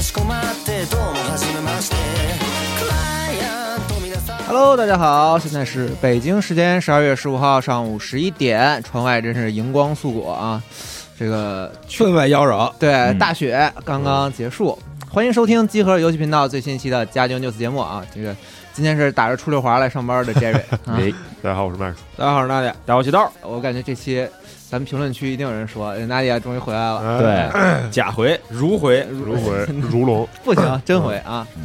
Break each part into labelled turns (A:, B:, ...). A: しこまってどうもはじめましてクライアント皆さん
B: Hello，大家好，现在是北京时间十二月十五号上午十一点，窗外真是荧光素裹啊！这个
C: 分外妖娆。嗯
B: 对、大雪刚刚结束，欢迎收听集合游戏频道最新一期的《家庭 news》节目啊！这个今天是打着出溜滑来上班的 Jerry 啊，
D: 哎，大家好，我是 Max。
C: 大家好，我是娜姐。
E: 打火机豆，
B: 我感觉这期咱们评论区一定有人说，哎娜姐终于回
C: 嗯
B: 来了，
D: 哎，
E: 甲回、如回，
D: 如回如龙，
B: 不行，真回啊！
D: 嗯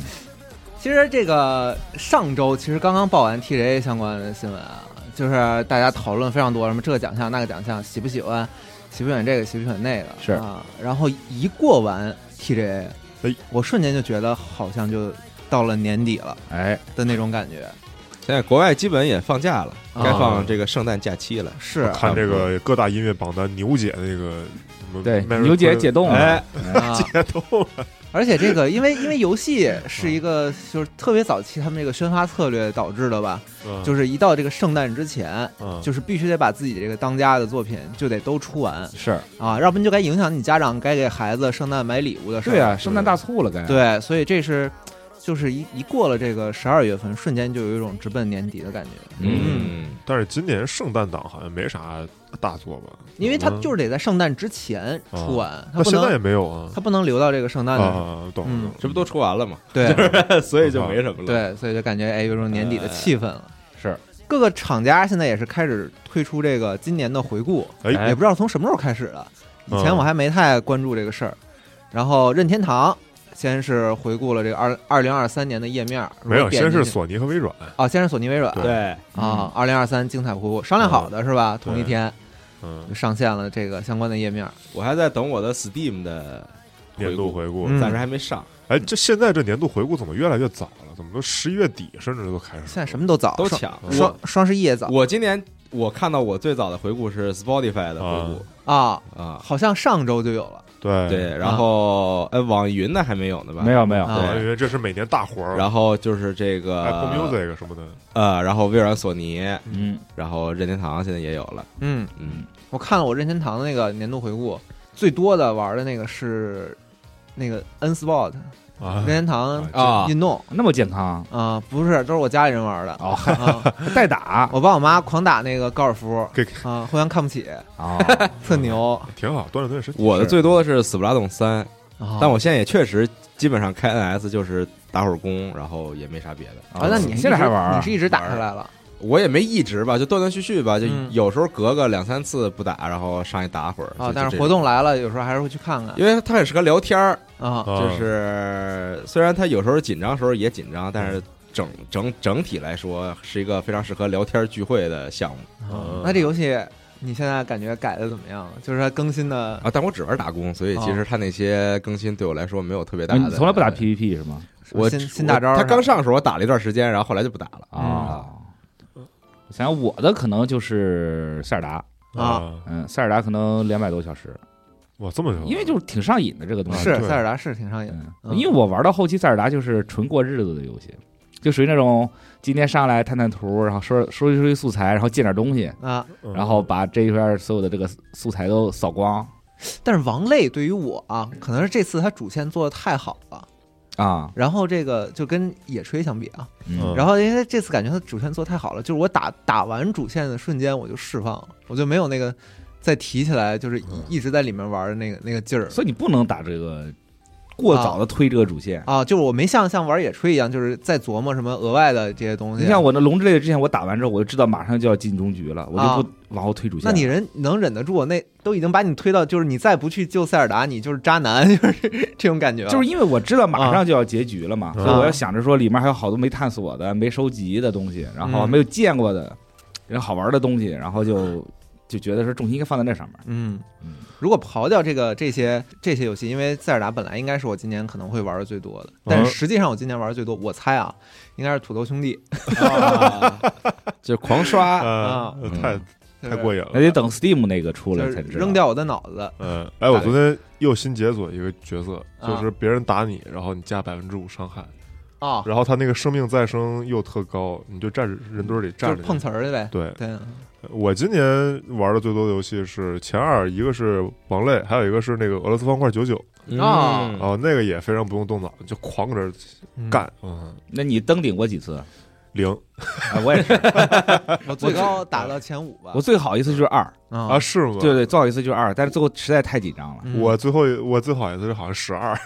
B: 其实这个上周其实刚刚报完 TGA 相关的新闻啊，就是大家讨论非常多，什么这个奖项那个奖项，喜不喜欢，喜不喜欢这个，喜不喜欢那个，
E: 是
B: 啊。然后一过完 TGA，
D: 哎
B: 我瞬间就觉得好像就到了年底了
E: 哎，
B: 的那种感觉，
C: 现在国外基本也放假了，
B: 啊
C: 该放这个圣诞假期了。
B: 是啊
D: 看这个各大音乐榜单牛姐那个什么
E: 对
D: Merry
E: 牛姐
D: Christmas
E: 解冻了
D: 哎，
B: 啊。
D: 解冻了，嗯
B: 而且这个，因为因为游戏是一个就是特别早期他们这个宣发策略导致的吧，
D: 嗯
B: 就是一到这个圣诞之前，
D: 嗯
B: 就是必须得把自己这个当家的作品就得都出完
E: 是
B: 啊，要不然就该影响你家长该给孩子圣诞买礼物的事儿。
E: 对啊，圣诞大促了该。，
B: 对，所以这是就是一一过了这个十二月份，瞬间就有一种直奔年底的感觉，
C: 嗯，
D: 但是今年圣诞档好像没啥大作吧？
B: 因为它
D: 嗯
B: 就是得在圣诞之前出完，
E: 哦
B: 它
D: 那
B: 不
D: 现在
B: 能
D: 也没有啊
B: 它不能留到这个圣诞的时候，
D: 啊，懂
B: 嗯
D: 了，
C: 这不都出完了 吗？啊
B: 对
C: 所以就没什么了。，
B: 对，所以就感觉哎有一种年底的气氛了。
E: 哎是
B: 各个厂家现在也是开始推出这个今年的回顾，也
D: 哎，
B: 不知道从什么时候开始的。以前我还没太关注这个事儿。然后任天堂先是回顾了这个二二零二三年的页面，如果
D: 没有，
B: 点
D: 先
B: 进
D: 是
B: 去
D: 索尼和微软，
B: 哦，先是索尼、微软
D: 对
C: 对，嗯
B: 啊，二零二三精彩回顾，商量好的是吧？同一天
D: 嗯
B: 就，上线了这个相关的页面，
C: 我还在等我的 Steam 的
D: 年度回顾。
B: 嗯
C: 暂时还没上，
D: 哎，这现在这年度回顾怎么越来越早了？怎么都十一月底甚至都开始了？
B: 现在什么都早，
C: 都
B: 双
C: 抢。
B: 双
C: 我
B: 双十一也早
C: 我今年我看到我最早的回顾是 Spotify 的回
B: 啊，
C: 顾啊，
B: 好像上周就有了，
D: 对
C: 对，然后呃，网易云的还没有呢吧？
E: 没。有没有，
B: 啊
D: 啊，因为这是每年大活儿。
C: 然后就是这
D: ，Apple
C: 个
D: Music 什么的，
C: 呃，然后微软、索尼，
E: 嗯，
C: 然后任天堂现在也有了，
B: 嗯，
C: 嗯，
B: 我看了我任天堂的那个年度回顾，最多的玩的那个是那个 N Sport
D: 啊
B: 任，天堂
C: 啊
B: 运动
E: 那么 健康
B: 啊，不是，都是我家里人玩的
E: 哦
B: 啊。
E: 代打
B: 我爸我妈狂打那个高尔夫
D: 给
B: 啊，互相看不起，
E: 啊，
B: 特牛。
D: 挺好，锻炼锻炼身体。
C: 我的最多的是《死不拉动三》，
B: 啊
C: 哦但我现在也确实基本上开 NS 就是打会儿工，然后也没啥别的。
B: 啊，那你
E: 现在还玩
B: 你
E: 啊
B: 是？一直打下来了
C: 我也没一直吧，就断断续续吧，就
B: 嗯
C: 有时候隔个两三次不打，然后上去打会儿
B: 啊
C: 就？
B: 但
C: 就是这
B: 活
C: 种
B: 动来了，有时候还是会去看看
C: 因为它很适合聊天儿，
B: 啊。
D: 啊
C: 就是虽然它有时候紧张，时候也紧张，
E: 嗯
C: 但是整整整体来说是一个非常适合聊天聚会的项目
D: 嗯
B: 那这游戏你现在感觉改的怎么样？就是它更新的
C: 啊。但我只玩打工，所以
B: 啊
C: 其实它那些更新对我来说没有特别大
E: 啊哦你
C: 的。
E: 从来不打 PVP 是吗？
C: 我
B: 新新大招
C: 我
B: 是吧？
C: 它刚上的时候我打了一段时间，然后后来就不打了
E: 啊。
B: 嗯
E: 我想想，我的可能就是塞尔达，
B: 啊，
E: 嗯，塞尔达可能两百多小时，
D: 哇，这么久，
E: 因为就是挺上瘾的这个东西。
B: 哦是
C: 啊
D: 对
B: 塞尔达是挺上瘾的，
E: 嗯，
B: 嗯
E: 因为我玩到后期，塞尔达就是纯过日子的游戏，就属于那种今天上来探探图，然后收收集收集素材，然后建点东西，
B: 啊，
D: 嗯
E: 然后把这一边所有的这个素材都扫光
B: 但是王类对于我啊，可能是这次它主线做的太好了，
E: 啊，
B: 然后这个就跟野炊相比啊，
D: 嗯
B: 然后因为这次感觉他主线做得太好了，就是我打打完主线的瞬间我就释放了，我就没有那个再提起来就是
E: 嗯
B: 一直在里面玩的那个那个劲儿
E: 所以你不能打这个过早的推这个主线。
B: 啊，就是我没像像玩野炊一样，就是在琢磨什么额外的这些东西。啊
E: 你像，我那龙之泪之前，我打完之后我就知道马上就要进终局了，我就不往后推主线
B: 那
E: 了。
B: 你人能忍得住？那都已经把你推到，就是你再不去救塞尔达，你就是渣男， 就是这种感觉了。啊
E: 就是因为我知道马上就要结局了嘛，
D: 嗯
E: 所以我要想着说里面还有好多没探索的、没收集的东西，然后
B: 嗯
E: 没有见过的、人好玩的东西，然后就就觉得说重心应该放在那上面。
B: 嗯
E: 嗯。
B: 如果刨掉这个这些这些游戏，因为塞尔达本来应该是我今年可能会玩的最多的，但
E: 嗯
B: 是实际上我今年玩的最多，我猜啊，应该是土豆兄弟
C: 啊，就狂刷。
D: 啊
B: 啊，
D: 太太过瘾
E: 那
D: 了。
E: 得等 Steam 那个出来
B: 就是
E: 才知道。
B: 扔掉我的脑子
D: 嗯，哎，我昨天又新解锁一个角色，
B: 啊
D: 就是别人打你，然后你加百分之五伤害，
B: 啊，
D: 然后他那个生命再生又特高，你就站着人堆里
B: 就
D: 站
B: 是
D: 着。
B: 碰瓷儿去呗。
D: 对，
B: 对，
D: 我今年玩的最多的游戏是前二，一个是王类，还有一个是那个俄罗斯方块九九
B: 啊
C: 嗯
D: 哦，那个也非常不用动脑，就狂搁这儿干，嗯，
E: 那你登顶过几次？
D: 零
E: 啊，我也是，
B: 我最高打到前五吧
E: 我。最好一次就是二，
B: 啊
D: 啊，，是吗？
E: 对对，最好一次就是二，但是最后实在太紧张了。
B: 嗯
D: 我最后我最好一次是好像十二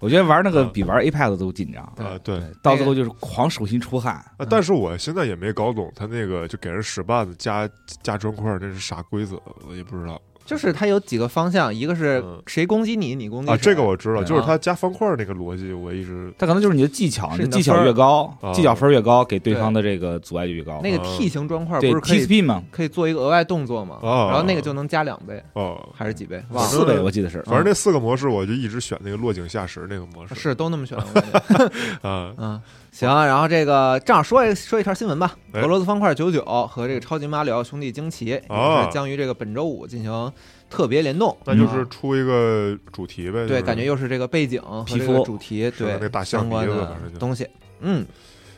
E: 我觉得玩那个比玩 APEX 都紧张，
B: 对
D: 啊，对。
E: 对，到最后就是狂手心出汗。
D: 啊但是我现在也没搞懂他那个就给人使绊子加加砖块儿，这是啥规则？我也不知道
B: 就是它有几个方向，一个是
D: 嗯
B: 谁攻击你，你攻击
D: 啊。
B: 谁
D: 这个我知道，
E: 对
D: 就是
B: 啊
D: 他加方块儿那个逻辑，我一直
E: 它可能就是你的技巧，
B: 是
E: 你的
B: 你的
E: 技巧越高
D: 分儿，
E: 技巧分儿越高，给对
B: 对
E: 方的这个阻碍就越高。
B: 那个
D: 啊
B: T 型砖块不
E: 对
B: 是可以
E: TSP 嘛，
B: 可以做一个额外动作嘛？
D: 哦
B: 然后那个就能加两倍
D: 哦，
B: 还是几倍？忘了，
D: 反正
E: 四倍我记得是，
D: 反正那四个模式我就一直选那个落井下石那个模式
B: 是都那么选。我 感觉
D: 啊，
B: 嗯，行，然后这个正好说一说一条新闻吧。
D: 哎
B: 俄罗斯方块九九和这个超级马里奥兄弟惊奇也
D: 哦嗯
B: 是将于这个本周五进行特别联动。
D: 那就是
B: 啊
D: 出一个主题呗。
B: 对，
D: 就是
B: 感觉又是这个背景和
E: 皮
B: 这
E: 肤
B: 个主题
D: 的
B: 对
D: 那大象
B: 相关
D: 鼻子
B: 的
D: 反正就
B: 东西。嗯，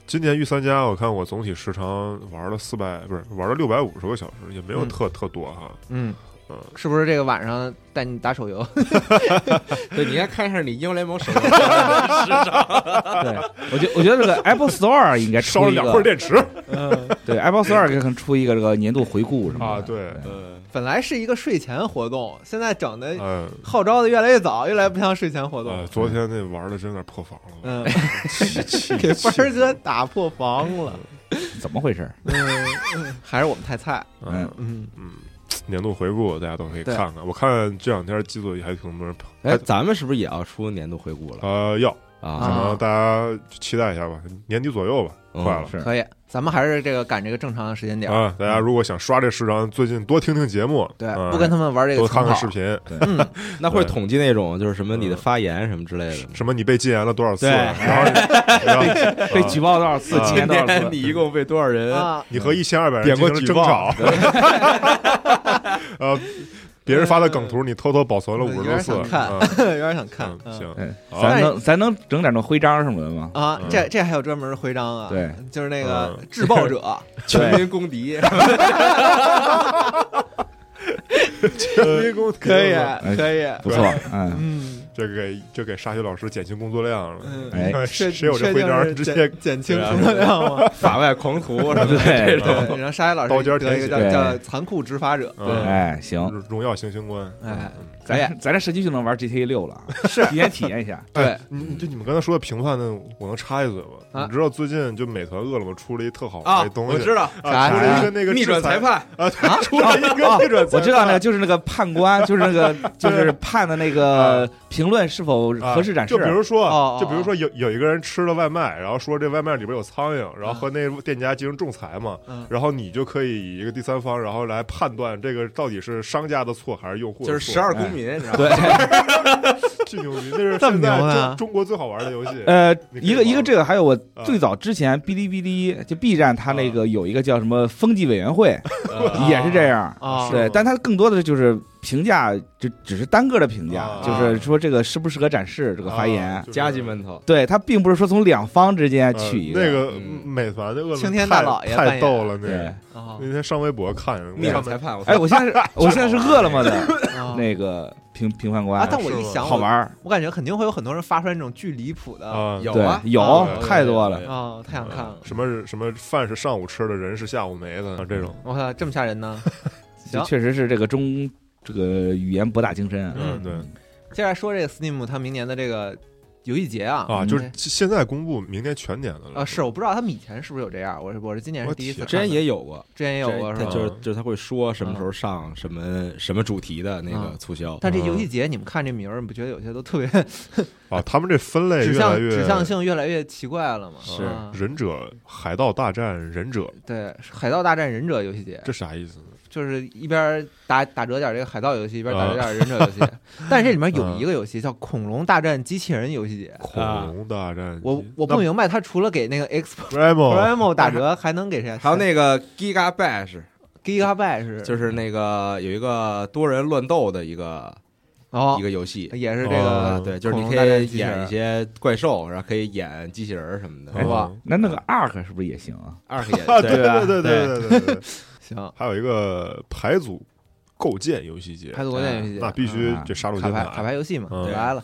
D: 今年御三家，我看我总体时长玩了四百，不是玩了六百五十个小时，也没有
B: 嗯
D: 特、特多哈。
B: 嗯
D: 嗯，
B: 是不是这个晚上带你打手游？
C: 对，你应该看一下你英雄联盟手游
E: 嗯对，我觉我觉得这个 Apple Store 应该
D: 烧
E: 出
D: 了
E: 一
D: 两块
E: 个，
D: 电 池
E: 对 Apple Store 可能出一个这个年度回顾什么的
D: 啊，对，
C: 嗯，
B: 本来是一个睡前活动，现在整的
D: 嗯
B: 号召的越来越早，越来越不像睡前活动
D: 呃，。昨天那玩的真有点破防 了，
B: 嗯，
D: 气气
B: 给
D: 气
B: 帆儿哥打破防了。
E: 怎么回事？
B: 嗯，嗯还是我们太菜。
D: 嗯
B: 嗯，
D: 嗯，年度回顾大家都可以
B: 对
D: 看看。我看这两天机组也还挺多人跑，
C: 哎，咱们是不是也要出年度回顾
E: 啊
C: 了
D: 呃，要可
B: 啊
C: 啊？
D: 能大家期待一下吧，年底左右吧，
C: 嗯
D: 快了
E: 是
B: 可以，咱们还是这个赶这个正常的时间点儿。
D: 啊！大家如果想刷这时长，最近多听听节目，
B: 嗯对
D: 嗯，
B: 不跟他们玩这个
D: 多看
B: 长
D: 看
B: 跑。
D: 视频，
B: 嗯，
C: 那会统计那种就是什么你的发言什么之类的吗。
D: 什么你被禁言了多少次，
C: 对
D: 然后 然后
E: 被举报多少次？
D: 啊
E: 今年多少次？
C: 你一共被多少人
B: 啊，
D: 你和一千二百
C: 点
D: 人进
C: 过
D: 行了
C: 举
D: 争
C: 报
D: 吵， 呃，别人发的梗图你偷偷保存了五十多次，
B: 有点想看
D: 嗯
B: 有点想看
D: 嗯。
B: 嗯
D: 行，
E: 对，
D: 好
E: 哎咱能咱能整点那徽章什么的吗？
B: 啊
D: 嗯，
B: 这这还有专门的徽章啊，
E: 对，
B: 就是那个
D: 嗯
B: 制暴 者，
C: 全民公敌？
D: 全民
B: 可以啊
E: 嗯
B: 可以，
E: 不错，嗯，
B: 嗯
D: 这给这给沙雪老师减轻工作量了。
B: 嗯，
E: 哎
D: 谁谁有这徽章，直接啊
B: 减轻工作量 吗？
C: 法外狂徒什么的
E: 对
C: 这种。
B: 对，让沙耶老
D: 刀
B: 师
D: 尖儿
B: 得一
D: 舔
B: 个
D: 血
B: 叫
E: 对
B: 叫残酷执法者，
D: 嗯
E: 哎，行，
D: 荣耀行星官。
B: 哎，可以，
E: 咱咱这社区就能玩 GTA 六了，是体验体验一下。
B: 对，
D: 你你就你们刚才说的评判呢，我能插一嘴吗？
B: 啊
D: 你知道最近就美团、饿了么出了一特好玩
C: 啊
D: 的，东西，
C: 我知道，
D: 啊
B: 啥
D: 出
B: 呀
D: 了一个那个
C: 逆转
D: 制裁
C: 裁判，
D: 啊，对出 了一个逆转裁判，啊
E: 我知道那个就是那个判官，就是那个就是判的那个评论是否
D: 啊
E: 合适展示
D: 就比。如说，
B: 哦哦
D: 就比如说有有一个人吃了外卖，然后说这外卖里边有苍蝇，
C: 啊
D: 然后和那店家进行仲裁嘛，
B: 嗯
D: 然后你就可以以一个第三方，然后来判断这个到底是商家的错还是用户
C: 就
D: 的
C: 是
D: 错。
C: 十二公民，你知道吗？
E: 对，
D: 巨牛逼，那是
B: 这么
D: 现在
B: 牛呢
D: 中中国最好玩的游戏。
E: 呃，
D: 你可以
E: 一个
D: 玩
E: 一个这个，还有我
D: 啊
E: 最早之前哔哩哔哩就 B 站，它那个有一个叫什么风纪委员会，
C: 啊
E: 也是这样。
B: 啊，
E: 对，
D: 吗
E: 但它更多的就是评价，就只是单个的评价，
D: 啊
E: 就是说这个适不适合展示这个发言。
D: 啊就是
C: 加鸡馒头，
E: 对，它并不是说从两方之间
D: 呃
E: 取一
D: 那个
C: 嗯
D: 美团的恶
B: 青天大老爷扮
D: 太
B: 演
D: 逗了，那
E: 对
D: 个。
B: 啊
D: 那天上微博看，
C: 逆转
D: 上
C: 裁
D: 面
C: 判，我
E: 哎，我现在是， 我现在是饿了么的
B: 啊
E: 那个评评判官，
B: 啊，但我一
D: 是吗
B: 想，
E: 好玩，儿，
B: 我感觉肯定会有很多人发出来那种巨离谱的啊，
D: 啊，嗯
C: 有
E: 对
C: 啊，
E: 有
B: 啊
E: 太多了
B: 哦太想看了，
D: 什么是什么饭是上午吃的，人是下午没
B: 嗯
D: 的，啊这种，
B: 我操，这么吓人呢！
E: 这
B: 行
E: 确实是这个中这个语言博大精深啊。
D: 嗯，对
B: 接下来说这个 Steam 它明年的这个游戏节啊
D: 啊，就是
B: 嗯
D: 现在公布，明年全年的了
B: 啊，是我不知道他们以前是不是有这样，我是我是今年是第一次
D: 我
B: 看
C: 之
B: 的，
C: 前也有过，
B: 之前也有过
C: 这
B: 是
C: 他
B: 吧？啊
C: 就是
D: 嗯
C: 就是他会说什么时候上什么什么主题的那个
B: 嗯
C: 促销，
B: 但这游戏节你们看这名儿，你不觉得有些都特别
D: 啊，他们这分类
B: 指
D: 越来
B: 向
D: 越
B: 指向性越来越奇怪了嘛？
C: 是
B: 啊
D: 忍者、海盗大战、忍者，
B: 对《海盗大战忍者》游戏节，
D: 这啥意思
B: 啊
D: 呢？
B: 就是一边打打折点这个海盗游戏，一边打折点忍者游戏。 但是这里面有一个游戏叫《恐龙大战机器人游戏节》，
D: 恐龙大战，啊
B: 我我不明白，它除了给那个 X
D: Remo
B: Primo 打折，还能给谁？
C: 还有那个 Giga Bash，
B: Gigabyte 是
C: 就是那个有一个多人乱斗的一个
B: 哦
C: 一，个游戏。
B: 也是这
C: 啊，
B: 个
D: 哦
C: 对，就是
B: 恐
C: 你
B: 龙大
C: 可
B: 战
C: 以
B: 机器人
C: 演一些怪兽，然后可以演机器人儿什么的。哦
B: 哎哇
E: 那那个 ARK 是不是也行啊？
C: 二个
D: 啊，
C: 演
D: 对对对对对对，对
B: 行
D: 还有一个牌组构建游戏节，
B: 开拓国家游戏节嗯
D: 那必须
E: 啊
D: 这杀戮
B: 卡
D: 键
B: 牌卡牌游戏嘛，
D: 嗯
B: 我来了。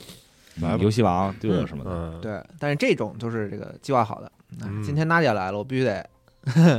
D: 来吧
E: 游戏王对了什么的，
D: 嗯，
B: 对，但是这种就是这个计划好的。哎
D: 嗯
B: 今天娜姐来了，我必须得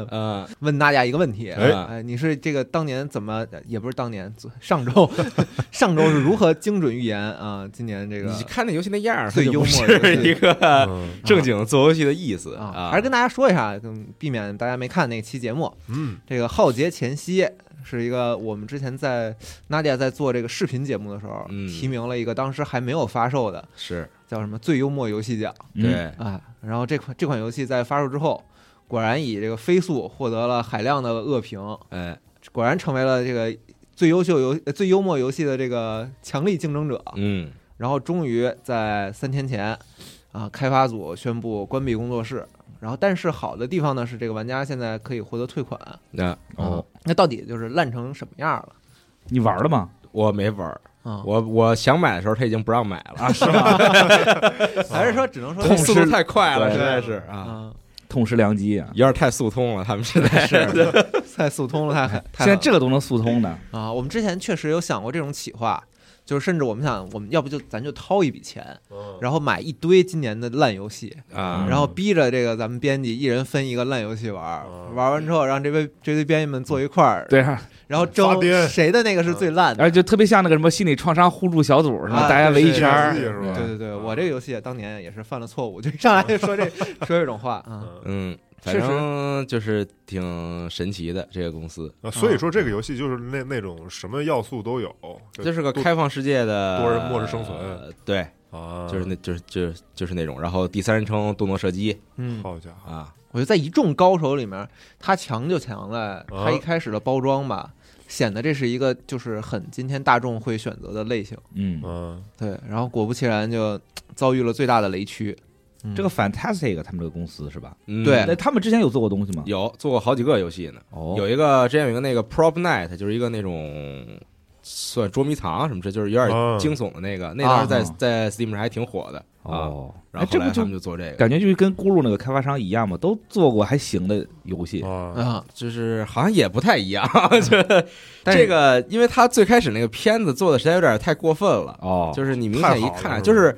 C: 呃，
B: 问大家一个问题。
D: 哎
B: 哎，你是这个当年怎么，也不是当年，上周 上周是如何精准预言啊？今年这个
C: 你看那游戏那样儿，
B: 最
C: 它就不
B: 幽默的
C: 是
B: 游戏
C: 一
B: 呃
C: 个
D: 嗯
C: 正经做游戏的意思
B: 啊，还是跟大家说一下，嗯避免大家没看那期节目。
D: 嗯，
B: 这个浩劫前夕是一个我们之前在 Nadia 在做这个视频节目的时候，
C: 嗯
B: 提名了一个当时还没有发售的，
C: 是
B: 叫什么最幽默游戏奖
E: 嗯，
C: 对，
B: 啊。然后这款这款游戏在发售之后，果然以这个飞速获得了海量的恶评，
C: 哎，
B: 果然成为了这个最优秀游呃最幽默游戏的这个强力竞争者。
C: 嗯，
B: 然后终于在三天前，啊，开发组宣布关闭工作室。然后，但是好的地方呢是，这个玩家现在可以获得退款。
C: 那
E: 哦
B: 啊，那到底就是烂成什么样了
E: 你玩了吗？
C: 我没玩儿，
B: 啊？
C: 我我想买的时候他已经不让买了，
E: 啊，是吗？
B: 还是说只能说
C: 这速度太快了，
E: 对
C: 实在是啊，
B: 啊，
E: 痛失良机啊！
C: 有点太速通了，他们现在是
B: 太速通了，太狠太
E: 现在
B: 狠
E: 这个都能速通的，
B: 啊，我们之前确实有想过这种企划，就是甚至我们想，我们要不就咱就掏一笔钱，然后买一堆今年的烂游戏，
C: 啊，
D: 嗯
B: 然后逼着这个咱们编辑一人分一个烂游戏玩儿，
D: 嗯
B: 玩完之后让这位这堆编辑们坐一块儿，
E: 对啊，
B: 然后
D: 发
B: 争
D: 癫嗯哎
B: 谁的那个是最烂
E: 而
B: 的
E: 且。就特别像那个什么心理创伤互助小组是吧？
B: 啊
E: 大家围一圈儿
D: 对对对
B: 对对对，我这个游戏当年也是犯了错误，就上来就说这说这种话啊，
D: 嗯
C: 嗯，反正就是挺神奇的这个公司，
D: 啊所以说这个游戏就是那那种什么要素都有，就
C: 这是个开放世界的
D: 多人末日生存
C: 呃对，
D: 啊，
C: 就是那就是就是就是那种，然后第三人称动作射击
B: 嗯，
D: 好家伙，
C: 啊，
B: 我觉得在一众高手里面，他强就强在
D: 啊
B: 他一开始的包装吧，显得这是一个就是很今天大众会选择的类型。
E: 嗯，
D: 嗯
B: 对，然后果不其然就遭遇了最大的雷区。嗯
E: 这个 Fantastic 他们这个公司是吧？
C: 嗯
B: 对
E: 那他们之前有做过东西吗？
C: 有做过好几个游戏呢，
E: 哦，
C: 有一个之前有一个那个 Prop Night，就是一个那种算捉迷藏什么，这就是有
D: 嗯
C: 点惊悚的那个，那当时在
E: 啊
C: 在 Steam 上还挺火的啊。
E: 哦，
C: 然后
E: 哎，
C: 后
E: 这
C: 来
E: 不
C: 他
E: 就
C: 们就做这个，
E: 感觉就是跟咕噜那个开发商一样嘛，都做过还行的游戏，
D: 啊，
B: 啊，
C: 就是好像也不太一样。
E: 嗯
C: 就是
B: 但是
C: 这个，因为他最开始那个片子做的实在有点太过分了，
E: 哦，
C: 就是你明
D: 太
C: 显
D: 好
C: 一
D: 了
C: 看
D: 是
C: 就
D: 吧
C: 是。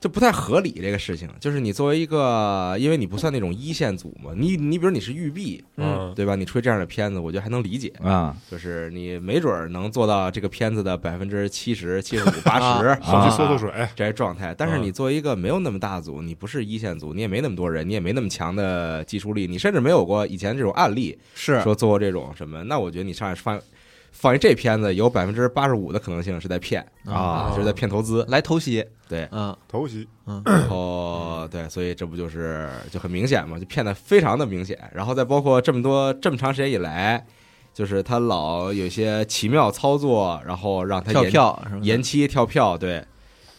C: 就不太合理这个事情，就是你作为一个，因为你不算那种一线组嘛，你你比如你是育碧，
D: 嗯
C: 对吧？你吹这样的片子，我觉得还能理解，
E: 啊，
C: 就是你没准儿能做到这个片子的百分之七十、七十五、 八十，
D: 后期
E: 啊
D: 缩缩水，哎
C: 这些状态。但
D: 嗯
C: 是你作为一个没有那么大组，你不是一线组，你也没那么多人，你也没那么强的技术力，你甚至没有过以前这种案例
B: 是
C: 说做过这种什么。那我觉得你上来放放一这片子，有百分之八十五的可能性是在骗
E: 啊
C: 就是在骗投资。
B: 来偷袭。
C: 对，
B: 嗯
D: 头袭
C: 然后哦对，所以这不就是就很明显嘛，就骗的非常的明显。然后再包括这么多这么长时间以来。就是他老有一些奇妙操作，然后让他
B: 跳
C: 延
B: 票什么的
C: 延期跳票，对，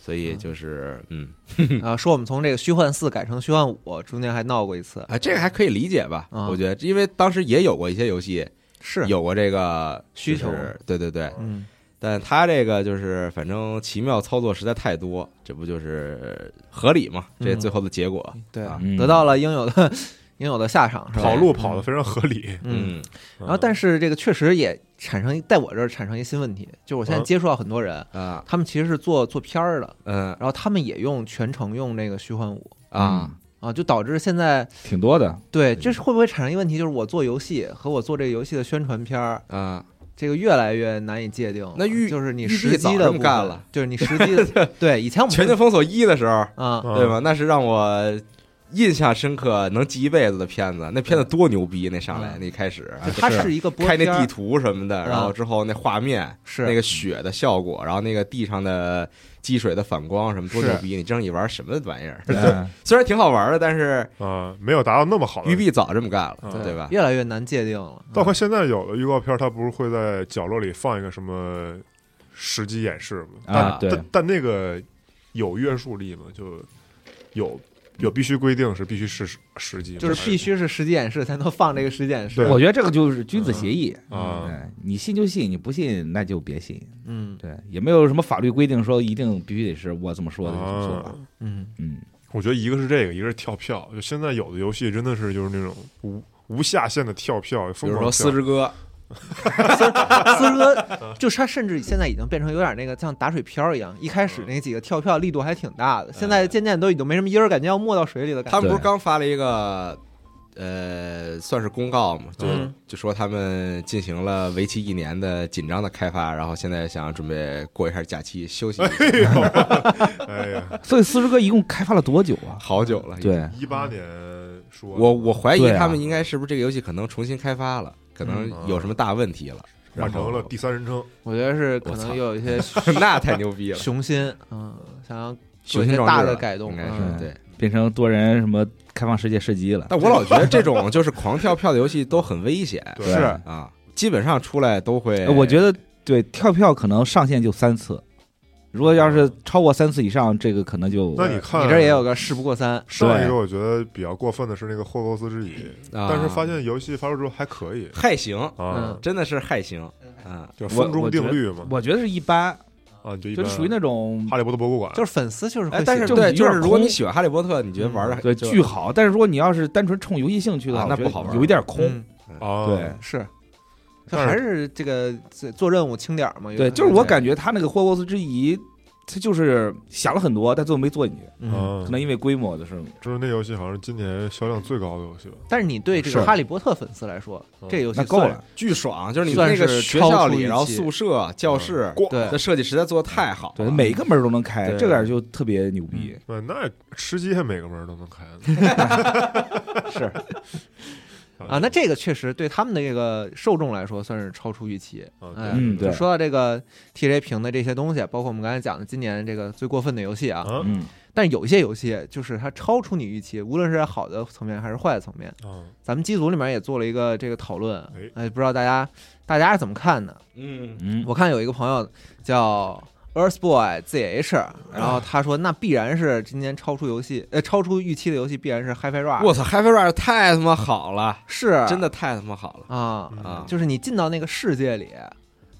C: 所以就是嗯
B: 啊，说我们从这个虚幻四改成虚幻五，中间还闹过一次。
C: 啊，这个还可以理解吧？
B: 啊
C: 我觉得，因为当时也有过一些游戏
B: 是，
C: 有过这个
B: 需求
C: 就是对对对。
B: 嗯，
C: 但他这个就是反正奇妙操作实在太多，这不就是合理嘛？这
B: 嗯
C: 最后的结果，
B: 对
C: 啊，
E: 嗯
B: 得到了应有的应有的下场，是吧
D: 跑路跑的非常合理，
B: 嗯。
C: 嗯
B: 然后，但是这个确实也产生一在我这儿产生一新问题，就是我现在
D: 嗯
B: 接触到很多人，
C: 啊
B: 他们其实是做做片儿的，
C: 嗯
B: 然后他们也用全程用那个虚幻五
C: 啊，
B: 啊，就导致现在
E: 嗯挺多的，
B: 对，这是会不会产生一个问题，就是我做游戏和我做这个游戏的宣传片儿，
C: 啊，
B: 这个越来越难以界定了。
C: 那玉
B: 就是你
C: 玉帝
B: 实
C: 早
B: 机的
C: 这么
B: 部分
C: 干了，
B: 就是你实机 的对以前我们
C: 全球封锁一的时候，
B: 啊
D: 嗯
C: 对吧？那是让我印象深刻、能记一辈子的片子。那片子多牛逼！那上来
B: 嗯
C: 那一开始，啊
B: 它是一个播
C: 开那
B: 片
C: 地
B: 儿
C: 图什么的，
B: 嗯
C: 然后之后那画面
B: 是
C: 那个雪的效果，然后那个地上的积水的反光什么，多
B: 是
C: 牛逼！你真一玩什么玩意儿？
E: 嗯
C: 虽然挺好玩的，但是
D: 啊，没有达到那么好的
C: 育。碧早这么干了，
D: 嗯
C: 对吧？
B: 越来越难界定了。嗯
D: 包括现在有的预告片，它不是会在角落里放一个什么实机演示吗？但
E: 啊，对
D: 但，但那个有约束力吗？就有有必须规定是必须是实实际吗，
B: 就是必须是实际演示才能放这个实际演示
D: 对。
E: 我觉得这个就是君子协议
D: 啊
E: 哎你信就信，你不信那就别信，
B: 嗯
E: 对，也没有什么法律规定说一定必须得是我这么说的就这么说
D: 啊
E: 法，。
B: 嗯，
E: 嗯，
D: 我觉得一个是这个，一个是跳票。就现在有的游戏真的是就是那种无无下限的跳票，
C: 比
D: 疯
C: 如说
D: 狂
C: 《
D: 跳
C: 四之歌》啊
B: 孙哥就是他，甚至现在已经变成有点那个像打水漂一样。一开始那几个跳票力度还挺大的，现
C: 哎
B: 在渐渐都已经没什么音儿，感觉要没到水里的感
C: 他
B: 觉。
C: 们不是刚发了一个，呃，算是公告嘛，就、
B: 嗯
C: 就说他们进行了为期一年的紧张的开发，然后现在想准备过一下假期休息一下，
D: 哎呀，
E: 所以四十哥一共开发了多久啊？
C: 好久了。，
E: 对，
D: 一八年说
C: 我我怀疑
E: 对啊
C: 他们应该是不是这个游戏可能重新开发了，可能有什么大问题了，
D: 嗯换 成了第三人称，
B: 我觉得是可
C: 我操
B: 能有一些
C: 那太牛逼了，
B: 雄心，嗯，想要
C: 雄心壮志了
B: 大的改动
C: 应该
B: 嗯
C: 是对。
E: 变成多人什么开放世界射击了。
C: 但我老觉得这种就是狂跳票的游戏都很危 险，
D: 对
E: 是
C: 啊，基本上出来都会，
E: 呃我觉得对跳票可能上限就三次，如果要是超过三次以上，这个可能就
D: 那你看，
B: 你这也有个事不过三，
D: 上一
E: 对
D: 个，我觉得比较过分的是那个霍格斯之椅，
C: 啊嗯
D: 但是发现游戏发售之后还可以
C: 害行，
D: 啊，
C: 真的是害行啊。
D: 就是风中定律嘛，
E: 我觉得是一般，
D: 啊，你就一
E: 就
D: 般
E: 是属于那种
D: 哈利波特博物馆，
B: 就是粉丝就是会
C: 哎，但是
B: 喜
E: 就
B: 欢
C: 对，
E: 有
C: 就
E: 点
C: 是如果你
E: 空
C: 喜欢哈利波特，你觉得玩
B: 嗯
C: 的
E: 对巨好，但是如果你要是单纯冲游戏兴趣的
C: 啊那
E: 话，我觉得
C: 不好玩
E: 有一点空。
B: 嗯
D: 啊，
E: 对
B: 是，就
D: 但是
B: 还是这个做做任务轻点儿嘛。有
E: 对，
B: 可能
E: 就是我
B: 这样
E: 感觉他那个霍格沃兹之遗，他就是想了很多，但最后没做进去，
B: 嗯，
D: 啊
E: 可，能因为规模的事儿。
D: 就是那游戏好像是今年销量最高的游戏吧，
B: 但是你对这个
E: 是
B: 哈利波特粉丝来说，这个游戏
E: 那够
B: 算
E: 了，
C: 巨爽，就是你
B: 算
C: 那个
B: 是
C: 学
B: 超
C: 校
B: 出嗯
C: 里，
B: 预
C: 然后
B: 期
C: 宿舍、教室
D: 光
B: 对
C: 的设计实在做的太好
E: 对，
C: 了，
E: 每一个门儿都能开，
C: 对
E: 这点就特别牛逼。
D: 对，那吃鸡还每个门儿都能开呢，
E: 是
B: 啊，那这个确实对他们的这个受众来说算是超出预期。
D: 啊
B: 哎
E: 嗯对
B: 就说到这个 TJ 评的这些东西，啊包括我们刚才讲的今年这个最过分的游戏啊，
D: 啊
E: 嗯，
B: 但有一些游戏就是它超出你预期，无论是在好的层面还是坏的层面。
D: 啊，
B: 咱们机组里面也做了一个这个讨论
D: 哎，
B: 哎，不知道大家大家是怎么看的？
C: 嗯，
E: 嗯，
B: 我看有一个朋友叫 Earth Boy ZH，然后他说那必然是今年超出游戏呃超出预期的游戏必然是 HiFi
D: 嗯
B: Rush，
C: 我操，Happy Ride 太他妈好了，
B: 是
C: 真的太他妈好了
B: 啊，
D: 嗯
C: 啊！
B: 就是你进到那个世界里，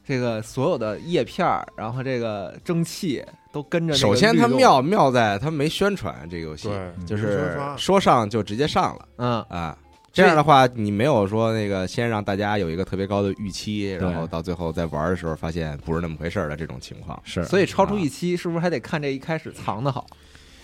B: 这个所有的叶片儿，然后这个蒸汽都跟着那个
C: 首先
B: 律
C: 它
B: 动，
C: 妙妙在它没宣传这个游戏，
D: 对，
C: 就
D: 没宣
C: 是
D: 发
C: 说上就直接上了
B: 嗯，
C: 啊。这样的话，你没有说那个先让大家有一个特别高的预期，然后到最后在玩的时候发现不是那么回事儿的这种情况。
E: 是，
B: 所以超出预期是不是还得看这一开始藏的好，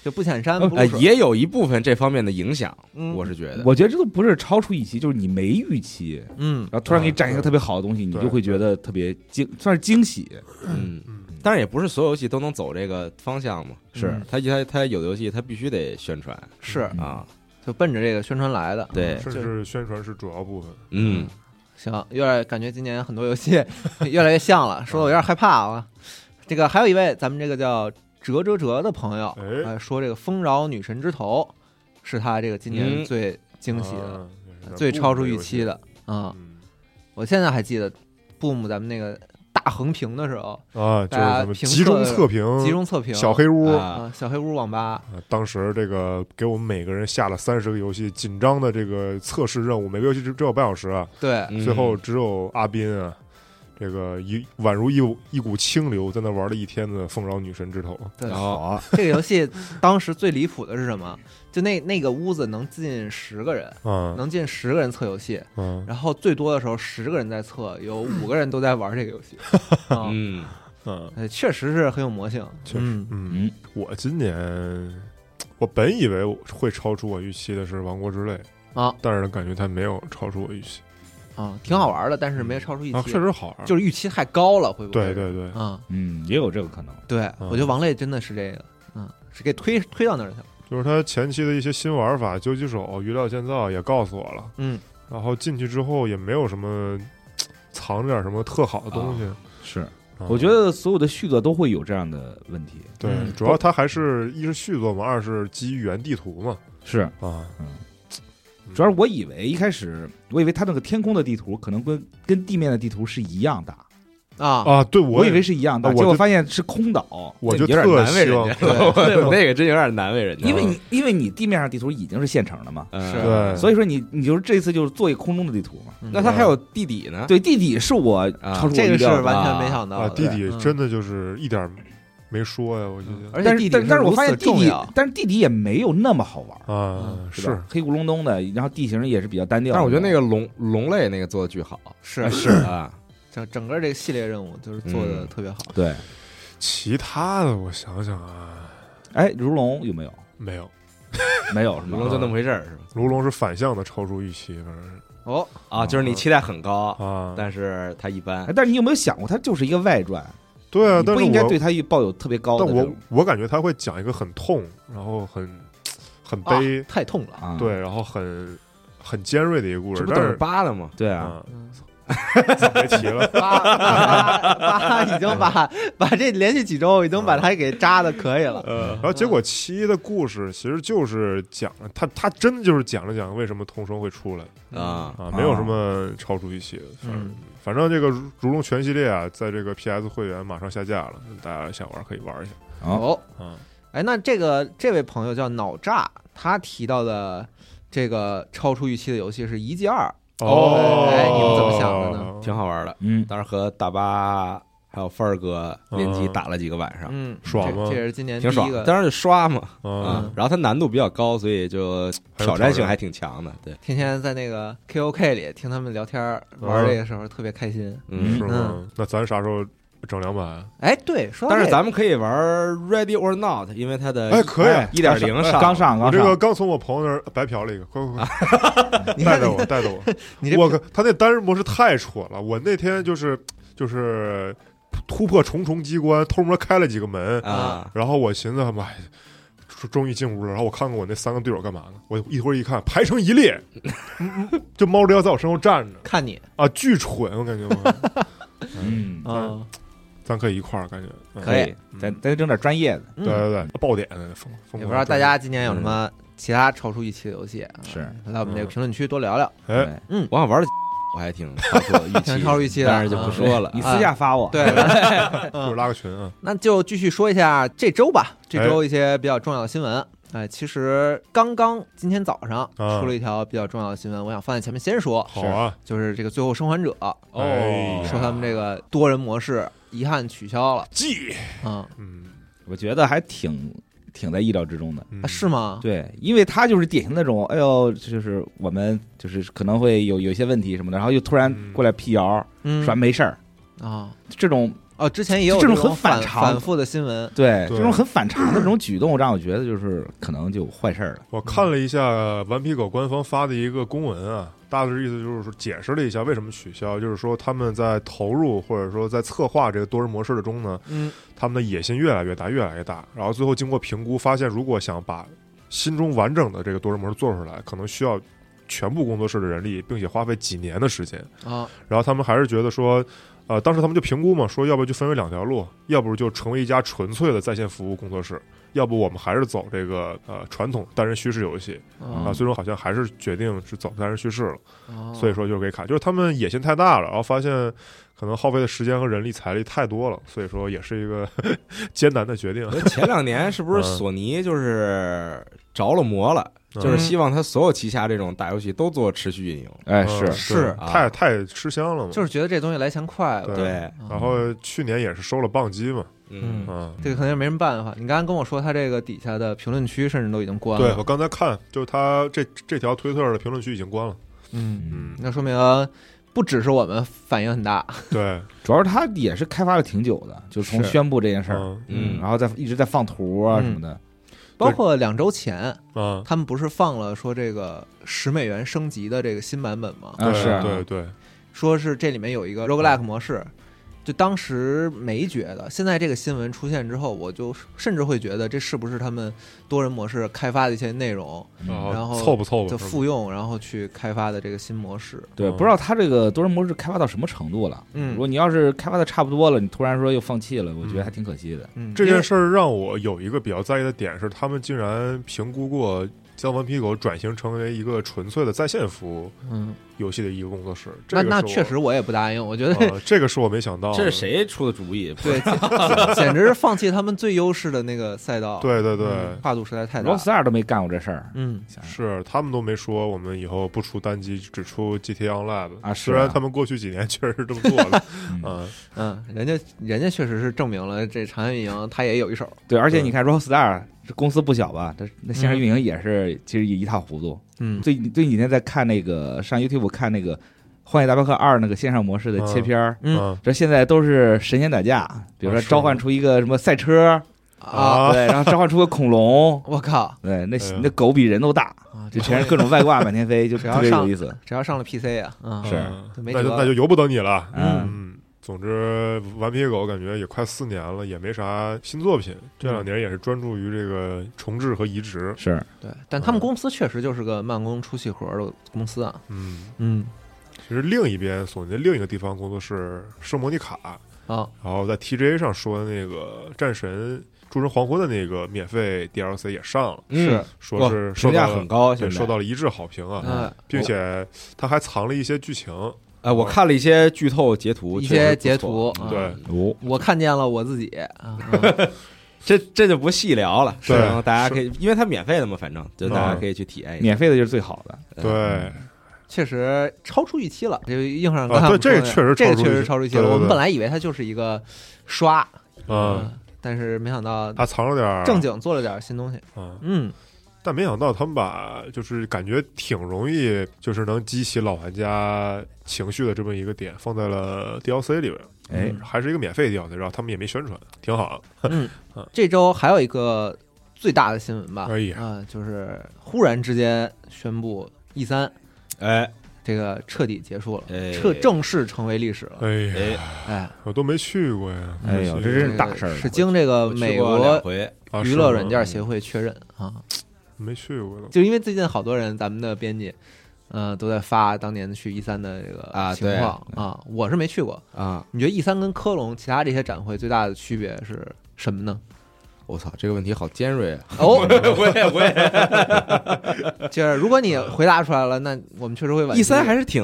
B: 就不显山不
C: 呃
B: 露，水，
C: 也有一部分这方面的影响，
B: 哎嗯
C: 我是觉得。
E: 我觉得这都不是超出预期，就是你没预期，
B: 嗯
E: 然，后突然给你展现一个特别好的东西，你
D: 对
E: 就会觉得特别惊，算是惊喜。
C: 嗯，
D: 嗯，
C: 但是也不是所有游戏都能走这个方向嘛。
E: 是
B: 嗯
C: 它它它有的游戏它必须得宣传
B: 是
E: 嗯
C: 啊，
B: 就奔着这个宣传来的，
C: 对，
D: 甚至宣传是主要部分，
C: 嗯，
B: 行，有点感觉今年很多游戏 越来越像了，说的我有点害怕啊。这个还有一位咱们这个叫哲哲哲的朋友，
D: 哎
B: 呃，说这个《丰饶女神之头》是他这个今年
C: 嗯
B: 最惊喜的、呃
D: 啊也是咱
B: 最
D: 部
B: 超
D: 分
B: 出
D: 游
B: 预
D: 戏
B: 期的啊、
D: 嗯
B: 我现在还记得 Boom 咱们那个大横评的时候，
D: 啊，就是
B: 大家
D: 咱们
B: 评
D: 集中
B: 测
D: 测评，
B: 集中测评
D: 嗯小黑屋
C: 啊
B: 啊、小黑屋网吧，
D: 啊，当时这个给我们每个人下了三十个游戏，紧张的这个测试任务，每个游戏只只有半小时啊，
B: 对，
C: 嗯
D: 最后只有阿斌啊，这个一宛如一股一股清流，在那玩了一天的《凤饶女神之头》
B: 对
D: 哦
C: 然后
B: 这个游戏当时最离谱的是什么？就那那个屋子能进十个人，
D: 啊，
B: 能进十个人测游戏。
D: 嗯
B: 然后最多的时候十个人在测，有五个人都在玩这个游戏，啊，
C: 嗯，
D: 嗯
B: 呃确实是很有魔性，
D: 确实
B: 嗯
D: 嗯，
E: 嗯，
D: 我今年我本以为我会超出我预期的是《王国之泪》
B: 啊，
D: 但是感觉它没有超出我预期，
B: 啊，挺好玩的，但是没有超出预
D: 啊，
B: 期，
D: 确实好玩，
B: 就是是预期太高了，会不会？
D: 对对对，
B: 啊，
E: 嗯，也有这个可能。
B: 对，
D: 嗯
B: 我觉得王类真的是这个，嗯，是给推推到那儿去了，
D: 就是它前期的一些新玩法，狙击手、鱼哦料建造也告诉我了。
B: 嗯，
D: 然后进去之后也没有什么藏着点什么特好的东西。
E: 是，
D: 啊
E: 我觉得所有的续作都会有这样的问题。
D: 对，
B: 嗯
D: 主要它还是一是续作嘛，二是基于原地图嘛。
E: 是，
D: 啊，
E: 主要是我以为一开始，我以为它那个天空的地图可能跟跟地面的地图是一样大，
B: 啊，
D: 啊，对我
E: 我以为是一样大，
D: 啊我
E: 结果
D: 就
E: 发现是空岛。
D: 我
C: 那
D: 就
C: 你有点
D: 特
C: 难为
D: 希
C: 人
D: 望
C: 家，
B: 对
C: 我啊 那个真有点难为人家，
E: 因为你因为你地面上地图已经是现成的嘛，
C: 嗯
B: 是嗯
D: 对，
E: 所以说你你就是这次就是做一空中的地图嘛。
C: 那它还有地底呢，
E: 对，地底是我
C: 啊
D: 嗯
E: 超出我
B: 这
E: 预
B: 个是
E: 料的
B: 完全没想到
E: 嗯
D: 啊，
B: 的，
D: 弟弟真的就是一点没说呀，我觉得
B: 而且
E: 但
B: 弟弟
E: 是但但是我
B: 如
E: 发
B: 此
E: 现弟
B: 重
E: 弟
B: 要，，
E: 但是弟弟也没有那么好玩，
D: 啊
E: 对嗯吧
D: 是
E: 黑咕隆咚的，然后地形也是比较单调。
C: 但是我觉得那个龙龙类那个做的巨好，
B: 是
C: 是啊，
B: 整整个这个系列任务就是做的
C: 嗯
B: 特别好。
E: 对，
D: 其他的我想想啊，
E: 哎，如龙有没有？
D: 没有。
E: 没有是
C: 龙
E: 吗？
C: 龙就那么回事儿是吧？
D: 卢龙是反向的，超出预期，反正是
B: 哦，
C: 啊，就是你期待很高，
D: 啊，
C: 但是它一般
E: 哎，。但是你有没有想过，它就是一个外传，
D: 对啊
E: 你，
D: 但
E: 不
D: 是
E: 应该
D: 我
E: 对它抱有特别高的
D: 但
E: 这
D: 我
E: 种
D: 我感觉他会讲一个很痛，然后很很
B: 啊
D: 悲，
B: 太痛了。
E: 啊，
D: 对，然后很很尖锐的一个故
C: 这
D: 事，
C: 不
D: 但
C: 等于
D: 是
C: 八了吗？
E: 对啊，
D: 啊，
B: 嗯，
D: 别提了
B: 八八八已经把把这连续几周已经把它给扎的可以 了。
E: 嗯
D: 呃，然后结果七的故事其实就是讲了他他真的就是讲了讲为什么童声会出来
C: 啊，
D: 啊，没有什么超出预期的，反正
B: 嗯
D: 反正这个如如龙全系列啊，在这个 PS 会员马上下架了，大家想玩可以玩一下
E: 啊，
B: 哦，
D: 啊，
B: 哎，那这个这位朋友叫脑炸，他提到的这个超出预期的游戏是《遗迹二啊
D: 哦，
B: 哎你们怎么想的呢
C: 挺好玩的。
E: 嗯，
C: 当时和大巴还有范儿哥联机
D: 嗯
C: 打了几个晚》。上，
B: 嗯，
D: 爽吗
B: 这这也是今年第
C: 挺爽
B: 一。个嗯
C: 当时就刷嘛，
D: 啊
C: 啊，然后它难度比较高，所以就挑战性还挺强的。对，
B: 天天在那个 KOK 里听他们聊天儿玩这个时候特别开心。
E: 嗯
D: 是
C: 嗯。
D: 吗？那咱啥时候整两版？
B: 哎，对，说到
C: 但是
B: 这个
C: 咱们可以玩 Ready or Not，因为它的
D: 哎，可以啊，
E: 哎
C: 一点零上
E: 刚上
D: 我
E: 刚
D: 这个
E: 上，
D: 刚从我朋友那儿白嫖了一个，快快快，
B: 你
D: 带
B: 看
D: 着我，带着我，
B: 你这
D: 我靠，他那单人模式太蠢了，我那天就是就是突破重重机关，偷摸开了几个门，
C: 啊，
D: 然后我寻思，妈呀。终终于进屋了，然后我看看我那三个队友干嘛呢？我一会儿一看，排成一列，嗯嗯就猫着腰在我身后站着
B: 看你
D: 啊，巨蠢！我感觉我，
E: 嗯，
B: 啊，
D: 咱可以一块儿，感觉、嗯
B: 可以
E: 咱咱整点专业的，
B: 嗯
D: 对对对，爆点疯疯狂！
B: 也不知道大家今年有什么其他超出预期的游戏，啊
E: 是
B: 来我们这个评论区多聊聊。
D: 哎，
E: 对
C: 我想玩的我还挺超出预期，
B: 挺超出预期的
C: 但是就不说了
E: 你。私下发我，
B: 对，嗯
D: 一会儿拉个群啊，
B: 那就继续说一下这周吧，这周一些比较重要的新闻。哎，其实刚刚今天早上
D: 啊
B: 出了一条比较重要的新闻，我想放在前面先说，
D: 好啊，
B: 就是哦这个《最后生还者》
D: 哎呀
B: 说他们这个多人模式遗憾取消了
D: 记，
B: 啊
D: 嗯，
E: 我觉得还挺挺在意料之中的。
D: 嗯
B: 啊是吗？
E: 对，因为他就是典型那种，哎呦，就是我们就是可能会有有一些问题什么的，然后又突然过来辟谣，
B: 嗯
E: 说没事儿，
B: 啊
E: 这种
B: 哦，之前也有
E: 这种
B: 种
E: 很
B: 反
E: 反常
B: 反复的新闻，
E: 对
D: 对
E: 这种很反常的这种举动，让我觉得就是可能就坏事儿了。
D: 我看了一下顽皮狗官方发的一个公文啊，大致意思就是说解释了一下为什么取消，就是说他们在投入或者说在策划这个多人模式的中呢，
B: 嗯
D: 他们的野心越来越大，越来越大，然后最后经过评估发现，如果想把心中完整的这个多人模式做出来，可能需要全部工作室的人力，并且花费几年的时间。
B: 啊
D: 然后他们还是觉得说，呃，当时他们就评估嘛，说要不就分为两条路，要不就成为一家纯粹的在线服务工作室，要不我们还是走这个呃传统单人叙事游戏啊。
B: 啊
D: 最终好像还是决定是走单人叙事了，
B: 啊
D: 所以说就是给卡，就是他们野心太大了，然后发现。可能耗费的时间和人力财力太多了，所以说也是一个 艰难的决定
C: 我。觉得前两年是不是
D: 嗯
C: 索尼就是着了魔了，
D: 嗯
C: 就是希望他所有旗下这种大游戏都做持续运营。
E: 哎，
D: 嗯
E: 是，
B: 是
D: 对太太吃香了嘛。
B: 就是觉得这东西来钱快了，
D: 对
C: 对，
B: 啊
D: 然后去年也是收了棒机嘛，
C: 嗯
B: 嗯，
D: 嗯，
B: 这个可能也没什么办法。你刚刚跟我说他这个底下的评论区甚至都已经关
D: 对
B: 了，
D: 我刚才看，就是他这这条推特的评论区已经关了，
B: 嗯，
D: 嗯，
B: 那说明不只是我们反应很大，
D: 对，
E: 主要是他也是开发了挺久的，就从
B: 是
E: 宣布这件事儿，
D: 嗯
C: 嗯
E: 然后再一直在放图啊什么的，
B: 包括两周前
D: 啊，
B: 他们不是放了说这个十美元升级的这个新版本吗？
E: 啊是啊
D: 对对，
B: 说是这里面有一个 roguelike 模式。就当时没觉得，现在这个新闻出现之后，我就甚至会觉得这是不是他们多人模式开发的一些内容，
E: 嗯
B: 然后
D: 凑不凑吧，
B: 就复用然后去开发的这个新模式。
E: 对，
D: 嗯
E: 不知道他这个多人模式开发到什么程度了。
B: 嗯
E: 如果你要是开发的差不多了，你突然说又放弃了，我觉得还挺可惜的。
B: 嗯，
D: 这
B: 因为
D: 件事儿让我有一个比较在意的点是，他们竟然评估过将《顽皮狗》转型成为一个纯粹的在线服务
B: 嗯，
D: 游戏的一个工作室。这
B: 那
D: 个
B: 那
D: 是我
B: 确实我也不答应，我觉得
D: 呃，这个是我没想到的。
C: 这是谁出的主意？
B: 对，简 简直是放弃他们最优势的那个赛道，
D: 对对对，
B: 嗯跨度实在太大
E: 罗。斯二都没干过这事儿
B: 嗯，
D: 是他们都没说我们以后不出单机，只出 GTA Online 了
E: 啊是
D: 虽
E: 啊
D: 然他们过去几年确实是这么做的，
E: 嗯
D: 嗯，
B: 嗯，人家人家确实是证明了这长远运营，他也有一手。
E: 对，而且
D: 对
E: 你看 Rockstar 这公司不小吧？这那线上
B: 嗯
E: 运营也是、其实一塌糊涂。
B: 嗯
E: 最最近几天在看那个上 YouTube 看那个《荒野大镖客二》那个线上模式的切片儿。
B: 嗯
D: 嗯
E: 这现在都是神仙打架，比如
D: 啊
E: 说
D: 是
E: 召唤出一个什么赛车，
B: 啊，，
E: 对，然后召唤出个恐龙
B: 我靠！
E: 对，那
D: 哎呀
E: 那狗比人都大，
B: 啊，这
E: 就全是各种外挂满天飞，就
B: 只要
E: 特别
B: 上
E: 有意思。
B: 只要上了 PC 啊，嗯，
E: 是
D: 嗯
B: 就没
D: 那就
B: 辙
D: 那就由不得你了。
E: 嗯，
D: 嗯，总之，顽皮狗感觉也快四年了，也没啥新作品。这两年也是专注于这个重置和移植。
E: 是
B: 对，但他们
D: 嗯
B: 公司确实就是个慢工出细活的公司啊。
D: 嗯，
B: 嗯，
D: 其实另一边，索尼的另一个地方工作室圣莫尼卡，
B: 啊，
D: 然后在 TGA 上说的那个《战神：诸神黄昏》的那个免费 DLC 也上了，
B: 是
C: 嗯，
D: 说是
C: 评
D: 受
C: 价
D: 到了
C: 很高，现
D: 对，
C: 在
D: 受到了一致好评啊，
B: 嗯，
D: 并且它还藏了一些剧情，
C: 哎，
D: 嗯
C: 我看了一些剧透截图，
B: 一
C: 确实
B: 些
C: 不错
B: 截图，啊
C: 嗯
D: 对，
E: 哦，
B: 我看见了我自 己啊，嗯
C: 这这就不细聊了，
D: 对
C: 然后大家可以，因为它免费的嘛，反正就大家可以去体验一下。
E: 免费的就是最好的，
B: 嗯
D: 对，
B: 确实超出预期了。这个硬上
D: 啊
B: 刚才我们
D: 对这个
B: 说的
D: 确
B: 这个
D: 实超出
B: 确
D: 预期
B: 实超出预期了。
D: 对对对
B: 我们本来以为它就是一个刷，
D: 嗯，
B: 嗯，但是没想到
C: 啊
D: 它藏了点儿
B: 正，经做了点新东西。
D: 嗯，
B: 嗯，
D: 但没想到他们把就是感觉挺容易，就是能激起老玩家情绪的这么一个点放在了 DLC 里边，
E: 哎，
D: 还是一个免费 DLC，然后他们也没宣传，挺好。
B: 这周还有一个最大的新闻吧，
D: 哎呀
B: 啊，就是忽然之间宣布 E 三
C: 哎
B: 这个彻底结束了，
C: 哎，
B: 彻正式成为历史了。
D: 哎呀，
C: 哎，
B: 哎，
D: 我都没去过呀，
E: 哎呦，这真是大
B: 这
E: 事儿了
B: 个是经这个
C: 我去
B: 美
C: 过两
B: 国
C: 回，嗯
D: 啊
B: 娱
D: 是
B: 乐
D: 吗
B: 软件协会确认啊，
D: 没去过呢。
B: 就因为最近好多人，咱们的编辑。呃，都在发当年去 E 三的这个
C: 啊
B: 情
C: 对
B: 况啊，我是没去过。
C: 啊，
B: 你觉得 E 三跟科隆其他这些展会最大的区别是什么 呢？
C: 我操，这个问题好尖锐啊！
B: 哦，
C: 我也我 也
B: 就是如果你回答出来了，那我们确实会惋惜。
C: ，E 三还是挺，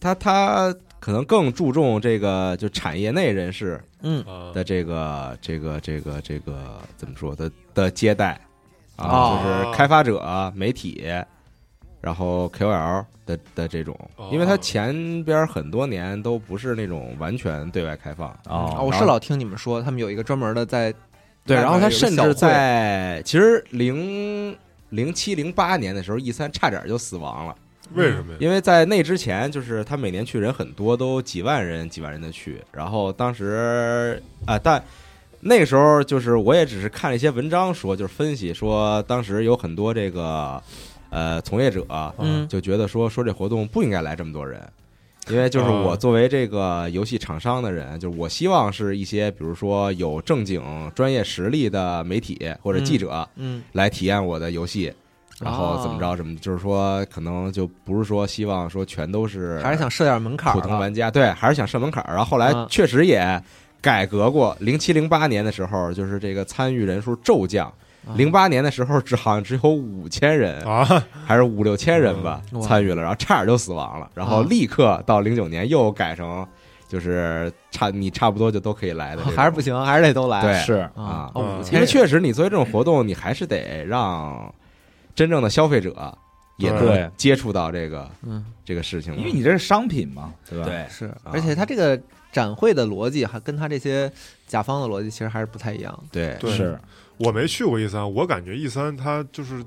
C: 他他可能更注重这个就产业内人士
B: 嗯
D: 啊，
C: 的这个这个这个这个怎么说的的接待啊，
B: 哦
C: 就是开发者、媒体，然后 KOL 的的这种
D: 哦，
C: 因为它前边很多年都不是那种完全对外开放。
B: 啊，
E: 哦
B: 我是老听你们说，他们有一个专门的在
C: 对，
B: 外面
C: 然后它
B: 有一个
C: 甚
B: 小
C: 至
B: 会
C: 在其实零零七零八年的时候，E 三差点就死亡了，
D: 为什么呀？
C: 因为在那之前，就是他每年去人很多，都几万人、几万人的去，然后当时啊，但。那个时候就是我也只是看了一些文章说，就是分析说当时有很多这个呃从业者
B: 嗯
C: 就觉得说说这呃活动不应该来这么多人，啊因为就是我
D: 哦
C: 作为这个游戏厂商的人，就是我希望是一些比如说有正经专业实力的媒体或者记者
B: 嗯
C: 来体验我的游戏，然后怎么
B: 哦
C: 着什么，就是说可能就不是说希望说全都是
B: 还是想设点门槛儿
C: 普
B: 吧
C: 通玩家，对，还是想设门槛儿。然后后来
B: 嗯
C: 确实也改革过，零七零八年的时候，就是这个参与人数骤降。
B: 啊
C: 零八年的时候，只好像只有五千人，
D: 啊，
C: 还是五六千人吧
B: 嗯哇
C: 参与了，然后差点就死亡了，然后
B: 啊
C: 立刻到零九年又改成就是差你差不多就都可以来的这种，
B: 还是不行，还是得都来。
C: 对
E: 是
B: 啊
C: 啊，
D: 嗯
B: 哦五
C: 因
B: 千
C: 为确实你作为这种活动，你还是得让真正的消费者也
E: 对
C: 能接触到这个
B: 嗯
C: 这个事情嘛，
E: 因为你这是商品嘛，对吧？
C: 对
B: 是，而且它这个展会的逻辑还跟它这些甲方的逻辑其实还是不太一样的。
C: 对
D: 对
E: 是
D: 我没去过 E 三，我感觉 E 三它就是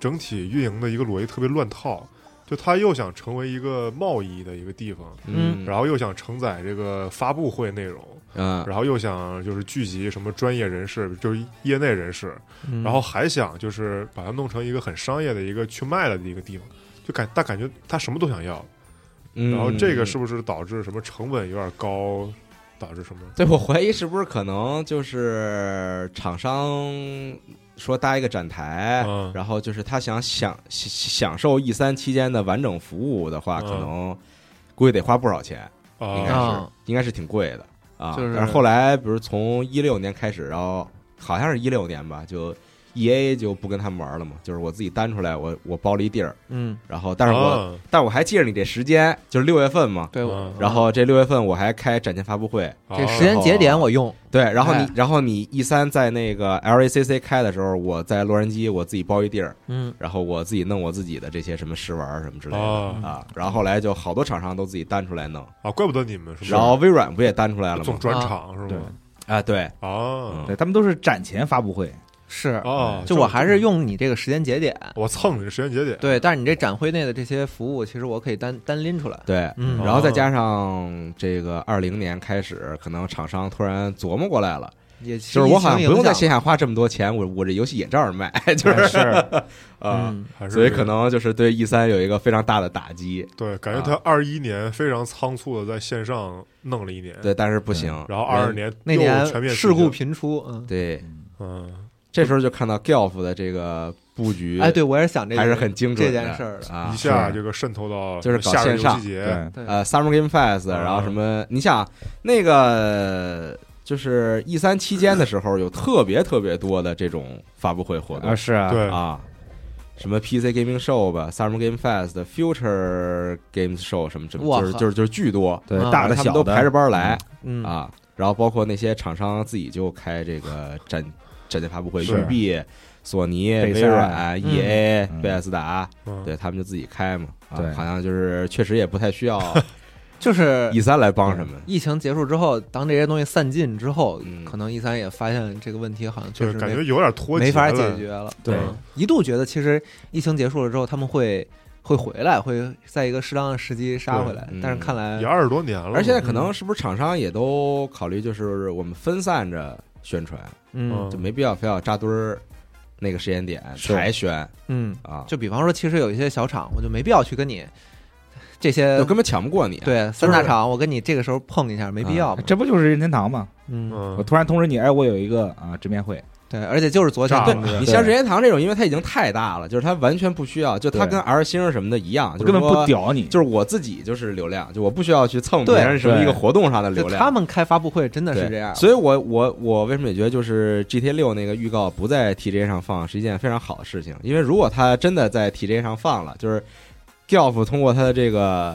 D: 整体运营的一个逻辑特别乱套，就它又想成为一个贸易的一个地方，
B: 嗯
D: 然后又想承载这个发布会内容，
C: 嗯
D: 然后又想就是聚集什么专业人士，就是业内人士，
B: 嗯
D: 然后还想就是把它弄成一个很商业的一个去卖了的一个地方，就感但感觉他什么都想要，
C: 嗯，
D: 然后这个是不是导致什么成本有点高，导致什么？
C: 对我怀疑是不是可能就是厂商说搭一个展台，
D: 嗯
C: 然后就是他想享享享受 E 三期间的完整服务的话，
D: 嗯
C: 可能估计得花不少钱，应该是、
D: 啊，
B: 啊
C: 应该是挺贵的啊。
B: 就是
C: 但后来比如从一六年开始，然后好像是一六年吧，就。 ，E A 就不跟他们玩了嘛，就是我自己单出来，我我包了一地儿，
B: 嗯，
C: 然后但是我、
D: 啊
C: 但我还记着你这时间，就是六月份嘛，
B: 对，我
D: 嗯
C: 然后这六月份我还开展前发布会，
B: 这
D: 啊
B: 时间节点我用，
C: 对，然后你、
B: 哎
C: 然后你 E 三在那个 LACC 开的时候，我在洛杉矶我自己包一地儿，
B: 嗯，
C: 然后我自己弄我自己的这些什么试玩儿什么之类的、
B: 哦
D: 啊
C: 啊，然后后来就好多厂商都自己单出来弄，
D: 啊，怪不得你们是
C: 然后微软不也单出来了
D: 总
C: 吗？
D: 转场是吗？
C: 啊，对，
D: 啊
C: 嗯
E: 对他们都是展前发布会，
B: 是，
D: 啊，
B: 就我还是用你这个时间节点，
D: 我蹭你的时间节点，
B: 对，但是你这展会内的这些服务，其实我可以单单拎出来，
C: 对，
B: 嗯
C: 然后再加上这个二零年开始，可能厂商突然琢磨过来了，
B: 也
C: 就是我好像不用在线下花这么多钱，我我这游戏也照样卖， 就是
E: 哎是
C: 啊，
B: 嗯，
D: 还是
C: 所以可能就是对 E 三有一个非常大的打击。
D: 对，感觉他二一年非常仓促的在线上弄了一年，
C: 对，但是不行。
D: 然后二二年
B: 那
D: 又全
B: 年
D: 面
B: 事故
D: 取消，
B: 频出，嗯，
C: 对，
D: 嗯，
C: 这时候就看到 Gelf 的这个布局，
B: 哎，对我也是想这个
C: 还是很精准
B: 这
C: 的
B: 件事儿的，
C: 啊，
D: 一下
E: 是
D: 这个渗透到
C: 就是搞
D: 夏
C: 线
D: 日游
C: 上
D: 戏节，
E: 对，啊
B: 对，
C: 呃，Summer Game Fest，
D: 啊
C: 然后什么？你想那个就是 E 三期间的时候，有特别特别多的这种发布会活动
E: 啊是啊，
D: 对
C: 啊，什么 PC Gaming Show 吧，Summer Game Fest、Future Games Show 什么什么，
B: 哇
C: 就是
B: 靠
C: 就是就是巨多，
E: 对
B: 啊
E: 大的
C: 他
E: 小
C: 们都
E: 的
C: 排着班儿来
B: 嗯，
C: 啊，然后包括那些厂商自己就开这个展展前发布会，
D: 是
C: 育碧、索尼、
E: 贝
C: 微
E: 塞
C: 软、E A
E: 嗯、
C: 贝尔斯达，
D: 嗯
C: 对他们就自己开嘛，啊
E: 对
C: 好像就是确实也不太需 要
B: 就是。
C: E 三来帮什么，
B: 疫情结束之后，当这些东西散尽之后，
C: 嗯
B: 可能一 E 三也发现这个问题好像确
D: 就是
B: 实
D: 感
B: 没
D: 觉有点脱节
B: 没法
D: 了
B: 解决了。
E: 对
B: 嗯一度觉得其实疫情结束了之后他们会会回来，会在一个适当的时机杀回来
C: 对嗯，
B: 但是看来
D: 也二十多年了嘛，
C: 而现在
E: 嗯
C: 可能是不是厂商也都考虑就是我们分散着宣传，
B: 嗯
D: 嗯
C: 就没必要非要扎堆儿那个时间点
E: 是
C: 才宣
B: 嗯，
C: 啊，
B: 就比方说，其实有一些小厂，我就没必要去跟你这
C: 就
B: 些
C: 根本抢不过你。，啊
B: 对三大厂，我跟你这个时候碰一下
C: 嗯
B: 没必要嘛。
E: 这不就是任天堂吗？
B: 嗯，
D: 嗯
E: 我突然通知你，哎，我有一个啊直面会，
B: 对，而且就是昨天
D: 炸
B: 通
D: 了
B: 知
C: 你像任天堂这种，因为它已经太大了，就是它完全不需要，就它
E: 对
C: 跟 R 星什么的一样，
E: 我
C: 就
E: 根本不
C: 屌。
E: 屌你，
C: 就是我自己就是流量，就我不需要去蹭别
B: 对
C: 人什么
E: 对
C: 一个活动上的流
B: 就
C: 量。
B: 他们开发布会真的
C: 对
B: 是这样，
C: 所以我我我为什么也觉得就是 GTA 六那个预告不在 TJ 上放是一件非常好的事情，因为如果它真的在 TJ 上放了，就是 Gelf 通过他的这个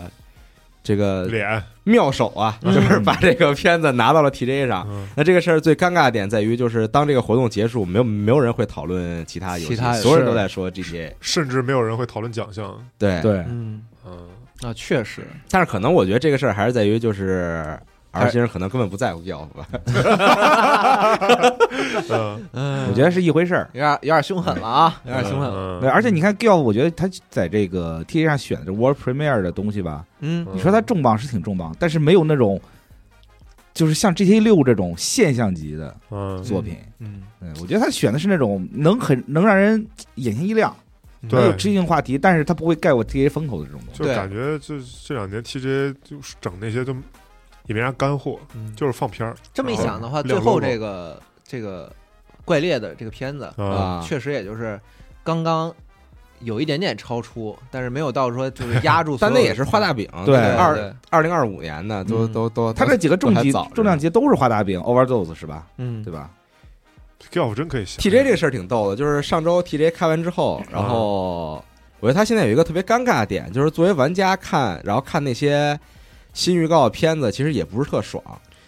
C: 这个
D: 脸，
C: 妙手啊，
B: 嗯
C: 就是把这个片子拿到了 TJ 上。
D: 嗯
C: 那这个事儿最尴尬的点在于，就是当这个活动结束，没有没有人会讨论其他游戏，
B: 其他游戏
C: 所有人都在说 GTA。
D: 甚至没有人会讨论奖项，
C: 对，
E: 对，
B: 嗯，
D: 嗯，
B: 啊，确实，
C: 但是可能我觉得这个事儿还是在于就是。
B: 还
C: R 先生可能根本不在乎 Gelf 吧，
D: 嗯
B: 嗯，
E: 我觉得是一回事儿。
B: 有点有点凶狠了啊，有点凶狠了，
E: 对，
D: 嗯，
E: 而且你看 Gill，我觉得他在这个 T A 上选的 World Premiere 的东西吧，
B: 嗯
D: 嗯
E: 你说他重磅是挺重磅，但是没有那种就是像 G T 六这种现象级的
D: 嗯，
E: 作品。
B: 嗯，
E: 对，我觉得他选的是那种能很能让人眼前一亮，
D: 对
E: 有知性话题，但是他不会盖过 T A 风口的这种东西。
D: 就
B: 对
D: 感觉这这两年 TJ 就是整那些都也没啥干货，
B: 嗯
D: 就是放片儿
B: 这么一想的话，
D: 嗯
B: 最后
D: 亮 logo
B: 这个这个怪猎的这个片子，
D: 啊
B: 确实也就是刚刚有一点点超出，但是没有到说就是压 住所
C: 但
B: 有
C: 那
B: 的，
C: 也是画大饼。
E: 对
B: 对嗯
C: 二
B: 对
C: 二零二五年呢，都都都，
E: 他这几个重
C: 都还
E: 级
C: 早着
E: 重量级都是画大饼 Overdose 是吧？
B: 嗯
E: 对吧？
D: ，Golf 真可以想
C: TJ 这个事儿挺逗的，就是上周 TJ 开完之后，然后我觉得他现在有一个特别尴尬的点，就是作为玩家看，然后看那些新预告片子，其实也不是特爽，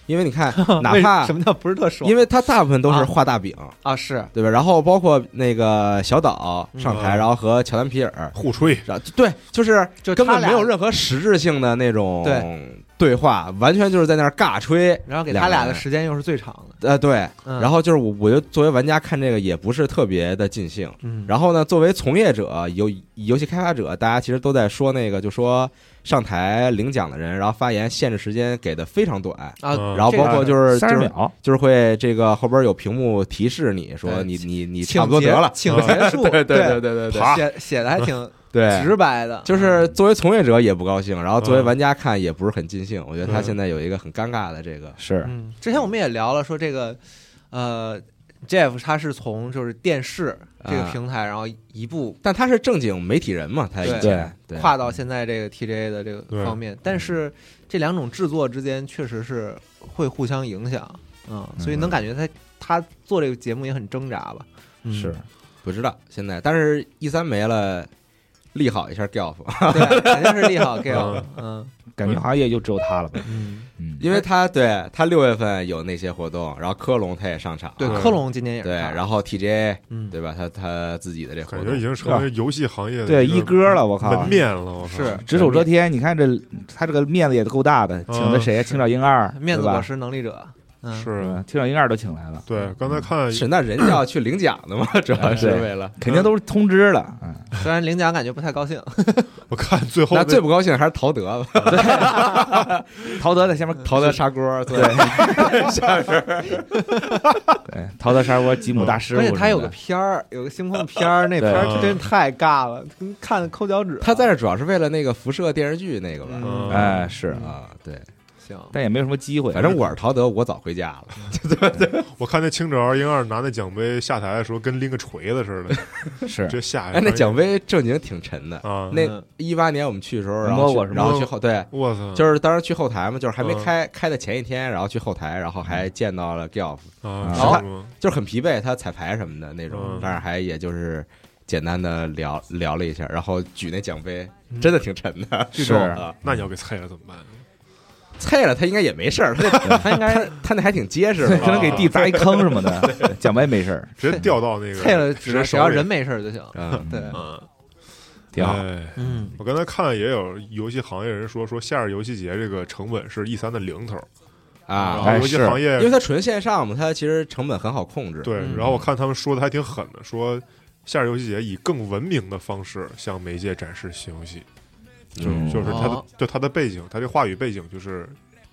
C: 因为你 看，哪
B: 为
C: 怕
B: 什么叫不是特爽？
C: 因
B: 为
C: 为他大部分都是画大饼，
B: 啊是
C: 对吧？然后包括那个小岛上台，
D: 嗯
C: 然后和乔丹皮尔，
D: 互吹，
C: 然后对，就是
B: 就
C: 根
B: 他
C: 本
B: 俩
C: 没有任何实质性的那种
B: 对
C: 对话，完全就是在那儿尬吹。
B: 然后给他俩
C: 两个
B: 的
C: 人
B: 时间又是最长的，
C: 呃，对，
B: 嗯、
C: 然后就是我，我觉得作为玩家看这个也不是特别的尽兴。
B: 嗯，
C: 然后呢，作为从业者、游游戏开发者，大家其实都在说那个，就说上台领奖的人，然后发言限制时间给的非常短，
B: 啊，
D: 嗯
C: 然后包括就是
E: 三
C: 就
E: 十
C: 是
E: 秒，
C: 就是会这个后边有屏幕提示你说
B: 对
C: 你你你
B: 请
C: 差不多
B: 结
C: 得了，
B: 请结束，对
C: 嗯 对对对对嗯
D: 爬
B: 写写的还挺
C: 对
B: 直白的，
C: 就是作为从业者也不高兴，然后作为
D: 嗯
C: 玩家看也不是很尽兴。我觉得他
D: 嗯
C: 现在有一个很尴尬的这个，
E: 是
B: 嗯，之前我们也聊了，说这个，呃，Jeff 他是从就是电视这个
C: 啊
B: 平台，然后一步
C: 但他是正经媒体人嘛，他以
B: 对
C: 前对
B: 跨到现在这个 TGA 的这个
D: 对
B: 方面，但是这两种制作之间确实是会互相影响，嗯，所以能感觉他他做这个节目也很挣扎吧，嗯
E: 是，
C: 不知道现在，但是 E 三没了，利好一下 Golf，
B: 对，肯定是利好 Gale，嗯
E: 感觉好像也就只有他了吧？
B: 嗯，
E: 嗯，
C: 因为他对他六月份有那些活动，然后科隆他也上场，
B: 对，
D: 嗯
B: 科隆今年也是
C: 对，
B: 他
C: 然后 TJ
B: 嗯
C: 对吧？他他自己的这活
D: 感
C: 动
D: 觉已经成为游戏行业的
E: 对
D: 一
E: 一
D: 个
E: 哥了，我靠，
D: 门面了，我靠
B: 是
E: 只手遮天。你看这他这个面子也够大的，请的谁？青沼英二，
B: 面子
E: 对吧
B: 果实能力者，嗯，
D: 是，
E: 嗯，青沼英二都请来了，
D: 对，刚才看
C: 是那人家要去领奖的嘛，主要是
E: 对
C: 为了。
E: 肯定都是通知了。嗯，
B: 虽然领奖感觉不太高兴，
D: 我看最后
C: 那
D: 那
C: 最不高兴还是陶德吧，
E: 啊 陶德在下面，
C: 陶德砂锅，对，像是
E: 对，陶德砂锅吉姆大师傅
B: 嗯而
E: 什
B: 且
E: 么的，
B: 他有个片儿，有个星空片儿，那
E: 对
B: 片
D: 嗯
B: 儿真太尬了，跟看抠脚趾。
C: 他在这主要是为了那个辐射电视剧那个吧，
B: 嗯
E: 哎是，
C: 啊，对，
B: 行，
E: 但也没有什么机会。
C: 反正我是陶德，我早回家了，
D: 我看那青沼英二拿那奖杯下台的时候，跟拎个锤子似的，
E: 是
D: 这下
C: 哎，那奖杯正经挺沉的，
D: 啊，
C: 那一八年我们去的时候，然后
E: 嗯摸
C: 去
E: 过是吗
C: 然后去后对，
D: 我操，
C: 就是当时去后台嘛，就是还没
D: 嗯
C: 开开的前一天，然后去后台，然后还见到了 Golf，
D: 啊，
E: 是
D: 是吗？
C: 就是很疲惫，他彩排什么的那种
D: 嗯，
C: 但是还也就是简单的聊聊了一下，然后举那奖杯
D: 嗯
C: 真的挺沉的，
E: 是
C: 啊，
D: 那你要给菜了怎么办？
C: 碎了他应该也没事儿，他 那他应该他那还挺结实的
E: 对，
C: 吧，
E: 可能给地砸一坑什么的，奖杯没事儿，
D: 直接掉到那个
B: 配了只
D: 直接
B: 要
D: 手
B: 只要
D: 里
B: 人没事儿就行。
C: 嗯，
B: 对，
D: 嗯，
E: 挺好。
D: 哎
B: 嗯，
D: 我刚才看也有游戏行业人说，说夏日游戏节这个成本是 E 三的零头，嗯然
C: 啊，
D: 后
E: 哎
D: 游戏
E: 是
D: 行业
C: 因为它纯线上嘛，它其实成本很好控制，
D: 对，
B: 嗯
D: 然后我看他们说的还挺狠的，说夏日游戏节以更文明的方式向媒介展示新游戏，就
C: 嗯
D: 就是它的
B: 哦
D: 就它的背景，它这话语背景就是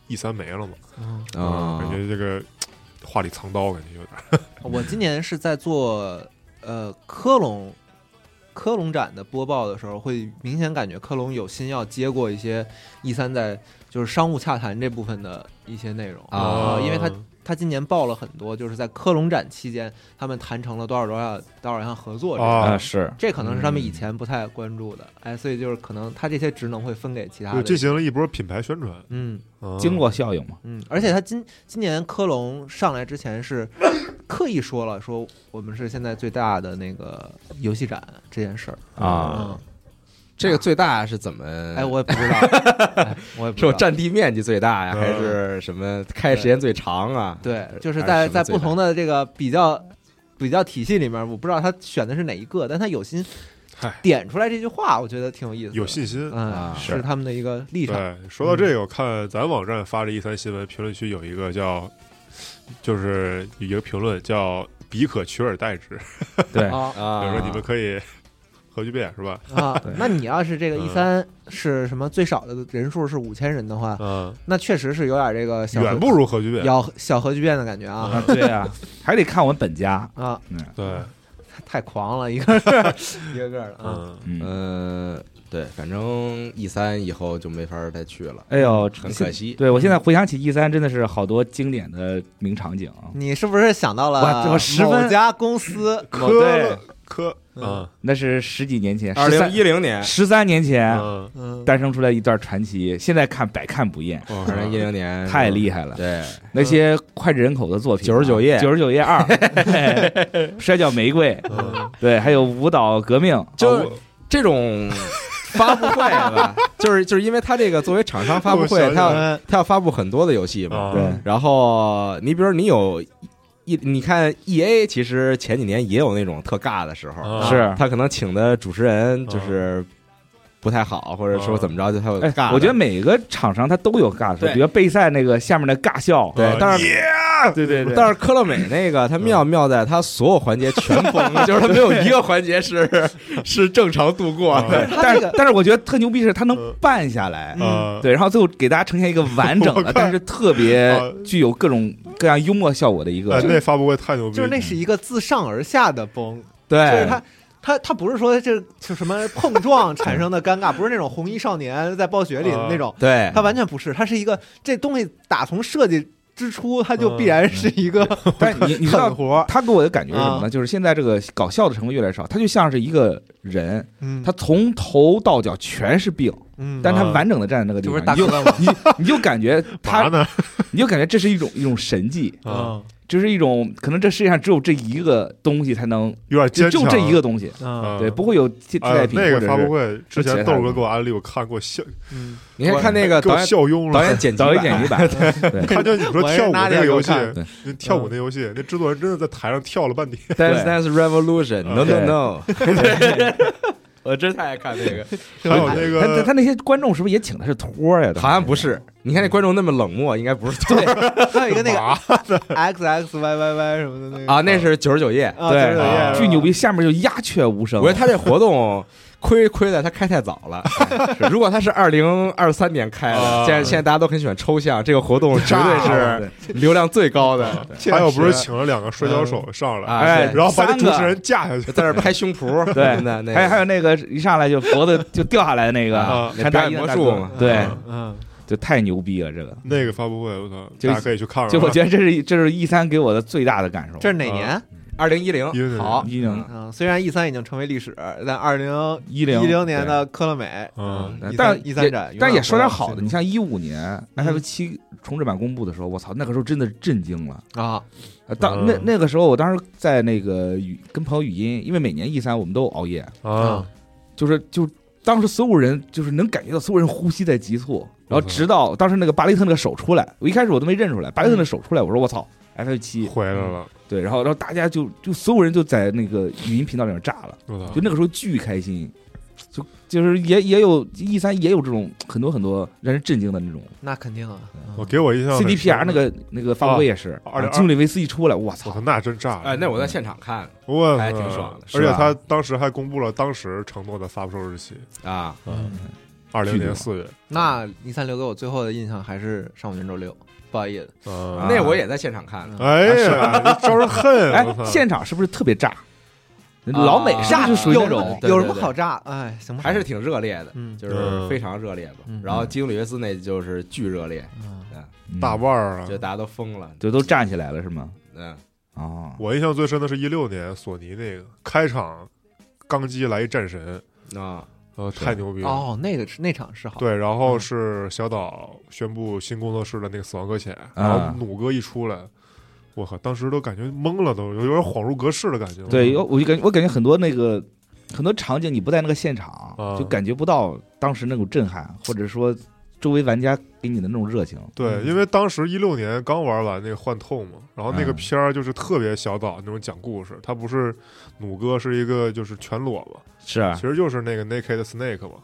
D: E 三没了嘛，
B: 嗯
C: 啊，
D: 感觉这个话里藏刀，感觉有点儿
B: 我今年是在做呃科隆科隆展的播报的时候，会明显感觉科隆有心要接过一些 E 三在就是商务洽谈这部分的一些内容
C: 啊
B: 呃因为他他今年报了很多，就是在科隆展期间他们谈成了多少多少多少项合作这种
D: 啊
E: 啊，是
B: 这可能是他
C: 嗯
B: 们以前不太关注的，哎，所以就是可能他这些职能会分给其他
D: 就
B: 的
D: 进，行了一波品牌宣传，
B: 嗯
D: 啊
E: 经过效应嘛，
B: 嗯，而且他今今年科隆上来之前 是刻意说了，说我们是现在最大的那个游戏展这件事儿
E: 啊，
C: 这个最大是怎么？
B: 嗯，哎，我也不知道， 哎我也不
C: 是
B: 知
C: 我
B: 道。
C: 占地面积最大呀，
D: 嗯
C: 还是什么开时间最长啊？
B: 对，就是
C: 还
B: 在
C: 是什么
B: 在
C: 最大
B: 不同的这个比较比较体系里面，我不知道他选的是哪一个，但他有心
D: 嗨
B: 点出来这句话，我觉得挺有意思的。
D: 有信心。
B: 嗯
C: 啊，
B: 是他们的一个立场。
D: 对，说到这个，我看咱网站发这 E 三新闻评论区有一个叫，就是有一个评论叫“彼可取而代之”，
E: 对
B: 啊
C: 啊，
D: 比如说你们可以核聚变是吧？
B: 啊
E: 对，
B: 那你要是这个
D: 嗯
B: 一三是什么最少的人数是五千人的话，
D: 嗯，
B: 那确实是有点这啊个小核
D: 远不如核聚变。
B: 小小核聚变的感觉啊
E: 啊，对啊，还得看我们本家。
B: 啊，
D: 对，
B: 太狂了，一个个儿一个个儿的啊，
D: 嗯，
E: 嗯，
C: 呃，对，反正 E 三以后就没法再去了，
E: 哎呦，
C: 很可惜。
E: 对我现在回想起 E 三，真的是好多经典的名场景啊。
B: 你是不是想到了
E: 我我十分
B: 某家公司？
E: 某
D: 科
E: 对，
D: 科，哦嗯
E: 那是十几年前，
C: 二零一零年，
E: 十三年前
D: 嗯，
B: 嗯，
E: 诞生出来一段传奇，现在看百看不厌，
D: 我
C: 二零一零年
E: 太厉害了。
C: 嗯哎对，
E: 那些脍炙人口的作品啊，
C: 99页
E: 九十九页二，摔跤玫瑰，
D: 嗯
E: 对，还有舞蹈革命，
C: 就这种发布会吧，就是就是因为它这个作为厂商发布
D: 我想
C: 会，
D: 起
C: 它
D: 来
C: 要嗯它要发布很多的游戏嘛，
D: 啊，
E: 对
C: 然后你比如你有一，你看 E A 其实前几年也有那种特尬的时候，
D: 啊
E: 是。
C: 他可能请的主持人就是不太好，或者说怎么着，就他有
E: 哎
C: 尬的。，
E: 我觉得每个厂商他都有尬的时候，
C: 对
E: 比如备赛那个下面的尬笑，
C: 对，但是。
E: 对对对，
C: 但是科乐美那个，它妙妙在它所有环节全崩， 就是它没有一个环节是是正常度过的。
B: 这
E: 但是
B: 个
E: 但是我觉得特牛逼是他能
D: 嗯
E: 办下来，
D: 嗯
E: 对，然后最后给大家呈现一个完整
D: 我
E: 的，
D: 看
E: 但是特别
D: 啊
E: 具有各种各样幽默效果的一
D: 哎
E: 个，
D: 那发布会太牛逼
B: 就是那
D: 了，
B: 是一个自上而下的崩，就是
E: 哎
C: 对，
B: 他。他他不是说这就什么碰撞产生的尴尬，不是那种红衣少年在暴雪里的那种，
C: 对，
E: 嗯
B: 他完全不是，他是一个这东西打从设计之初，它就必然是一个
E: 但你你知
B: 狠
E: 道。
B: 活，
E: 他给我的感觉是什么呢？
B: 啊
E: 就是现在这个搞笑的成分越来越少，他就像是一个人，
B: 嗯，
E: 他从头到脚全是病，
B: 嗯
E: 但
D: 啊
E: 他完整的站在那个地
B: 就
E: 方，
B: 是大
E: 你就
B: 哥嘛，
E: 你你就感觉
D: 嘛
E: 他，
D: 呢？
E: 你就感觉这是一种一种神迹，
D: 啊，
E: 就是一种可能这世界上只有这一个东西才能，
D: 有点
E: 就
D: 坚强。
E: 就这一个东西，
B: 啊
D: 嗯
E: 对，不会有替替
D: 哎
E: 代
D: 呀
E: 品
D: 那
E: 或
D: 个发布
E: 者
D: 会之
E: 其
D: 前
E: 他
D: 豆
E: 的
D: 哥给我安利，我看给我笑，
B: 嗯，
C: 你看看那个
D: 给
C: 导
D: 我
C: 演
D: 笑晕
C: 导
D: 了。
C: 演剪
E: 是
C: 辑
E: 导
C: 版
E: 演剪 辑版，
D: 看见你 说
B: 我也
D: 跳舞
B: 拿
D: 那
B: 那
D: 个
B: 个
D: 游嗯
B: 我
D: 戏
B: 看
E: 对，
D: 那跳舞那游戏，那制作人真的在台上跳了半 天。
C: Dance Dance Revolution No No
E: 对
C: No，我 真太爱看那个，
D: 还有那
E: 他他
D: 个
E: 他那些观众是不是也请的是托儿呀？
C: 好像不是。你看那观众那么冷漠，应该不是对
B: 还有一个那个 X X Y Y Y 什么的那个
C: 啊，那是九十九夜。
B: 啊，
E: 对
B: 九十九页是
D: 啊
B: 吧
E: 巨牛逼，下面就鸦雀无声
C: 我觉。得他这活动亏亏在他开太早了。如果他是二零二三年开的，
D: 啊
C: 现在现在大家都很喜欢抽象，这个活动绝对是
E: 对
C: 流量最高的，
D: 还有不是请了两个摔跤手上来，
C: 哎
D: 然后把那
E: 嗯啊三
D: 主
E: 个
D: 持人架下去。
C: 在那儿拍胸脯，
E: 对
C: 真的那
E: 还有还
C: 有
E: 有那个一上来就脖子就掉下来的那个
D: 啊，
E: 看
C: 表
E: 大
C: 演
E: 衣的
C: 魔
E: 大
C: 术
E: 哥
C: 嘛
E: 对
D: 啊，
B: 嗯，
E: 就太牛逼了这个。
D: 那个发布会，我操，
E: 就
D: 大家可以去看看。
E: 就我觉得这是这是 E 三给我的最大的感受。
B: 这是哪年？
C: 二零一零
D: 10
C: 好
E: 一零
B: 嗯，虽然 E 三已经成为历史，但二零
E: 一
B: 一
E: 零
B: 零年的科乐美，
D: 嗯
E: 嗯
B: E
E: 但
B: 三 E 三展，
E: 但也说点好的，你
B: 像
E: 像一五年 F
B: 嗯
E: 七重制版公布的时候，我操，那个时候真的震惊了。
B: 啊，
E: 呃当那
D: 嗯
E: 那个时候，我当时在那个语跟朋友语音，因为每年 E 三我们都熬夜，
B: 嗯
D: 啊，
E: 就是就当时所有人就是能感觉到所有人呼吸在急促，然后直到当时那个巴雷特那个手出来，我一开始我都没认出来，
B: 嗯
E: 巴雷特那手出来，我说我操 F 七，
D: 回来了，
E: 对，然后然后大家就就所有人就在那个语音频道里面炸了。
D: 我操
E: 就！那个时候巨开心，就就是也也有 E 三也有这种很多很多让人震惊的那种
B: 那肯定啊，
D: 我给我印象很深
E: CDPR 那，个那个发布会也是，
D: 啊
E: 啊基努里维斯一出来，我
D: 我
E: 操
D: 操，，那真炸了！
C: 哎，那我在现场看
D: 我
C: 还挺爽的
D: 而且
E: 是吧
D: 他当时还公布了当时承诺的发布日期，
C: 啊，
D: 二零
E: 巨牛
D: 年四月。
B: 那 E 三留给我最后的印象还是上古卷轴六，不好意思，
D: 啊
E: 啊
C: 那我也在现场看的。
D: 哎呀，你招人恨！
E: 哎
D: 我操，
E: 现场是不是特别炸？老美是不
B: 炸
E: 是啊就属于
B: 有
E: 那
B: 什么
E: 种
B: 啊
C: 对
B: 有
C: 对
B: 什么
C: 对
B: 好炸？哎，行吧，
C: 还是挺热烈的，
B: 嗯
C: 就是非常热烈吧。
B: 嗯
C: 然后基努里维斯那就是巨热烈，
B: 嗯
D: 大腕儿啊
C: 就！大家都疯了。
E: 就都站起来了是吗？
C: 嗯，
E: 哦，
D: 我印象最深的是一六年索尼那个开场，钢机来一战神，
C: 啊，
D: 呃，太牛逼了！
B: 哦，那个是那场是好，
D: 对，然后是小岛宣布新工作室的那个《死亡搁浅》，然
E: 啊
D: 后弩哥一出来，我靠，当时都感觉懵了，都有有点恍如隔世的感觉。
E: 对，有我就感觉我感觉很多那个很多场景你不在那个现场，
D: 啊
E: 就感觉不到当时那种震撼，或者说周围玩家给你的那种热情。
D: 对，因为当时一六年刚玩完那个《幻痛》嘛，然后那个
E: 嗯
D: 片儿就是特别小岛那种讲故事，它不是弩哥是一个就是全裸嘛，
E: 是啊
D: 其实就是那个 Naked Snake 嘛。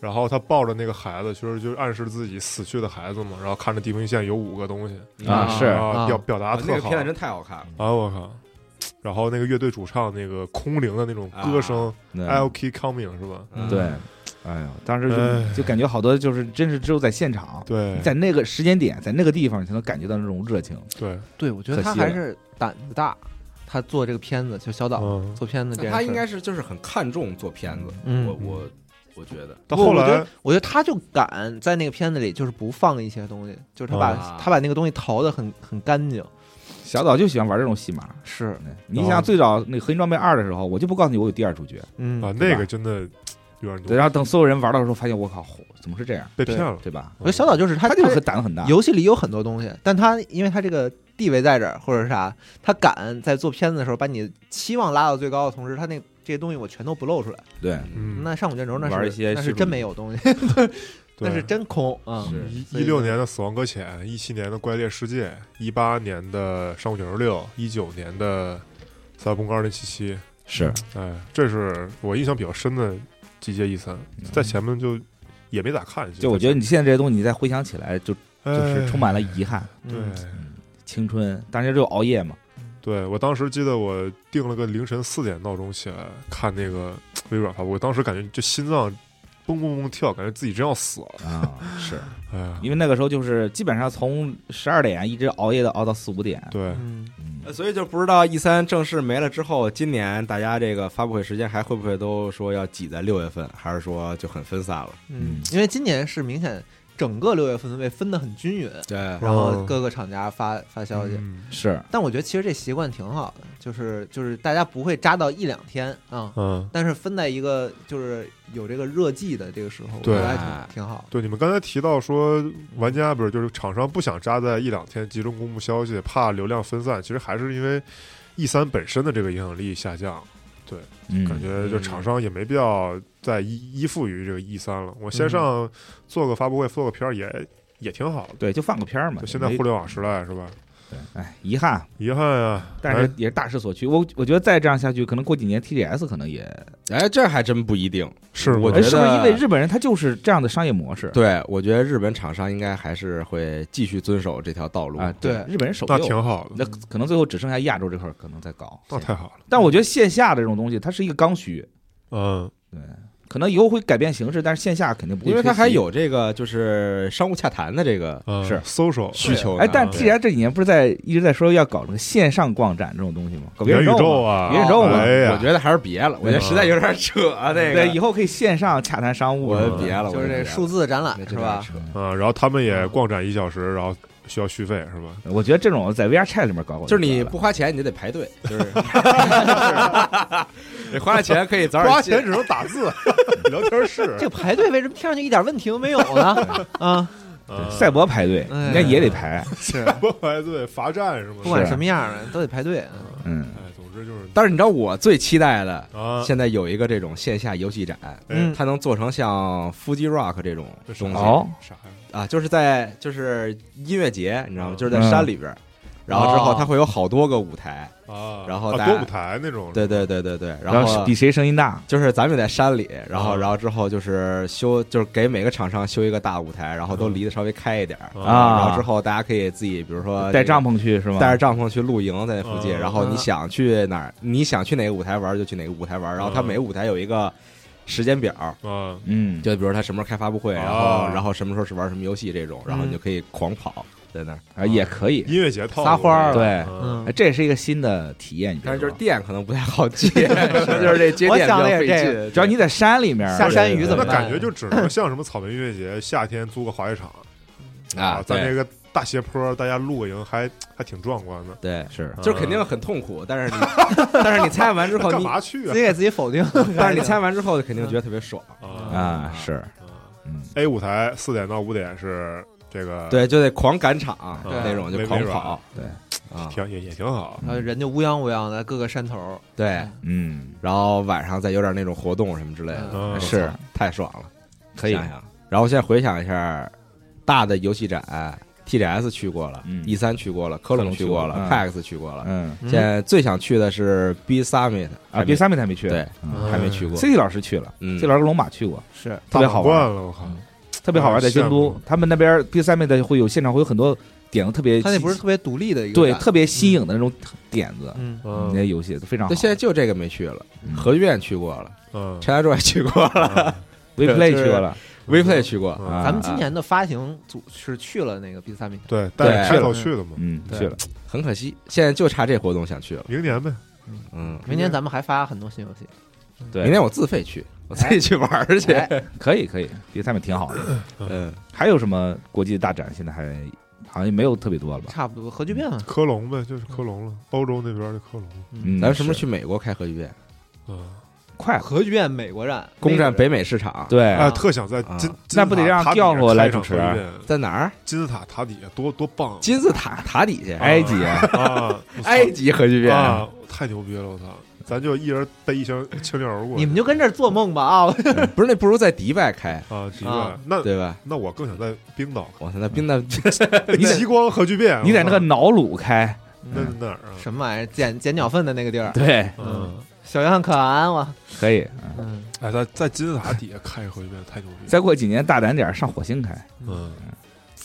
D: 然后他抱着那个孩子，其实就暗示自己死去的孩子嘛。然后看着地平线有五个东西，
E: 是
D: 然
B: 啊
D: 后表表达
C: 啊
D: 得
C: 那
D: 特
C: 个
D: 好。
C: 片段真太好看了。
D: 啊，我靠！然后那个乐队主唱那个空灵的那种歌声、
E: 对
D: i keep coming” 是吧？
C: 嗯
E: 对，哎呦，当时就
D: 哎
E: 就感觉好多就是真是只有在现场，
D: 对
E: 在那个时间点，在那个地方，你才能感觉到那种热情。
D: 对，
B: 对，我觉得
E: 可
B: 他
E: 惜了
B: 还是胆子大，他做这个片子就小岛
D: 嗯。
B: 做片子这
C: 那
B: 件
C: 他
B: 事
C: 应该是就是很看重做片子，
B: 嗯
C: 我我我觉得
D: 到
B: 不
D: 后
B: 我觉
D: 来啊
B: 得，我觉得他就敢在那个片子里，就是不放一些东西，就是他把、
C: 啊
B: 他把那个东西淘的很很干净。
E: 小岛就喜欢玩这种戏码。
B: 是，
E: 对你
D: 哦
E: 想最早那个《合金装备二》的时候，我就不告诉你我有第二主角，
B: 嗯
D: 啊，
E: 对吧
D: 那个真的有点牛
E: 对，然后等所有人玩到的时候，发现我靠，嚯怎么是这样，
D: 被骗了。
E: 对吧？
B: 我觉得小岛就是他，
E: 他就
B: 他
E: 很胆子很大，
B: 游戏里有很多东西，但他因为他这个地位在这儿，或者是啥，他敢在做片子的时候把你期望拉到最高的同时，他那这些东西我全都不露出来。
E: 对，
D: 嗯，
B: 那上古卷轴那
E: 玩一
B: 是
E: 些
B: 那
E: 叙
B: 是
E: 述
B: 真没有东西， 那是真空啊。
E: 是
D: 一六年的《死亡搁浅》，一七年的《怪猎世界》，一八年的《上古卷轴六》，一九年的《赛博朋克二零七七》。
E: 是
D: 哎，这是我印象比较深的集结 E 三，在前面就也没咋看。
E: 就我觉得你现在这些东西，你再回想起来，就就
D: 哎
E: 是充满了遗憾。
D: 对。
B: 嗯
E: 青春，当时就熬夜嘛，
D: 对我当时记得我定了个凌晨四点闹钟起来看那个微软发布会，当时感觉就心脏蹦蹦蹦跳，感觉自己真要死了。
E: 啊，是
D: 哎呀，
E: 因为那个时候就是基本上从十二点一直熬夜到熬到四五点，
D: 对，
B: 嗯
E: 嗯
C: 呃所以就不知道 E 三正式没了之后，今年大家这个发布会时间还会不会都说要挤在六月份，还是说就很分散了？
B: 嗯，因为今年是明显整个六月份被分得很均匀，
C: 对，
B: 然后各个厂家发发消息。
D: 嗯
E: 是
B: 但我觉得其实这习惯挺好的，就是就是大家不会扎到一两天啊，
D: 嗯，
B: 但是分在一个就是有这个热季的这个时候，我觉
D: 对
B: 得还挺挺好的。
D: 对，你们刚才提到说玩家不是就是厂商不想扎在一两天集中公布消息，怕流量分散，其实还是因为 E 三本身的这个影响力下降，
E: 嗯
D: 感觉就厂商也没必要再依依附于这个 E 三了。我线上做个发布会，做个片儿也也挺好的。
E: 嗯对，就放个片儿嘛。
D: 就现在
E: 没
D: 互联网时代是吧？
E: 哎，遗憾，
D: 遗憾啊，
E: 但
D: 哎
E: 是也是大势所趋。我我觉得再这样下去，可能过几年 TGS 可能也，
C: 哎，这还真不一定。
D: 是
C: 我觉
E: 哎
C: 得
E: 是不是因为日本人他就是这样的商业模式
C: 对，我觉得日本厂商应该还是会继续遵守这条道路。
E: 啊？
B: 对
E: 日本人守
D: 那
E: 旧，
D: 挺好的，
E: 那可能最后只剩下亚洲这块儿可能在搞。
D: 那太好了。
E: 但我觉得线下的这种东西，它是一个刚需，
D: 嗯，
E: 可能以后会改变形式，但是线下肯定不会
C: 因为它
E: 缺席
C: 还。有这个就是商务洽谈的这个
D: 嗯
E: 是
D: social
C: 需求呢。
E: 哎，但
C: 对
E: TGS 这几年不是在一直在说要搞这个线上逛展这种东西吗？搞
D: 元宇宙
E: 宙
C: 哦
E: 嘛，
D: 啊，
E: 元宇宙嘛
D: 哎呀，
C: 我觉得还是别了，我觉得实在有点扯啊，这
E: 对，以
C: 个
E: 后可以线上洽谈商务啊
C: 我
E: 什么
C: 就
E: 的。
C: 别了，
B: 就是
C: 我
B: 这
C: 别了
B: 数字展览
C: 那真
B: 是
C: 有点
B: 吧？
C: 扯
D: 嗯，然后他们也逛展一小时，然后需要续费是吧？
E: 我觉得这种在 VR Chat 里面搞搞
C: 就
E: 得了，
C: 是你不花钱，你就得排 队，就是你花了钱可以早点
D: 花
C: 进
D: 钱只能打字，聊天 室
B: 这个排队为什么听上去一点问题都没有呢？啊，
D: 嗯
E: 对赛博排队，
B: 哎
E: 人家也得排。
B: 是
D: 博排队罚站是吗？
B: 不管什么样儿都得排队。
E: 嗯，
D: 哎，总之就是
C: 但是你知道我最期待的，
D: 啊，
C: 现在有一个这种线下游戏展，
B: 嗯
C: 它能做成像 Fuji Rock 这种
D: 哎这
C: 东
D: 啥
C: 西
E: 哦，
D: 啥呀？
C: 啊，就是在就是音乐节，你知道吗？
D: 嗯
C: 就是在山里边儿，然后之
E: 哦
C: 后它会有好多个舞台，
D: 啊，
C: 然后
D: 啊
C: 大家
D: 多舞台那种，
C: 对对对对对，然
E: 然后
C: 后
E: 比谁声音大，
C: 就是咱们也在山里，然后
D: 嗯
C: 然后之后就是修，就是给每个厂商修一个大舞台，然后都
D: 嗯
C: 离得稍微开一点儿，
E: 啊
C: 然后之后大家可以自己，比如说
E: 带帐
C: 篷。
E: 篷去是吗？
C: 呃带着帐篷去露营在附近，
D: 嗯
C: 然后你
B: 嗯
C: 想去哪儿，你想去哪个舞台玩就去哪个舞台玩，然后它
D: 嗯
C: 每个舞台有一个时间表，
D: 啊，
E: 嗯，
C: 就比如它什么时候开发布会，
D: 啊
C: 然后然后什么时候是玩什么游戏这种，然后
B: 嗯
C: 你就可以狂跑在那儿，
E: 啊也可以，
D: 音乐节套
B: 撒欢儿
E: 对
D: 嗯
B: 嗯
E: 哎，这也是一个新的体验。你别
C: 但是就是
E: 说
C: 店可能不太好接， 就是这接
B: 我
C: 电
B: 想
C: 比较
B: 的也
C: 费
B: 是这
C: 劲
B: 个，
C: 对
E: 只要你在山里面
B: 下山鱼怎么
D: 那
B: 办
D: 感觉就只能像什么草莓音乐节，夏天租个滑雪场
C: 啊，
D: 在
C: 对
D: 那个大斜坡，大家露个营，还还挺壮观的。
C: 对。
E: 是
C: 就是肯定很痛苦，但是你，但是你参加完之后，
D: 干
C: 你
D: 嘛去
B: 自
D: 啊
B: 己？给自己否定。
C: 但是你猜完之后，肯定觉得特别爽。
E: 啊是，
D: 啊
E: 嗯，
D: A 舞台四点到五点是这个，
C: 对，就得狂赶场
D: 对
C: 那种，就
D: 没
C: 狂
D: 没法
C: 跑。
E: 对
C: 啊，
D: 挺也也挺好。
B: 然后人就乌泱乌泱的各个山头儿，
C: 对，
E: 嗯
C: 然后晚上再有点那种活动什么之类的，哎
D: 嗯
E: 是
C: 太爽了。
E: 可以
C: 想想。然后现在回想一下，大的游戏展，TGS 去过了
E: 嗯
C: ，E 三去过了，科
E: 科隆
C: 隆
E: 去
C: 去过
E: 过
C: 了
E: 嗯
C: ，PAX 去过了。
E: 嗯
B: 嗯
C: 现在最想去的是 B Summit
E: 啊，别三妹还没去，
C: 对
E: 嗯
D: 嗯
C: 还没去过。
E: ，City 老师去了
C: 嗯
E: ，City 老师跟龙马去过，
B: 是
E: 特别好
D: 大
E: 玩，
D: 满贯了，我靠！
E: 特别好玩，在京
D: 羡
E: 都
D: 慕，
E: 他们那边第三妹的会有现场会有很多点子特别，
B: 它那不是特别独立的一个
E: 对
B: 展
E: 特别新颖的那种点子，
B: 嗯，
E: 那
D: 嗯
E: 些游戏都非常好
C: 对，。现在就这个没去了，
E: 嗯
C: 核聚变去过了
D: 嗯，
C: ，China Joy 去过了
E: WePlay
C: 就是
E: 去过了，
C: ，WePlay 去过，
D: 嗯
E: 啊
B: 咱们今年的发行组是去了那个 B 三米，
D: 对，带着
C: 去
D: 开
C: 了
D: 头去的嘛，
E: 嗯
B: 对
E: 去了，
C: 很可惜，现在就差这活动想去了。
D: 明年呗。
C: 嗯，
B: 明年咱们还发很多新游戏。
E: 对，
C: 明天我自费去，我自己去玩儿去。
E: 哎可以可以，第三妹挺好的。
C: 嗯，
E: 还有什么国际大展？现在还好像也没有特别多了吧？
B: 差不多核聚变嘛，
D: 科隆呗，就是科隆了，欧洲那边的科隆。
E: 嗯，
C: 咱们什么时候
E: 是
C: 去美国开核聚变？
D: 嗯，
E: 快？
B: 核聚变美国站，
C: 攻占
B: 那个
C: 北美市场。，
E: 对，
D: 哎，特想在
C: 啊
D: 金
E: 那不得让调过来主持人
D: 人？
C: 在哪儿？
D: 金字塔塔底下多多棒！
C: 金字塔塔底下，哎
E: 埃及啊，
D: 啊，
C: 埃及核聚
D: 我
C: 变。
D: 操哎啊，太牛逼了！我操，咱就一人背一箱清凉而过。
B: 你们就跟这儿做梦吧啊！
C: 不是那不如在迪拜开，
D: 啊，奇怪
B: 啊，
D: 那
C: 对吧？
D: 那我更想在冰岛，
C: 我操，那冰那
D: 嗯
E: 你得
D: 极光核聚变，
E: 你在那个
D: 我操
E: 瑙鲁开，
C: 嗯
D: 那是哪儿啊？
B: 嗯什么玩意儿，捡捡鸟粪的那个地儿，
E: 对，
D: 嗯，
B: 小约翰可汗我，
E: 可以。
B: 嗯，
D: 哎，在在金字塔底下开核聚变太牛逼了。
E: 再过几年大胆点儿，上火星开。
D: 嗯，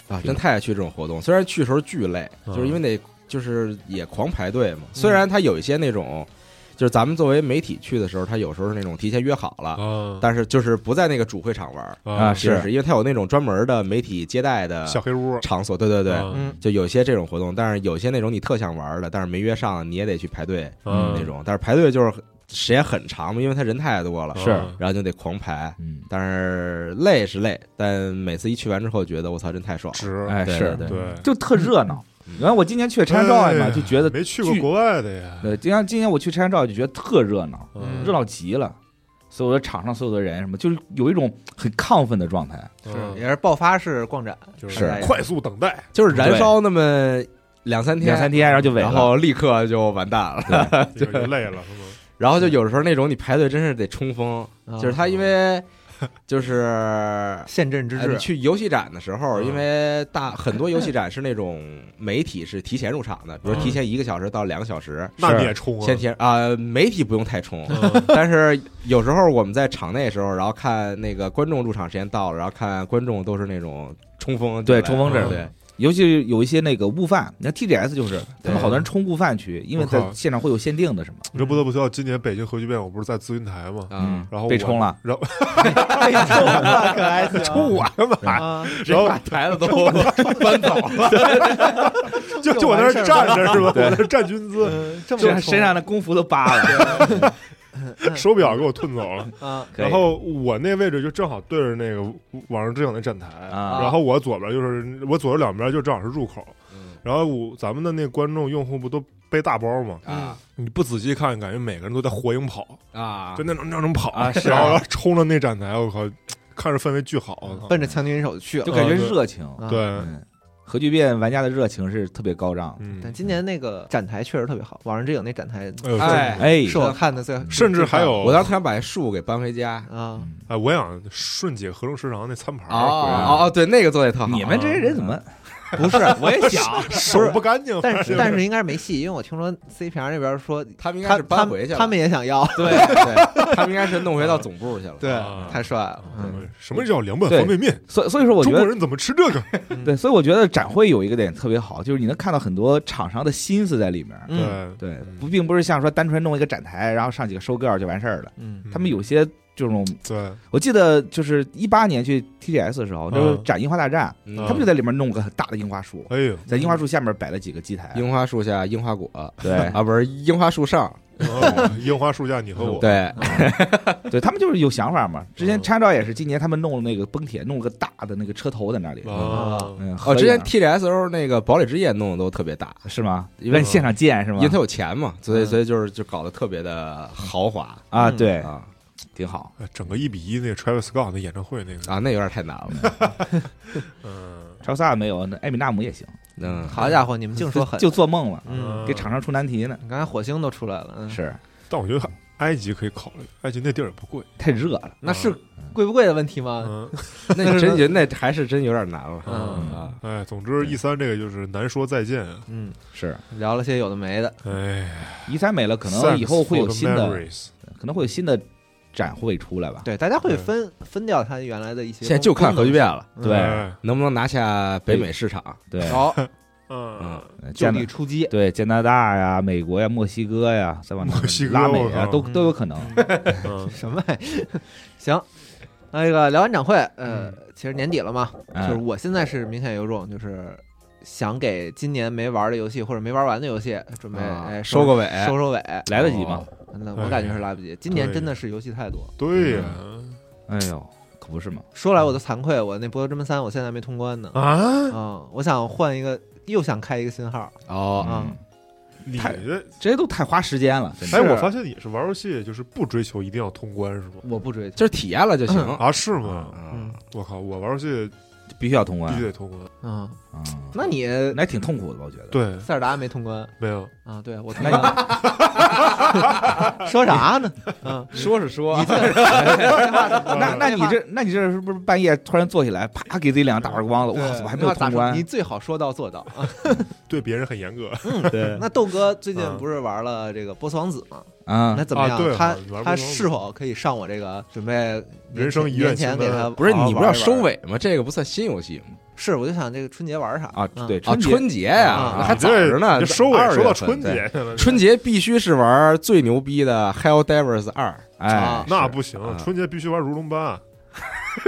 C: 啊，真太爱去这种活动。虽然去的时候巨累，
D: 嗯
C: 就是因为得就是也狂排队嘛。虽然它有一些那种，就是咱们作为媒体去的时候，它有时候是那种提前约好了，
D: 啊
C: 但是就是不在那个主会场玩儿，
E: 啊是
C: 就是因为啊它有那种专门的媒体接待的
D: 小黑屋，
C: 场所。对对对，
D: 嗯
B: 嗯，
C: 就有些这种活动，但是有些那种你特想玩的，但是没约上，你也得去排队
D: 嗯
C: 那种。但是排队就是时间很长嘛，因为他人太多了，
E: 是
D: 嗯
C: 然后就得狂排。
E: 嗯，
C: 但是累是累，但每次一去完之后，觉得我操，真太爽了。
D: 值，
E: 哎
C: 对
E: 是
C: 对
D: 对，
E: 就特热闹。原来我今年去
D: 哎
E: 拆照嘛，就觉得
D: 没去过
E: 巨
D: 国外的呀，
E: 对，今年今年我去拆照就觉得特热闹，
D: 嗯
E: 热闹极了。所有的场上所有的人什么，就是有一种很亢奋的状态。
D: 嗯
B: 也是爆发式逛展，
D: 就是
C: 是
D: 快速等待，
C: 就是燃烧那么两三天，
E: 两三天然后就萎了
C: 然后立刻就完蛋了。
D: 有点累了，是吗？
C: 然后就有时候那种你排队真是得冲锋，
B: 啊
C: 就是他因为 就是
B: 陷阵之
C: 哎你
B: 志，
C: 去游戏展的时候，
D: 嗯
C: 因为大很多游戏展是那种媒体是提前入场的，比如
D: 嗯
C: 提前一个小时到两个小时，
D: 那你也冲啊
C: 先，提啊、媒体不用太冲。
D: 嗯
C: 但是有时候我们在场内的时候，然后看那个观众入场时间到了，然后看观众都是那种冲锋进来，
E: 对冲锋
D: 阵
C: 对，
E: 尤其有一些那个悟饭，你看 TGS 就是他们好多人冲悟饭去，因为
D: 我
E: 在
D: 靠
E: 现场会有限定的什么，
D: 你这不得不提到今年北京核聚变，我不是在资云台吗？
C: 嗯，
D: 然后
E: 被
D: 我
E: 冲了，
D: 然后
B: 可爱死
D: 冲我干嘛？
B: 啊！
D: 然后
C: 把台子都搬 走了，
D: 就就我在那儿站着是吧？我在那儿站军姿，
B: 嗯，这么
E: 身身上的工服都扒 了。
D: 手表给我吞走了。
B: 啊，
E: 可以
D: 然后我那位置就正好对着那个网上之影那站台，
E: 啊
D: 然后我左边就是我左右两边就正好是入口，
E: 嗯
D: 然后我咱们的那观众用户不都背大包吗？
C: 啊
D: 你不仔细看，感觉每个人都在火影跑，
C: 啊
D: 就那种那种跑，
E: 啊是
D: 然后冲着那站台，我靠，看着氛围巨好，我靠
B: 奔着强军手去
E: 就
B: 了。
E: 感觉热情。
B: 啊
D: 对，
E: 嗯，核聚变玩家的热情是特别高涨。
D: 嗯，
B: 但今年那个展台确实特别好，《网上之影》那展台
D: 哎呦，
C: 哎
E: 哎，
B: 是我看的最好
D: 甚至还有
C: 我当时想把树给搬回家。
B: 啊，
D: 哎，我想顺解合成食堂那餐盘
C: 哦
D: 儿回来，
C: 哦哦，对，那个做的特好。
E: 你们这些人怎么？
B: 啊不是，我也想，
D: 手不干净，
B: 但
D: 反
B: 是
D: 正
B: 但是应该是没戏，因为我听说 CPR 那边说
C: 他们应该
B: 他
C: 是
B: 他
C: 搬回
B: 们
C: 去了，
B: 他们也想要，
C: 对 对，他嗯们应该是弄回到总部去了。
B: 对
D: 啊，
B: 太帅了，嗯
D: 嗯什么叫凉拌方便面？
E: 所以所以说，我觉
D: 中国
E: 得
D: 人怎么吃这个？
E: 对，所以我觉得展会有一个点特别好，就是你能看到很多厂商的心思在里面。
B: 嗯
E: 对
D: 嗯，
E: 不，并不是像说单纯弄一个展台，然后上几个收购就完事儿了。
B: 嗯，
E: 他们有些这种，
D: 对，
E: 我记得就是一八年去 TGS 的时候，那时候
D: 嗯
E: 展樱花大战，
C: 嗯
E: 他们就在里面弄个很大的樱花
B: 嗯
E: 树，
D: 哎呦，
E: 在樱花树下面摆了几个祭台。
C: 樱花树下樱花果
E: 对
C: 啊，不是樱花树上，
D: 哦樱花树下你和我，
C: 对，
E: 对他们就是有想法嘛。之前
D: 嗯
E: 参照也是，今年他们弄了那个崩铁，弄了个大的那个车头在那里。
D: 啊，
E: 嗯，合
C: 哦，之前
E: 影啊
C: TGS 时候那个堡垒之夜弄的都特别大，
E: 是吗？
C: 因为
E: 让你现场见是吗
C: 因为？他有钱嘛，所以
B: 嗯
C: 所以就是就搞得特别的豪华
E: 啊，
B: 嗯
E: 对，
C: 啊
E: 挺好。
D: 哎整个一比一那个 Travis Scott 那演唱会那个，
C: 啊，那有点太难 了。
D: 嗯，
E: 超萨没有，那艾米纳姆也行，
C: 嗯，
B: 好家伙，你们净说狠，
E: 就做梦了，
B: 嗯，
D: 嗯
E: 给厂商出难题呢。
B: 你刚才火星都出来了，嗯，
E: 是
D: 但我觉得埃及可以考虑，埃及那地儿也不贵，
E: 太热了，
B: 那是贵不贵的问题吗？
D: 啊嗯，
C: 那真觉得那还是真有点难了
B: 嗯
C: 啊。
D: 哎，总之 E 三这个就是难说再见，
B: 嗯，
E: 是
B: 聊了些有的没的，
D: 哎，
E: 一 E 三没了，可能以后会有新
D: Thanks for
E: 的，
D: the memories
E: 可能会有新的展会出来吧。
B: 对，大家会
D: 对
B: 分分掉它原来的一些功能，
C: 现在就看核聚变了，
B: 嗯
E: 对
D: 哎
C: 能不能拿下北美市场？
E: 对，
B: 好，
D: 嗯，
B: 就
E: 加
B: 地
E: 拿
B: 出击，
E: 对加拿大呀、美国呀、墨西哥呀，再往哪儿
D: 墨西哥
E: 拉美
D: 我
E: 呀，
D: 靠
E: 都
B: 嗯
E: 都有可能。
D: 嗯
B: 什么玩意？ 行，那个聊完展会，呃，其实年底了嘛，
E: 嗯
B: 就是我现在是明显有种就是想给今年没玩的游戏或者没玩完的游戏准备
C: 啊
B: 哎
C: 收个尾
B: 收收尾，哦
E: 来得及吗？
B: 那我感觉是来不及，今年真的是游戏太多。
D: 对呀，
E: 哎呦，可不是嘛。
B: 说来我都惭愧，我那《博德之门三》我现在还没通关呢。
D: 啊，
B: 嗯，我想换一个，又想开一个新号。
C: 哦，
B: 啊
E: 嗯，
D: 你
E: 太
D: 这，
E: 这些都太花时间了。真的
D: 哎，我发现你是玩游戏就是不追求一定要通关是吗？
B: 我不追求，
C: 就是体验了就行。
D: 啊，是吗？
B: 嗯
C: 嗯，
D: 我靠，我玩游戏
E: 必须要通关
D: 必须。得通关，
B: 嗯，
E: 嗯
B: 那你
E: 那还挺痛苦的吧，我觉得。
D: 对，
B: 塞尔达没通关
D: 没有，
B: 啊？对 我通关了，说啥呢？嗯，
C: 说是说，
D: 啊
E: 那那你这那你这是不是半夜突然坐起来，啪给自己两个大耳光子？
D: 哦
E: 哇塞，我还没有
B: 那咋
E: 通
B: 说
E: 关
B: 你。最好说到做到。嗯
D: 对别人很严格，
E: 对
B: 那豆哥最近不是玩了这个波斯王子吗？
E: 啊
B: 那，怎么
D: 啊对
B: 样？
D: 玩
B: 他
D: 波斯王
B: 他
D: 子
B: 是否可以上我这个准备年
D: 人生
B: 前
D: 遗愿
B: 年前
D: 清
B: 给
D: 单
B: 他
C: 不是
B: 好好
C: 你不
B: 玩
C: 要
B: 一玩
C: 收？尾吗？这个不算新游戏吗？
B: 是，我就想这个春节玩啥
E: 啊，对，
C: 啊，
E: 节
C: 春节呀
B: 啊，
C: 那还
D: 你
C: 早
D: 这
C: 着呢。
D: 你这收尾
C: 2
D: 说到
C: 月份
D: 春，
C: 对
D: 节去了，
C: 春节必须是玩最牛逼的《Helldivers 二
E: 哎
B: 啊，
D: 那不行
C: 啊，
D: 春节必须玩如龙八，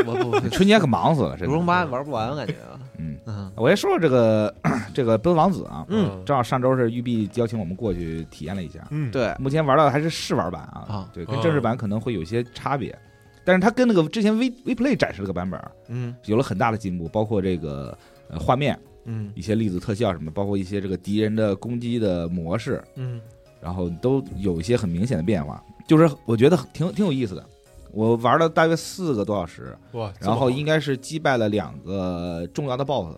B: 我不不
E: 春节可忙死了，真
B: 如
E: 的
B: 龙八玩不完，感觉。
E: 嗯，
B: 嗯
E: 我先说说这个 这个奔王子啊，
B: 嗯，
E: 正好上周是育碧邀请我们过去体验了一下，
D: 嗯，
B: 对，
E: 目前玩到的还是试玩版啊，
B: 啊
E: 对，跟
D: 啊
E: 正式版可能会有一些差别，但是它跟那个之前 V V Play 展示这个版本儿
B: 嗯
E: 有了很大的进步，包括这个呃画面、
B: 嗯
E: 一些粒子特效什么，包括一些这个敌人的攻击的模式，
B: 嗯
E: 然后都有一些很明显的变化，就是我觉得挺挺有意思的。我玩了大约四个多小时，
D: 哇，这么
E: 然后
D: 好
E: 应该是击败了两个重要的 BOSS，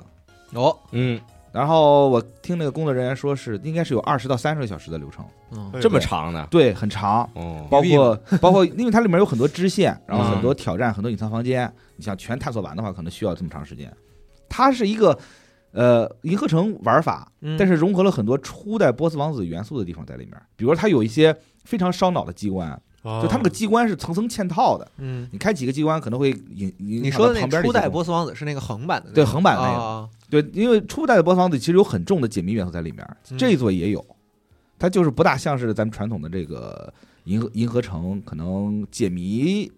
B: 哦
C: 嗯，
E: 然后我听那个工作人员说是应该是有二十到三十个小时的流程，
B: 嗯
D: 哎
C: 这么长呢？
E: 对，很长，
C: 哦，
E: 包
B: 育碧
E: 括包括因为它里面有很多支线，然后
C: 嗯
E: 很多挑战，很多隐藏房间，你想全探索完的话，可能需要这么长时间。它是一个呃银河城玩法，
B: 嗯，
E: 但是融合了很多初代波斯王子元素的地方在里面，比如它有一些非常烧脑的机关，
D: 啊
E: 就它那
B: 哦
E: 个机关是层层嵌套的，
B: 嗯，
E: 你开几个机关可能会引引
B: 你说的
E: 影
B: 那
E: 响到旁边
B: 初
E: 一些
B: 代
E: 东
B: 波斯王子是那个横版的那
E: 对
B: 个，
E: 横版的那个
B: 啊
E: 西对，因为初代的波斯王子其实有很重的解谜元素在里面，
B: 嗯
E: 这一座也有，它就是不大像是咱们传统的这个银河银河城，可能解谜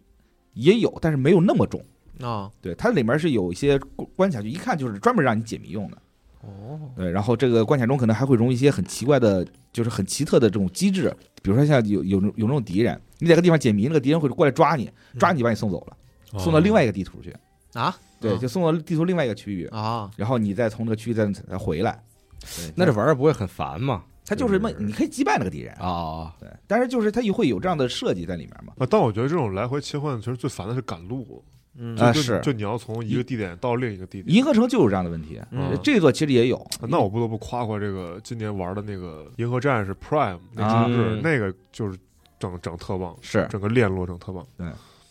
E: 也有，但是没有那么重。
B: 啊
E: 对，它里面是有一些关关卡，就一看就是专门让你解谜用的。
B: 哦，
E: 对，然后这个关卡中可能还会融一些很奇怪的，就是很奇特的这种机制，比如说像有有有那种敌人，你在个地方解谜，那个敌人会过来抓你，抓
B: 嗯
E: 你把你送走了，送
B: 哦
E: 到另外一个地图去，
B: 啊，
E: 对，就送到地图另外一个区域，
B: 啊，
E: 然后你再从这个区域再再回来。对
C: 那这玩意儿不会很烦吗？
E: 它就是什么，你可以击败那个敌人，
C: 啊，
E: 对，但是就是它也会有这样的设计在里面嘛。
D: 啊，但我觉得这种来回切换，其实最烦的是赶路
B: 嗯
E: 啊
D: 就是就你要从一个地点到另一个地点。
E: 银河城就有这样的问题，呃
B: 嗯
E: 这座其实也有。
D: 啊那我不得不夸夸这个今年玩的那个《银河战士 Prime》那
E: 啊
D: 重置
C: 嗯，
D: 那个就是整整特棒，
E: 是，
D: 整个链路整特棒。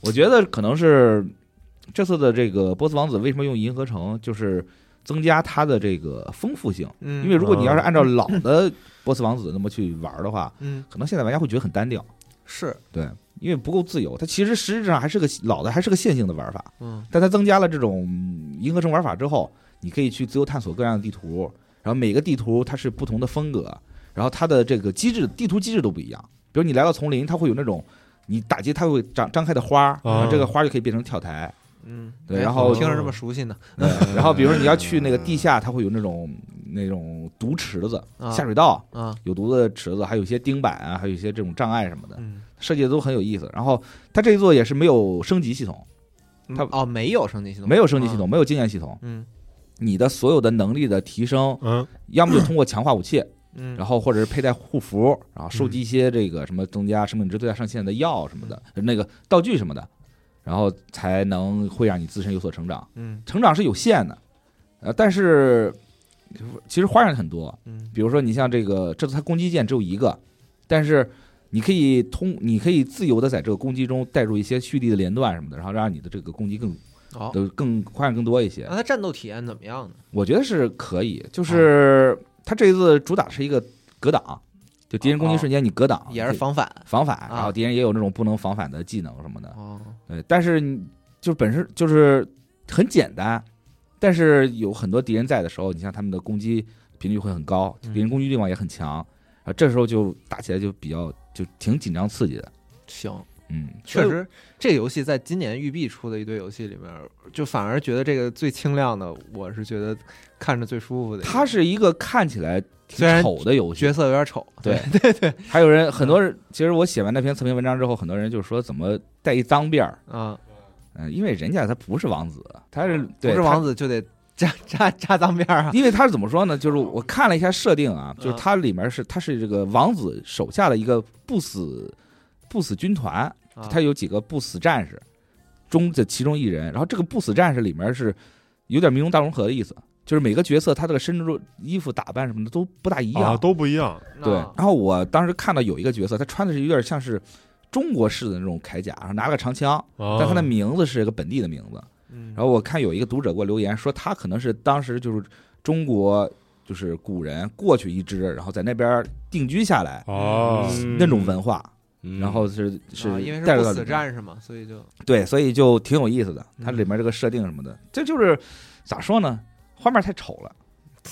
E: 我觉得可能是这次的这个波斯王子为什么用银河城，就是增加它的这个丰富性。
B: 嗯，
E: 因为如果你要是按照老的波斯王子那么去玩的话，
B: 嗯
E: 可能现在玩家会觉得很单调，
B: 是
E: 对，因为不够自由。它其实实质上还是个老的，还是个线性的玩法，
B: 嗯
E: 但它增加了这种嗯银河城玩法之后，你可以去自由探索各样的地图，然后每个地图它是不同的风格，然后它的这个机制，地图机制都不一样。比如你来到丛林，它会有那种你打击它会长张开的花儿，
B: 啊
E: 然后这个花儿就可以变成跳台。
B: 嗯，
E: 对
B: 哎
E: 然后
B: 听着这么熟悉呢，
E: 对
C: 嗯
E: 然后比如说你要去那个地下，它会有那种那种毒池子、
B: 嗯啊
E: 下水道
B: 啊，
E: 有毒的池子，还有一些钉板啊，还有一些这种障碍什么的，
B: 嗯，
E: 设计的都很有意思。然后它这一座也是没有升级系统，它
B: 哦没有升级系统，
E: 没有升级系统，没有经验系统，
B: 嗯，
E: 你的所有的能力的提升，
D: 嗯，
E: 要么就通过强化武器，
B: 嗯嗯，嗯
E: 然后或者是佩戴护符，然后收集一些这个什么增加生命值最大上限的药什么的，嗯那个道具什么的，然后才能会让你自身有所成长。
B: 嗯
E: 成长是有限的，呃，但是其实花样很多，
B: 嗯
E: 比如说你像这个这次它攻击键只有一个，但是。你可以通，你可以自由的在这个攻击中带入一些蓄力的连段什么的，然后让你的这个攻击更
B: 好，
E: 都更花样更多一些
B: 哦那。它战斗体验怎么样呢？
E: 我觉得是可以，
B: 啊
E: 就是他这一次主打是一个格挡，就敌人攻击瞬间你格挡，
B: 哦也是防反啊
E: 防反，然后敌人也有那种不能防反的技能什么的。
B: 哦，
E: 对，但是你就本身就是很简单，但是有很多敌人在的时候，你像他们的攻击频率会很高，
B: 嗯
E: 敌人攻击力嘛也很强，啊，这时候就打起来就比较就挺紧张刺激的。
B: 行。
E: 嗯，
B: 确实，这个游戏在今年育碧出的一堆游戏里面，就反而觉得这个最清亮的，我是觉得看着最舒服的一个。
E: 它是一个看起来挺
B: 虽然
E: 丑的游戏，
B: 角色有点丑，
E: 对对对，还有人很多人，其实我写完那篇测评文章之后，很多人就说怎么带一脏辫儿，
B: 啊，
E: 嗯，因为人家他不是王子，他是
B: 不
E: 对
B: 是王子就得扎扎扎脏辫儿啊
E: 他，因为他是怎么说呢？就是我看了一下设定啊，
B: 嗯
E: 就是它里面是他是这个王子手下的一个不死不死军团，
B: 啊
E: 他有几个不死战士中的其中一人，然后这个不死战士里面是有点民龙大融合的意思，就是每个角色他这个身着衣服打扮什么的都不大一样，
D: 啊，
B: 哦
D: 都不一样。
E: 对，
B: 啊
E: 然后我当时看到有一个角色，他穿的是有点像是中国式的那种铠甲，然后拿了个长枪，
D: 啊
B: 哦
E: 但他的名字是一个本地的名字。
B: 嗯
E: 然后我看有一个读者给我留言说，他可能是当时就是中国就是古人过去一支，然后在那边定居下来
D: 哦，
C: 嗯
E: 那种文化，
C: 嗯
E: 然后是是
B: 啊因为
E: 带
B: 是不
E: 入到
B: 死
E: 里面
B: 战士嘛，所以就
E: 对，所以就挺有意思的。它
B: 嗯
E: 里面这个设定什么的，这就是咋说呢？画面太丑了，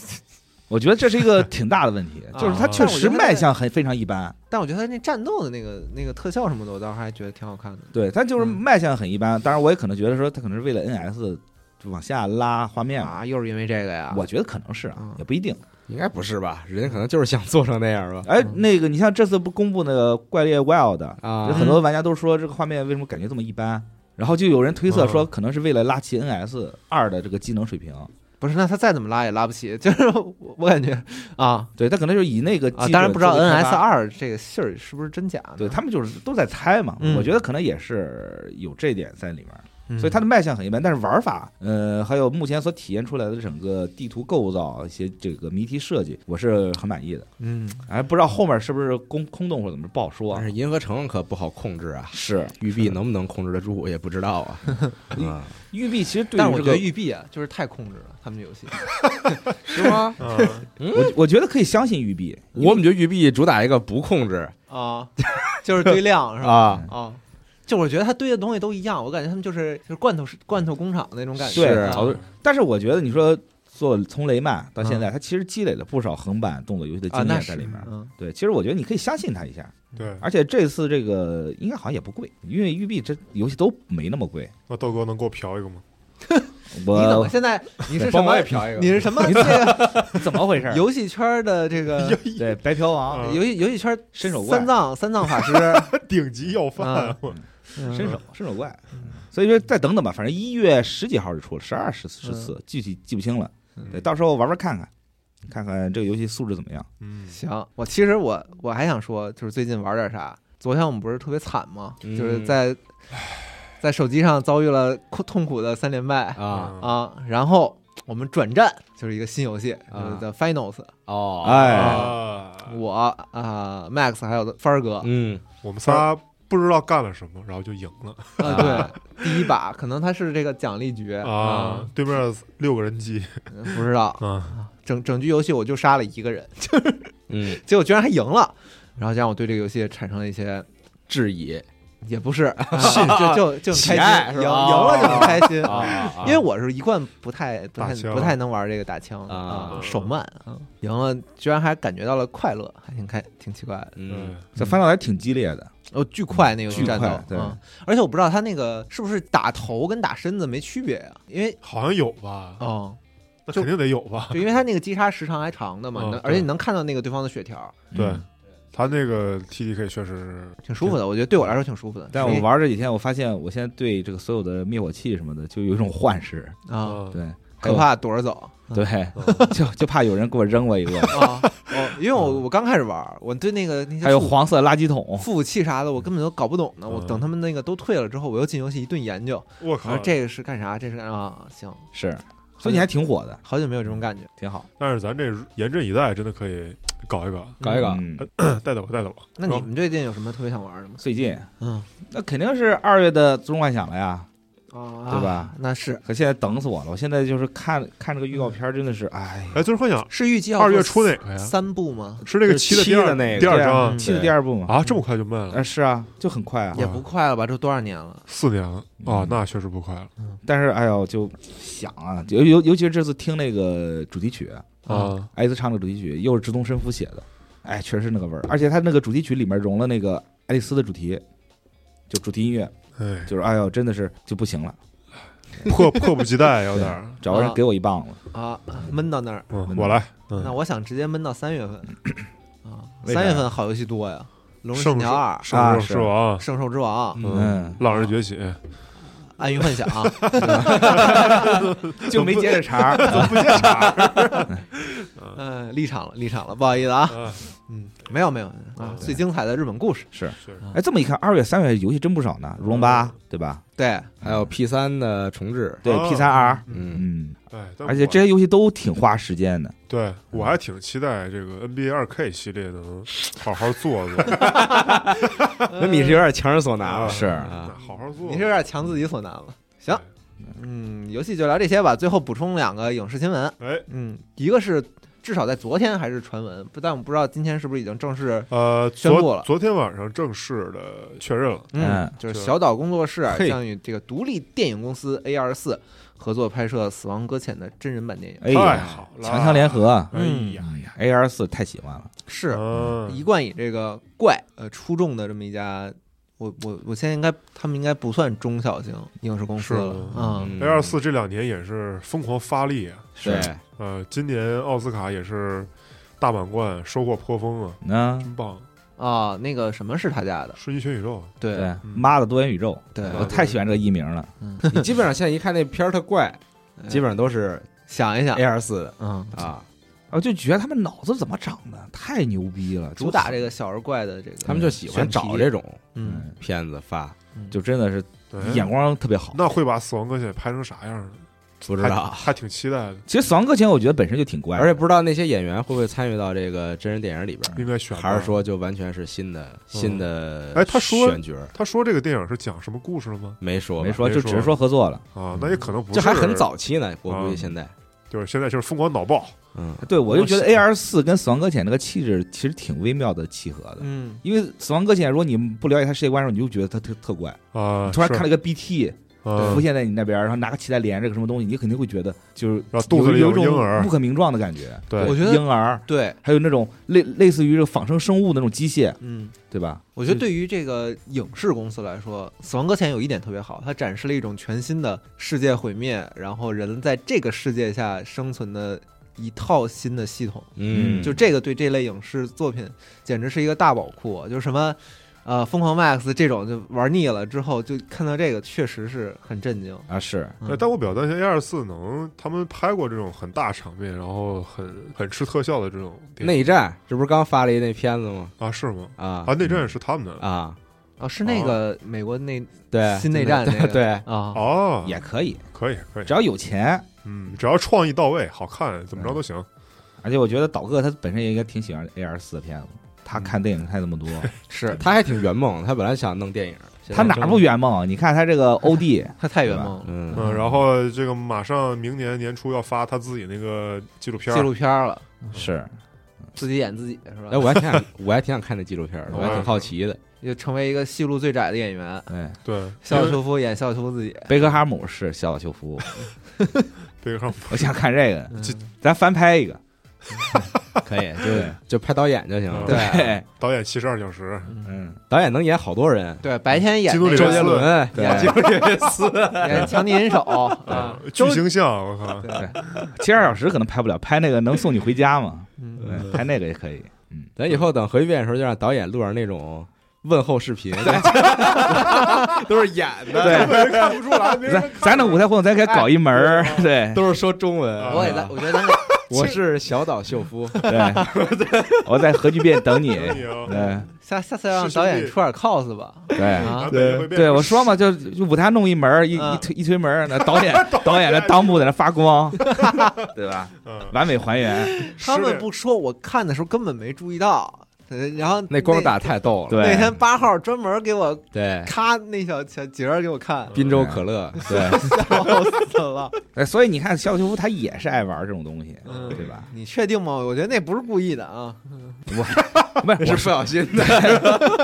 E: 我觉得这是一个挺大的问 题，
B: 啊
E: 就是它确实卖相很非常一般，
B: 但我觉得他那战斗的那个那个特效什么的，我倒是还觉得挺好看的。
E: 对，它就是
B: 嗯
E: 卖相很一般。当然，我也可能觉得说它可能是为了 NS 就往下拉画面嘛，
B: 啊，又是因为这个呀？
E: 哎我觉得可能是啊
B: 嗯，
E: 也不一定。
C: 应该不是吧？人家可能就是想做成那样吧。
E: 哎，
B: 嗯
E: 那个你像这次不公布那个怪猎 Wild，
C: 啊
E: 有，很
B: 嗯
E: 多玩家都说这个画面为什么感觉这么一般，然后就有人推
B: 啊
E: 测说可能是为了拉齐 NS 二的这个机能水平，
B: 不是，那他再怎么拉也拉不起，就是我我感觉啊
E: 对他可能就是以那个
B: 啊，
E: 基
B: 当然
E: 准
B: 不知道
E: 作为开
B: NS
E: 发。
B: 二这个信儿是不是真假呢。
E: 对他们就是都在猜嘛，
B: 嗯
E: 我觉得可能也是有这点在里面，
B: 嗯，
E: 所以它的卖相很一般，但是玩法，呃，还有目前所体验出来的整个地图构造、一些这个谜题设计，我是很满意的。
B: 嗯，
E: 哎，不知道后面是不是空空洞或者怎么不好说
C: 但
B: 哎
E: 啊。
C: 是银河城可不好控制啊，
E: 是
C: 玉碧能不能控制得住我也不知道啊。嗯
E: 育碧，其实对
B: 但
E: 于
B: 我
E: 这
B: 觉得
E: 个，
B: 育碧啊，就是太控制了他们这游 戏。
C: 是吗？
D: 嗯，
E: 我我觉得可以相信育碧，
C: 我们觉得育碧主打一个不控制
B: 啊，就是堆 量是吧？
C: 啊，
B: 啊，就我觉得他堆的东西都一样，我感觉他们就是就是罐头罐头工厂那种感觉。
E: 对
B: 啊
E: 好多但是我觉得你说做从雷曼到现在，他其实积累了不少横版动作游戏的
B: 啊，
E: 经
B: 那
E: 验
B: 是
E: 在里面。
B: 嗯
E: 对，其实我觉得你可以相信他一下，
D: 对。
E: 而且这次这个应该好像也不贵，因为育碧这游戏都没那么贵。
D: 那豆哥能给我嫖一个吗？
B: 你怎么
E: 我
B: 现在你是什
C: 帮我
B: 么
C: 也？嫖一个。
B: 你是什 么？这个
E: 怎么回事
B: 游戏圈的这 个
E: 呃对白嫖王
D: 嗯
B: 游戏游戏圈
E: 伸手怪
B: 三藏三藏 法师
D: 顶级要饭
B: 啊，
D: 我
B: 嗯
E: 伸手伸手怪，
C: 嗯
E: 所以说再等等吧，反正一月十几号就出了，十二十十
C: 嗯
E: 四，具体记不清了。对，到时候玩玩看看，看看这个游戏素质怎么样。
D: 嗯，
B: 行，我其实我我还想说，就是最近玩点啥。昨天我们不是特别惨吗？
C: 嗯
B: 就是在在手机上遭遇了苦痛苦的三连败
C: 啊？
D: 嗯，
B: 啊，然后我们转战就是一个新游戏，
C: 啊
B: 就是 The Finals。
C: 哦，
D: 嗯
E: 哎，
D: 啊
B: 我啊、Max 还有帆儿哥，
C: 嗯，
D: 我们仨不知道干了什么，然后就赢了
B: 啊，对，第一把可能他是这个奖励局
D: 啊！对面六个人机
B: 嗯不知道，
D: 啊，
B: 整整局游戏我就杀了一个人，
C: 嗯，
B: 结果居然还赢了，然后让我对这个游戏产生了一些。
C: 质疑
B: 也不是，啊 就就就很
C: 喜爱
B: 开
C: 是
B: 心，赢赢
C: 吧
B: 了就很开心
C: 啊，啊
B: 因为我是一贯不太不
D: 打
B: 太
D: 枪
B: 不太能玩这个打枪
C: 啊
B: 手慢啊，赢了居然还感觉到了快乐，还挺开挺奇怪的，
C: 嗯，
E: 这翻到还挺激烈的，
B: 哦，巨快那个
E: 巨
B: 战斗
E: 快，对
B: 嗯，而且我不知道他那个是不是打头跟打身子没区别呀、因为
D: 好像有吧？
E: 啊
B: 哦，
D: 那肯定得有吧？
B: 就因为他那个击杀时长还长的嘛，
D: 哦
B: 你能
D: 对
B: 而且你能看到那个对方的血条，
D: 对
E: 嗯
D: 他那个 TDK 确实
B: 挺舒服的，我觉得对我来说挺舒服的。
E: 但我玩这几天，我发现我现在对这个所有的灭火器什么的，就有一种幻视，
B: 啊，
D: 嗯
E: 对，
B: 可怕躲着走。
C: 嗯
E: 对，
C: 哦
E: 就就怕有人给我扔我一个，
B: 啊，哦，因为我我刚开始玩，我对那个那些
E: 还有
B: 副
E: 黄色垃圾桶，
B: 副武器啥的，我根本都搞不懂呢。
D: 嗯
B: 我等他们那个都退了之后，我又进游戏一顿研究，
D: 我
B: 然
D: 靠
B: 后！这个是干啥，这是干啊，行，
E: 是，所以你还挺火的，
B: 好久没有这种感觉。
E: 挺
C: 嗯
E: 好。
D: 但是咱这严阵以待，真的可以搞一搞，
C: 搞一搞，
E: 嗯
D: 带带我，带带我。
B: 那你们最近有什么特别想玩的吗？
E: 最近
B: 嗯，
E: 那肯定是二月的《最终幻想》了呀，
B: 啊，
E: 对吧？
B: 那是
E: 可现在等死我了，我现在就是看看这个预告片，真的是，哎呀，
D: 哎，最终幻想
B: 是预计要
D: 二
B: 做
D: 月
B: 啊
D: 出哪个呀？
B: 三部吗？
D: 是那个七的第
C: 七
D: 二
C: 的那个
D: 第二
E: 对啊
D: 章
B: 嗯
E: 期的第二部嘛，
D: 啊？这么快就卖了
E: 啊，？是啊，就很快啊
B: 也，不快了吧？这多少年了？
D: 四年了啊
E: 嗯，
D: 那确实不快了
E: 但是哎呦，就想啊，尤尤尤其是这次听那个主题曲，
D: 啊！
E: 艾斯唱的主题曲又是直通神夫写的，哎，确实是那个味儿。而且他那个主题曲里面融了那个爱丽丝的主题，就主题音乐，
D: 哎，
E: 就是哎呦，真的是就不行了，
D: 迫迫不及待有点儿。
E: 找个人给我一棒子。
B: 啊，闷到那儿。
D: 嗯，我来。
B: 那
D: 嗯，
B: 我想直接闷到三月份啊，
E: 为啥
B: 三
E: 呀
B: 月份好游戏多呀，《龙与
D: 圣
B: 信条二》《
D: 圣
E: 啊
D: 兽
E: 是
D: 之王，
B: 圣兽之王》
C: 嗯
E: 嗯，
D: 啊浪人崛起，
B: 《暗云幻想》
E: 嗯就没接着茬儿，啊
B: 嗯，立场了，立场了，不好意思啊，
D: 啊，
B: 嗯， 没有没有啊，最精彩的日本故事，
E: 是。
D: 是
E: 哎，这么一看，二月、三月游戏真不少呢，《如龙八》对吧？
B: 对，
C: 还有 P 三的重置，
E: 对
D: 哦
E: P 三 R，
C: 嗯，
E: 嗯，
D: 哎，但
E: 而且
D: 我
E: 这些游戏都挺花时间的。
D: 对我还挺期待这个 NBA 二 K 系列能好好做做，
C: 那你是有点强人所难了，
E: 是
D: 啊
C: 啊，
D: 好好做。
B: 你是有点强自己所难了。行，嗯，游戏就聊这些吧，最后补充两个影视新闻，
D: 哎，
B: 嗯，一个是。至少在昨天还是传闻，不但我不知道今天是不是已经正式，
D: 呃，
B: 宣布
D: 昨
B: 了
D: 昨天晚上正式的确认了，
B: 嗯
E: 哎，
B: 就是
D: 是
B: 小岛工作室啊
C: 嘿
B: 将与这个独立电影公司 A 二四合作拍摄《死亡搁浅》的真人版电影。
E: 哎
D: 太
E: 呀，
D: 好了，
E: 强强联，合啊
D: 哎呀，
E: ，A R 四太喜欢了，
B: 是
D: 嗯
B: 一贯以这个怪呃出众的这么一家，我我我现在应该他们应该不算中小型影视公司
D: 是
B: 了啊、嗯
C: 嗯
D: ，A 二四这两年也是疯狂发力啊，
C: 对，
D: 呃，今年奥斯卡也是大满贯，收获颇丰啊，
E: 那
D: 真棒，
B: 啊，那个什么是他家的？
D: 瞬息全宇宙，
B: 对
E: 对妈的多元宇宙，
B: 对
E: 我太喜欢这个艺名了，
C: 你基本上现在一看那片儿特怪，
B: 哎
C: 基本上都是
B: 想一想
C: A，二四的
B: 嗯，
C: 啊，
E: 我哦就觉得他们脑子怎么长的，太牛逼了，
B: 主打这个小而怪的这个，
C: 他们就喜欢
B: 选题
C: 找这种
B: 嗯，
E: 嗯，
C: 片子发，
E: 就真的是
D: 对，
E: 眼光特别好。
D: 那会把《死亡搁浅》拍成啥样呢？
C: 不知
D: 还
C: 道，啊
D: 还挺期待的，
E: 其实《死亡搁浅》我觉得本身就挺怪的，
C: 而且不知道那些演员会不会参与到这个真人电影里边儿，
D: 应该选吧
C: 还是说就完全是新的新的？
D: 哎他说
C: 选角儿
D: 他说这个电影是讲什么故事了吗？
C: 没说吧
E: 没说，
D: 没
E: 就
D: 说
E: 只是说合作了。
D: 啊，那也可能不是，
C: 这还很，早期呢，我估计现在，
D: 就是现在就是疯狂脑爆，
C: 嗯，
E: 哎对，我
D: 我
E: 就觉得
D: 喜
E: A R 四跟《死亡搁浅》那个气质其实挺微妙的契合的，
B: 嗯，
E: 因为《死亡搁浅》如果你不了解他世界观的时候，你就觉得他特特怪。
D: 啊，
E: 突然
D: 是
E: 看了一个 B T
D: 啊
E: 浮现在你那边，然后拿个脐带连着个什么东西，你肯定会觉得就是
D: 然后肚子里
E: 有
D: 有
E: 一种
D: 婴儿
E: 不可名状的感觉。
D: 对
B: 我觉得
E: 婴儿
B: 对，
E: 还有那种类类似于这个仿生生物的那种机械，
B: 嗯，
E: 对吧？
B: 我觉得对于这个影视公司来说，《死亡搁浅》有一点特别好，它展示了一种全新的世界毁灭，然后人在这个世界下生存的一套新的系统。
E: 嗯
B: 就这个对这类影视作品简直是一个大宝库啊，就是什么。呃，疯狂 Max 这种就玩腻了之后，就看到这个确实是很震惊。
E: 啊，是
B: 嗯
D: 哎但我比较担心 A 二四能他们拍过这种很大场面，然后很很吃特效的这种电影
C: 内战，这不是刚发了一那片子吗？
D: 啊是吗？
C: 啊
D: 啊，内战是他们的
C: 啊，
B: 哦，是那个美国那
C: 对，
B: 新内战那个
C: 对，
B: 啊，
D: 哦，
E: 也可以，
D: 可以可以
E: 只，要有钱。
D: 嗯，只要创意到位，好看怎么着都行。
E: 而且我觉得导哥他本身也应该挺喜欢 A R 四的片子，他看电影看那么多，
C: 嗯
B: 是
C: 他还挺圆梦，他本来想弄电影，现在
E: 他哪不圆梦？你看他这个 O D，
B: 他太圆梦了，
C: 嗯
D: 嗯，然后这个马上明年年初要发他自己那个纪录片儿，
B: 纪录片了，
E: 是
B: 自己演自己是吧？
C: 哎，我还挺想，我还挺想看那纪录片儿的，
D: 哦
C: 我还挺好奇的。
B: 就成为一个戏路最窄的演员。
E: 对，
D: 对，
B: 肖尔丘夫演肖尔丘夫自己，
E: 贝克汉姆是小岛秀夫，
D: 对上
E: 我想看这个，
B: 嗯
D: 这
E: 咱翻拍一个，
C: 可以，
E: 对
C: 就拍导演就行了。
D: 对
E: 对，
D: 导演七十二小时，
E: 嗯，
C: 导演能演好多人，
B: 对，白天演
D: 基努
B: 那
D: 里
C: 周
D: 维
C: 杰
D: 斯
B: 个
C: 伦
E: 对
C: 演基努里维斯，
B: 演强敌银手啊，
D: 巨星像，我靠，
E: 七十二小时可能拍不了，拍那个能送你回家嘛，
B: 嗯
E: 对，拍那个也可以。嗯，
C: 咱以后等核聚变的时候，就让导演录上那种问候视频，都是演的，
E: 对，
D: 看不出来，没哎
E: 咱咱的舞台活动咱可以搞一门儿，对
C: 都是说中文。
D: 啊
B: 嗯我也在，我觉得咱俩
C: 我是小岛秀夫，
E: 对，我在核聚变等你，
D: 人你啊，
E: 对
B: 下下次让导演出点 cos 吧，
E: 对。
B: 啊，
D: 对
E: 对，我说嘛，就就舞台弄一门儿，一
B: 嗯
E: 一推一推门儿，那导演 导演的裆部在那发 光，对吧？
D: 嗯，
E: 完美还原，
B: 他们不说，我看的时候根本没注意到，呃然后
C: 那光打。太逗了。
E: 对
B: 那天八号专门给我
C: 对，
B: 咔那小小节儿给我看，
C: 滨州可乐，
E: 对，
B: 笑死了。
E: 哎，所以你看，肖秋夫他也是爱玩这种东西，
B: 嗯
E: 对吧？
B: 你确定吗？我觉得那不是故意的啊
E: 不是，
C: 是不小心的。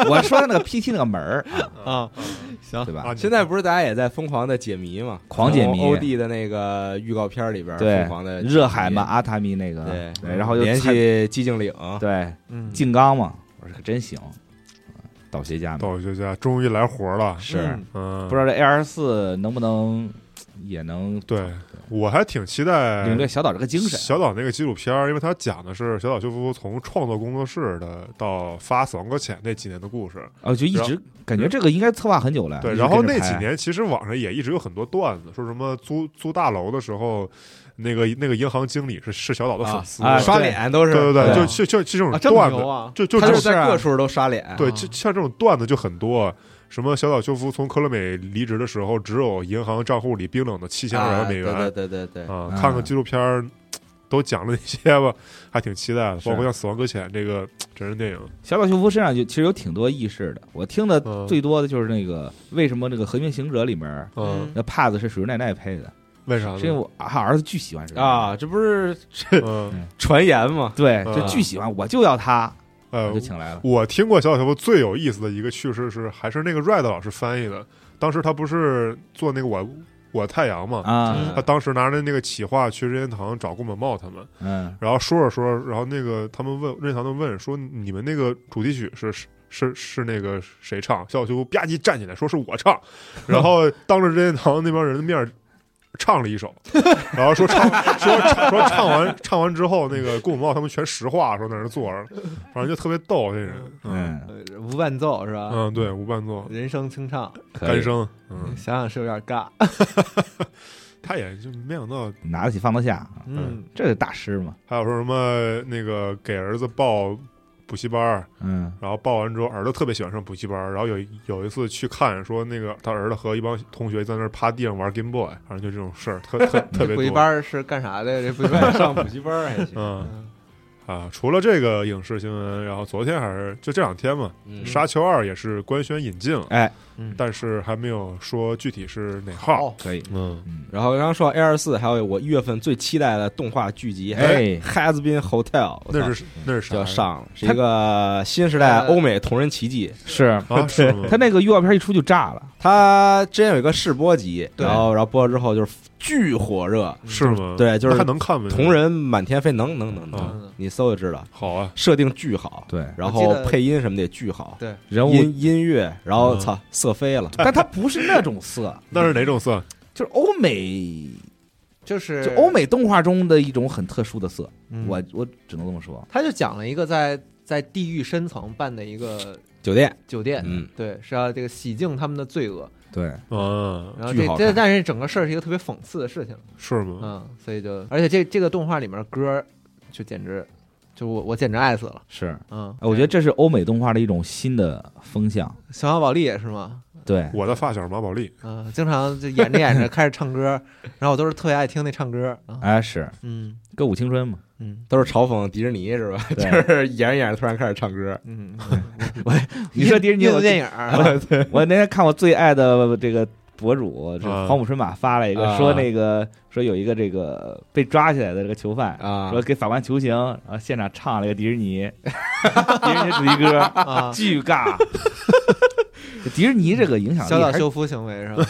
E: 我说的那个 PT 那个门儿啊，
D: 嗯
B: 啊！行，
E: 对吧？
D: 啊，
C: 现在不是大家也在疯狂的解谜嘛？
E: 狂解谜
C: 欧弟的那个预告片里边，
E: 对
C: 疯狂的
E: 热海嘛，，阿塔米那个，
C: 对
E: 然后又
C: 联
E: 参
C: 系寂静岭，啊
E: 对
B: 嗯，
E: 静冈嘛，我说可真行，导学家嘛，
D: 道学家终于来活了，
C: 是
B: 嗯
D: 嗯，
E: 不知道这 A R 四能不能也能
D: 对，我还挺期待
E: 领略小岛这个精神，
D: 小岛那个纪录片儿，因为它讲的是小岛秀夫从创作工作室的到发《死亡搁浅》那几年的故事。
E: 啊，就一直感觉这个应该策划很久了，
D: 对，
E: 一直
D: 然后
E: 跟着
D: 那
E: 拍
D: 几年其实网上也一直有很多段子，说什么租租大楼的时候，那个那个银行经理是是小岛的粉丝，
E: 啊
C: 刷
E: 对
C: 脸都是，
D: 对对对，
E: 对
D: 就就就就这种
B: 啊，这么
D: 段
B: 牛
D: 子，
B: 啊！
D: 就就
C: 他
D: 这
C: 就是
D: 种
C: 在各处都刷脸，
D: 对，就像这种段子就很多。什么小岛秀夫从科乐美离职的时候，只有银行账户里冰冷的七千二百万美元
C: 啊对对对对对，
D: 啊，
E: 嗯
D: 看看纪录片儿，都讲了哪些吧，还挺期待的。
E: 是
D: 包括像《死亡搁浅》这个真人电影，
E: 小岛秀夫身上就其实有挺多意识的，我听的
D: 嗯
E: 最多的就是那个为什么那个《和平行者》里面
D: 嗯
E: 那帕子是水原奈奈配的，
D: 为啥呢？
E: 是因为我他儿子巨喜欢这个，
C: 啊，这不是
D: 嗯，
C: 传言吗？
E: 对，
D: 嗯
E: 就巨喜欢，我就要他，
D: 呃
E: 我就，请来了。
D: 我听过小小头发最有意思的一个趣事是，还是那个 Red 老师翻译的。当时他不是做那个我我太阳嘛，
E: 啊
D: 他，当时拿着那个企划去任天堂找宫本茂他们，
E: 嗯，
D: 然后说着说着，然后那个他们问任天堂的问说你们那个主题曲是是是是那个谁唱？小小头发吧唧站起来说是我唱，然后当着任天堂那帮人的面。唱了一首，然后说唱说唱说唱完唱完之后，那个宫本茂他们全石化，说在那儿坐着，反正就特别逗这人。
E: 嗯，
B: 呃无伴奏是吧？
D: 嗯，对，无伴奏，
B: 人声清唱，
E: 可
D: 单
E: 以
D: 声，嗯，
B: 想想是有点尬。
D: 他也就没想到，
E: 拿得起放得下，
B: 嗯，
E: 这是大师嘛。
D: 还有说什么那个给儿子报补习班儿，
E: 嗯
D: 然后报完之后，儿子特别喜欢上补习班儿，然后有一有一次去看，说那个他儿子和一帮同学在那儿趴地上玩 Game Boy，反正就这种事儿，特 特特别
B: 补习
D: 多。
B: 班儿是干啥的？这补习班儿上补习班儿还行。
D: 嗯啊，除了这个影视新闻，然后昨天还是就这两天嘛，
C: 嗯
D: 《沙丘二》也是官宣引进了，
E: 哎，
B: 嗯
D: 但是还没有说具体是哪号。
E: 可以，
D: 嗯，
C: 然后刚刚说到 A 二四，还有我一月份最期待的动画剧集，
E: 哎
C: ，Has Been Hotel，我操
D: 那是那是啥
C: 就
D: 呀？
C: 要上了，是一个新时代欧美同人奇迹。
E: 是
D: 啊是吗
E: 他那个预告片一出就炸了，
C: 它之前有一个试播集，
B: 对
C: 然后然后播了之后就是巨火热，
D: 是吗？，
C: 对，就
D: 还
C: 是
D: 能看吗？
C: 同人满天飞，能能能能，
B: 嗯
C: 你搜就知道，
D: 好啊，
C: 设定巨好，
E: 对
C: 然
B: 我
C: 后
B: 记得
C: 配音什么的也巨好，
B: 对，
E: 人物，
C: 音音乐，然后
D: 嗯
C: 操色飞了，
E: 但他不是那种色，
D: 那是哪种色？
E: 就是欧美，
B: 就是
E: 就欧，美动画中的一种很特殊的色，
B: 嗯
E: 我我只能这么说。
B: 他就讲了一个在在地狱深层办的一个
C: 酒店，
B: 酒店，
C: 嗯，
B: 对，是要这个洗净他们的罪恶。
E: 对，哦
D: 嗯，
B: 然后
C: 巨
B: 这
C: 好
B: 这
C: 看
B: 但是整个事儿是一个特别讽刺的事情，
D: 是吗？
B: 嗯，所以就而且这这个动画里面歌儿就简直就我我简直爱死了，
E: 是，
B: 嗯，
E: 哎我觉得这是欧美动画的一种新的风向。
B: 小马宝莉也是嘛，
E: 对，
D: 我的发小马宝莉，
B: 嗯，经常就演着演着 开始唱歌，然后我都是特别爱听那唱歌，啊
E: 哎，是
B: 嗯
E: 歌舞青春嘛。
B: 嗯
C: 都是嘲讽迪士尼是吧？
E: 对
C: 就是演着演着突然开始唱歌，
B: 嗯，
E: 你说迪士尼，
B: 的
E: 我
B: 电影 儿，
E: 我那天看我最爱的这个博主，这
D: 啊
E: 黄埔春马发了一个，
C: 啊
E: 说那个说有一个这个被抓起来的这个囚犯
C: 啊
E: 说给法官求情，然后现场唱了一个迪士尼，迪士尼主题歌，
B: 啊，
E: 巨尬。迪士尼这个影响
B: 小
E: 力
B: 岛
E: 还是，
B: 修复行为是吧？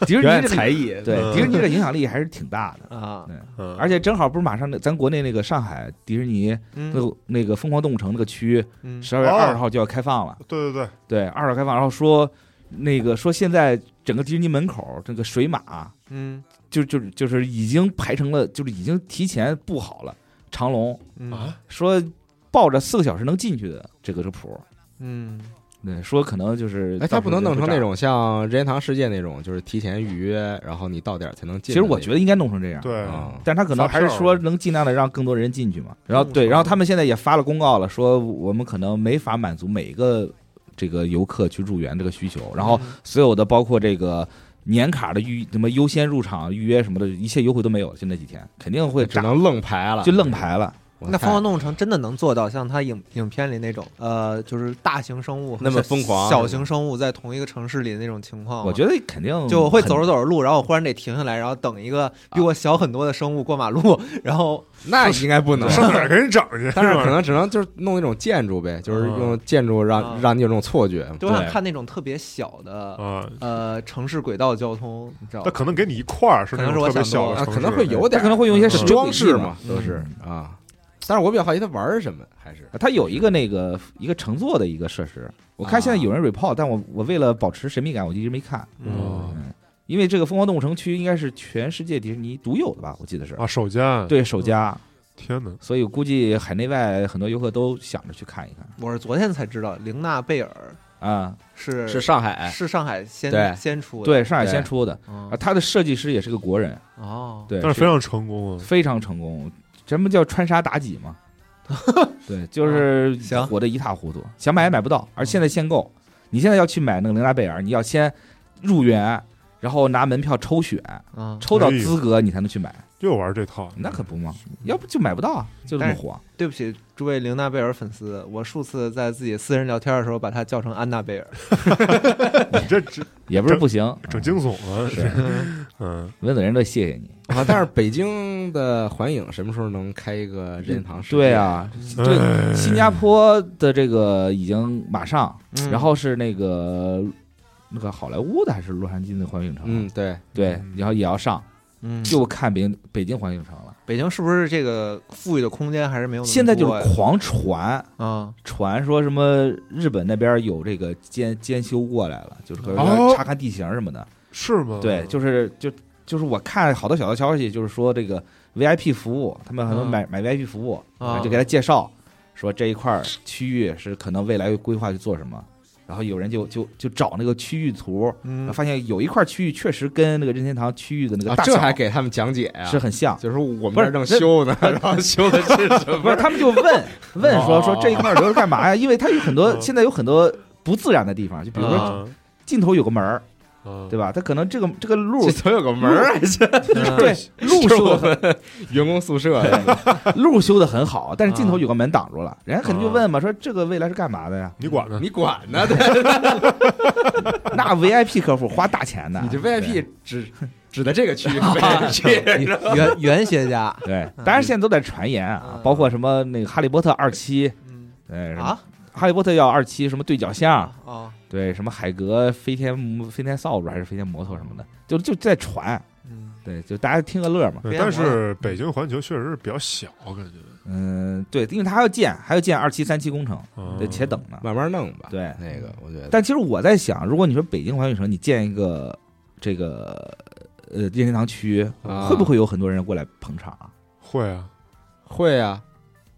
E: 迪士
C: 表
E: 尼
C: 演
E: 这个
C: 才艺，
E: 对
D: 嗯
E: 迪士尼这个影响力还是挺大的。
B: 啊，
D: 嗯，
E: 而且正好不是马上那咱国内那个上海迪士尼
B: 嗯
E: 那个那个疯狂动物城那个区，
B: 嗯
E: 十二
C: 哦
E: 月二十号就要开放了。
D: 对对对，
E: 对，二号开放，然后说那个说现在整个迪士尼门口这个水马
B: 嗯
E: 就就就是已经排成了，就是已经提前布好了长龙，
B: 嗯
D: 啊
E: 说抱着四个小时能进去的这个这谱，
B: 嗯，
E: 对，说可能就是
C: 哎，
E: 到
C: 他
E: 时候
C: 不
E: 就
C: 能弄成那
E: 这样。
C: 种像任天堂世界那种，就是提前预约，然后你到点儿才能进的
E: 其实
C: 那种。
E: 我觉得应该弄成这样，
D: 对，
C: 啊，
E: 但他可能还是
D: 发票
E: 说能尽量的让更多人进去嘛。然后对，
B: 嗯
E: 然后他们现在也发了公告了，说我们可能没法满足每一个这个游客去入园这个需求，然后所有的包括这个。年卡的预什么优先入场预约什么的，一切优惠都没有了。就那几天肯定会
C: 只
E: 炸，
C: 能愣排了，
E: 就愣排了。
C: 我
B: 那
C: 太
B: 疯狂动物城真的能做到像它影影片里那种，呃，就是大型生物和
C: 那么
B: 小
C: 疯狂
B: 小型生物在同一个城市里的那种情况吗？啊
E: 我觉得肯定
B: 哦就我会走着
E: 走，
B: 走着路，然后我忽然得停下来，然后等一个比我小很多的生物过马路，然后
C: 那应该不能，
D: 上哪儿给人整去？
C: 但是
D: 吧
C: 可能只能就是弄那种建筑呗，就是用建筑让
B: 嗯
C: 让你有这种错觉。
B: 就我想
E: 对
B: 看那种特别小的
D: 啊，
B: 呃城市轨道交通，你知道
D: 他
B: 吗？
D: 可能给你一块儿是那种特别小
C: 啊
D: 的城
C: 可
D: 市，
C: 能会有点
E: 他可能会用一些
D: 嗯
E: 视觉
C: 装
E: 诡
C: 饰
E: 计
C: 嘛，都是啊。但是我比较好奇他玩儿什么，还是
E: 它有一个那个一个乘坐的一个设施，我看现在有人 report，、但我我为了保持神秘感，我就一直没看，
B: 嗯
D: 哦
E: 因为这个疯狂动物城区应该是全世界迪士尼独有的吧，我记得是。
D: 啊手贱，，
E: 嗯对首家，
D: 天哪，
E: 所以估计海内外很多游客都想着去看一看
B: 我是昨天才知道，玲娜贝尔
E: 啊。
B: 是
C: 是上海
B: 是上海
C: 对
B: 先先出的，
E: 对，上海
C: 对
E: 先出的，
B: 嗯
E: 啊，他的设计师也是个国人，
B: 哦，
E: 对，
D: 但是
E: 是
D: 非常成功啊，
E: 非常成功。什么叫穿沙妲己嘛？对，就是
B: 行
E: 火的一塌糊涂，想买也买不到，而现在限购。你现在要去买那个玲娜贝尔，你要先入园，然后拿门票抽选，
B: 嗯，
E: 抽到资格你才能去买，
D: 又玩这套，
E: 那可不嘛，要不就买不到啊，就这么火。
B: 对不起，诸位玲娜贝尔粉丝，我数次在自己私人聊天的时候把她叫成安娜贝尔。
D: 你这整
E: 也不是不行，
D: 整惊悚
E: 是
D: 了，嗯，
E: 温子仁都谢谢你，
C: 啊，但是北京的环影什么时候能开一个任天堂世界？
E: 对，啊，
D: 哎
E: 这新加坡的这个已经马上，
B: 嗯
E: 然后是那个那个好莱坞的还是洛杉矶的环影城，
C: 嗯，对，
E: 对，然后也要上，
B: 嗯，
E: 就看北京北京环影城了。
B: 北京是不是这个富裕的空间还是没有那么多呀？
E: 现在就是狂传
B: 啊，
E: 传说什么日本那边有这个监监修过来了，就是说
D: 哦
E: 查看地形什么的。
D: 是
C: 哦
D: 吗？
E: 对，就是就就是我看好多小道消息，就是说这个 VIP 服务，他们很多
B: 嗯
E: 买、买 VIP 服务，
B: 啊
C: 嗯
E: 就给他介绍说这一块儿区域是可能未来规划去做什么，然后有人就就就找那个区域图，
B: 嗯
E: 发现有一块区域确实跟那个任天堂区域的那个
C: 啊，
E: 大
C: 这
E: 小
C: 还给他啊们讲解呀、
E: 是很像。
C: 就是我们
E: 不
C: 这
E: 是
C: 儿正修呢，然后修 的是什
E: 不
C: 么
E: 是，？他们就问问
C: 哦
E: 说说这一块儿留着干嘛呀？因为它有很多
D: 嗯
E: 现在有很多不自然的地方，就比如说
D: 嗯，
E: 尽头有个门儿，
D: 嗯，
E: 对吧？它可能这个这个路
C: 这总有个门儿啊，这
E: 对 路
C: 是我
E: 修的
C: 们 员工宿舍呀。
E: 路修的很好，但是尽头
B: 啊
E: 有个门挡住了，人家肯定就问嘛，说这个未来是干嘛的呀？
D: 你管 呢？
C: 你管呢？对，
E: 那 VIP 客户花大钱的，
C: 你这
E: 对啊
C: VIP 只只在这个区域 VIP，
B: 原原学家
E: 对
B: 嗯，
E: 当然现在都在传言啊
B: 嗯，
E: 包括什么那个《哈利波特》二期，
C: 嗯
E: 对，什么
B: 啊
E: 《哈利波特》要二期，什么对角巷，
B: 啊，
E: 对，什么海格飞天飞天扫帚还是飞天摩托什么的，就就在传，
B: 嗯，
E: 对，就大家听个乐嘛。
D: 嗯
B: 别
D: 但
B: 磨
D: 是北京环球确实是比较小，我感觉。
E: 嗯，对，因为它还要建，还要建二期、三期工程，
D: 嗯
E: 得且等呢。
C: 慢慢弄吧。
E: 对
C: 那个我觉得，
E: 但其实我在想，如果你说北京环宇城，你建一个这个呃任天堂区，
C: 啊
E: 会不会有很多人过来捧场啊？
D: 会啊，
C: 会啊，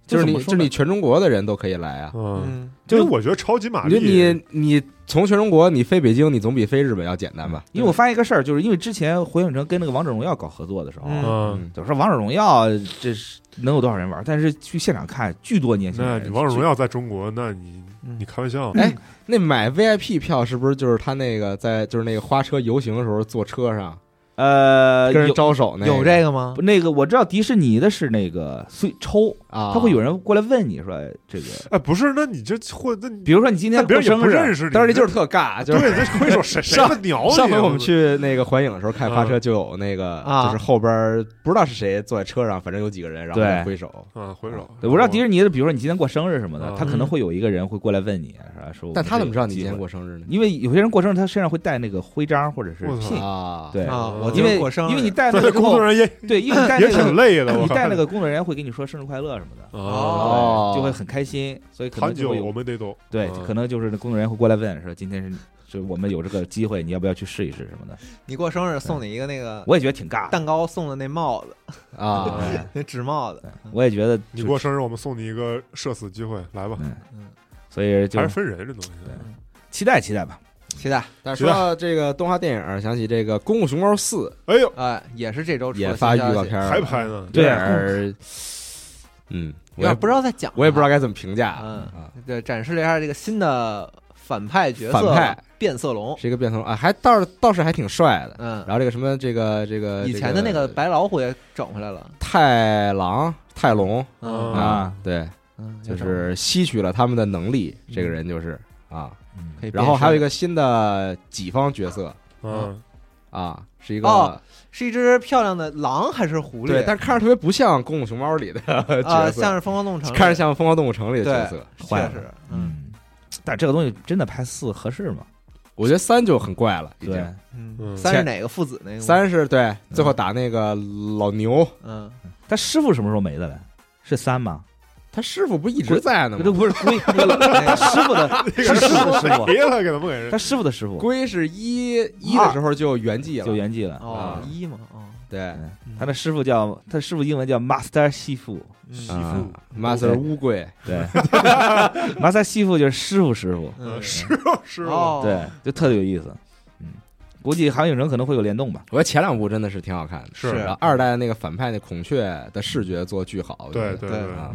C: 就是你，
E: 这怎
C: 就
E: 么说
C: 是
E: 呢
C: 你全中国的人都可以来啊。
D: 嗯，
B: 嗯
D: 因为
E: 就
D: 我觉得超级
E: 啊
D: 玛
C: 你
D: 丽，
C: 就你你从全中国你飞北京，你总比飞日本要简单吧？
E: 因为我发现一个事儿，就是因为之前火影城跟那个王者荣耀搞合作的时候，
B: 嗯
D: 嗯，
E: 就说王者荣耀这是能有多少人玩，但是去现场看，巨多年轻
D: 那
E: 人
D: 你
E: 嗯去。
D: 王者荣耀在中国，那你
B: 嗯
D: 你开玩笑？
C: 哎，那买 VIP 票是不是就是他那个在就是那个花车游行的时候坐车上
E: 呃，
C: 跟人
E: 有
C: 招手那
B: 有这个吗？
E: 不那个我知道迪士尼的是那个随抽，
C: 啊？
E: 他会有人过来问你说这个，
D: 哎，不是，那你这或那你
E: 比如说你今天
D: 但别
E: 过
D: 人也
E: 生
D: 不认
E: 日，
D: 识你，
C: 当时就是特尬，就是
D: 对，这挥手 谁谁
C: 上
D: 他鸟你啊？
C: 上回我们去那个环影的时候看花车，就有那个
B: 啊
C: 就是后边儿不知道是谁坐在车上，反正有几个人，然后
E: 对
C: 在挥手。
D: 嗯，挥手。
E: 对我知道迪士尼的，比如说你今天过生日什么的
D: 嗯，
E: 他可能会有一个人会过来问你，啊说说我们
C: 但他怎么知道你今
E: 这
C: 天
E: 个计划？
C: 过生日呢？
E: 因为有些人过生日，他身上会带那个徽章或者是
D: 我操
E: pin，
C: 啊，
E: 对，
B: 啊，我
E: 因为
B: 过生日，
E: 因为你带那
D: 嗯对，
E: 个之
D: 工作
E: 后，
D: 人员
E: 对，因为你带
D: 也也
E: 那
D: 挺
E: 个
D: 累的，我
E: 你带
D: 看
E: 那个工作人员会跟你说生日快乐什么的，
D: 哦，
C: 哦
E: 就会很开心，所以可
D: 谈
E: 能就
D: 酒
E: 会
D: 我
E: 有
D: 们得懂，
E: 对，
D: 嗯
E: 可能就是那工作人员会过来问说今天是就我们有这个机会，你要不要去试一试什么的？
B: 你过生日送你一个那个
E: 我也觉得挺尬的，
B: 蛋糕送的那帽子，
C: 啊，
E: 哎
B: 那纸帽子，
E: 我也觉得
D: 你过生日，我们送你一个社死机会，来吧，
E: 嗯
B: 嗯，
E: 所以就
D: 还是分人这东西。
E: 期待期待吧。
B: 期待，
C: 但是说到这个动画电影，想起这个《功夫熊猫四
D: 哎呦，
B: 哎，也是这周》出的
C: 也发预
B: 新消息
C: 告片，
E: 嗯
C: 儿了，
D: 还拍呢？
E: 对
C: 有点儿，嗯，
B: 有
C: 我也
B: 点
C: 啊不
B: 不
C: 知
B: 知道在讲，
C: 我也不知道。该怎么评价，
B: 嗯
C: 啊，
B: 对，展示了一下这个新的反派角色，
C: 反派
B: 变色龙，
C: 是一个变成啊，还倒是倒是还挺帅的。
B: 嗯，
C: 然后这个什么这个这个
B: 以前的那个白老虎也整回来了，
C: 太郎太龙
D: 嗯
C: 啊，对，
B: 嗯，
C: 就
B: 也整回来了
C: 是吸取了他们的能力，
B: 嗯
C: 这个人就是啊。
E: 嗯
B: 可以变
C: 然后还有一
B: 身
C: 个新的己方角色
D: 嗯，
C: 啊，是一个、
B: 哦是一只漂亮的狼还是狐狸？
C: 对，但看着特别不像《功夫熊猫》里的角
B: 啊，
C: 色，
B: 像是疯狂动物城，
C: 看着像《疯狂动物城》里的角色。
E: 坏
B: 确
E: 了
B: 实，嗯
E: 嗯，但这个东西真的拍四合适吗？
C: 我觉得三就很怪了，已
E: 对
C: 经。，
B: 嗯，
D: 嗯
B: 三是哪个父子那个吗？
C: 三是对，最后打那个老牛，
B: 嗯，
E: 他师傅什么时候没的嘞？是三吗？
C: 他师傅不一直在呢
E: 这
C: 吗？
E: 不是龟龟 了，他师傅的，他师傅的师傅，
D: 没了，给他们给人
E: 他师傅的师傅
C: 龟是一一的时候就圆寂
E: 就
C: 了，
E: 圆寂了。
B: 哦
C: 啊，
B: 一嘛，哦，
C: 对，
E: 嗯
B: 嗯
E: 他的师傅叫他师傅英文叫 Master 西父，
D: 媳
B: 嗯
D: 妇
C: 啊，Master 乌龟，
E: 对，Master 西父就是师傅师傅，
B: 嗯，
D: 师师傅，
B: 哦，
E: 对，就特别有意思。嗯，估计韩影城可能会有联动吧。
C: 我觉得前两部真的是挺好看的，
D: 是
C: 然后二代那个反派那孔雀的视觉做巨好，我觉
D: 对
C: 得
D: 对
B: 对
D: 对，
C: 啊，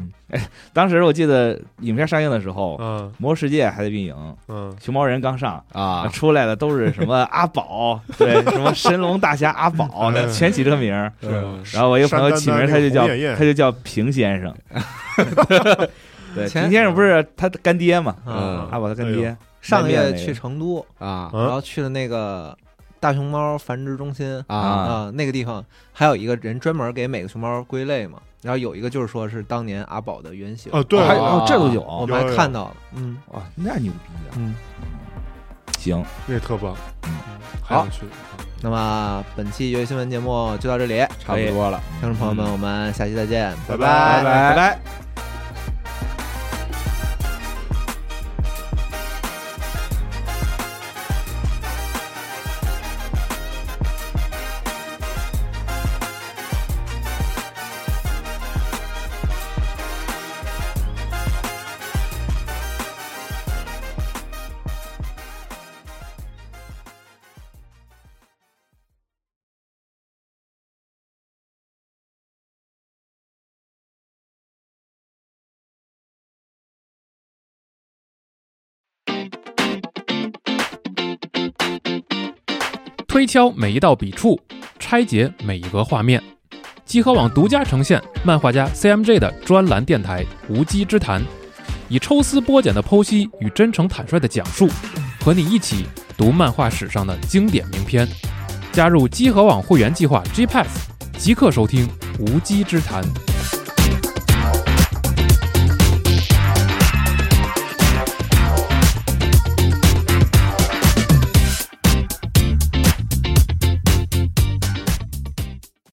E: 当时我记得影片上映的时候，《
D: 嗯
E: 魔兽世界》还在运营，
D: 嗯
E: 《熊猫人》刚上，
C: 啊，
E: 出来的都是什么阿宝，对，什么神龙大侠阿宝，
D: 嗯
E: 全起这个名儿。
D: 是
C: 嗯
E: 然后我一个朋友起名儿，他就叫
D: 嗯
E: 他就叫平先生。对，
B: 前
E: 平先生不是他的干爹嘛？啊
B: 嗯，
E: 阿宝他干
D: 哎
E: 爹，
B: 上个
E: 卖面
B: 月
E: 那个
B: 去成都，
C: 啊，
B: 然
D: 嗯
B: 后去了那个。大熊猫繁殖中心
C: 啊
B: 那个地方还有一个人专门给每个熊猫归类嘛，然后有一个就是说是当年阿宝的原型，
D: 啊，对，
E: 还有
C: 啊
E: 哦这都有
B: 我
E: 啊，
B: 们
D: 有
B: 还
D: 有
B: 看到了，嗯
E: 那牛逼啊！
B: 嗯。
E: 行，
D: 那特棒，
E: 嗯
D: 还想去，
B: 那么本期游戏新闻节目就到这里，
C: 差不多了。
B: 听众朋友们，我们下期再见，拜
C: 拜
D: 拜
E: 拜拜。
F: 推敲每一道笔触，拆解每一个画面。集合网独家呈现漫画家 CMJ 的专栏电台《无稽之谈》，以抽丝剥茧的剖析与真诚坦率的讲述，和你一起读漫画史上的经典名篇。加入集合网会员计划 G Pass，即刻收听《无稽之谈》。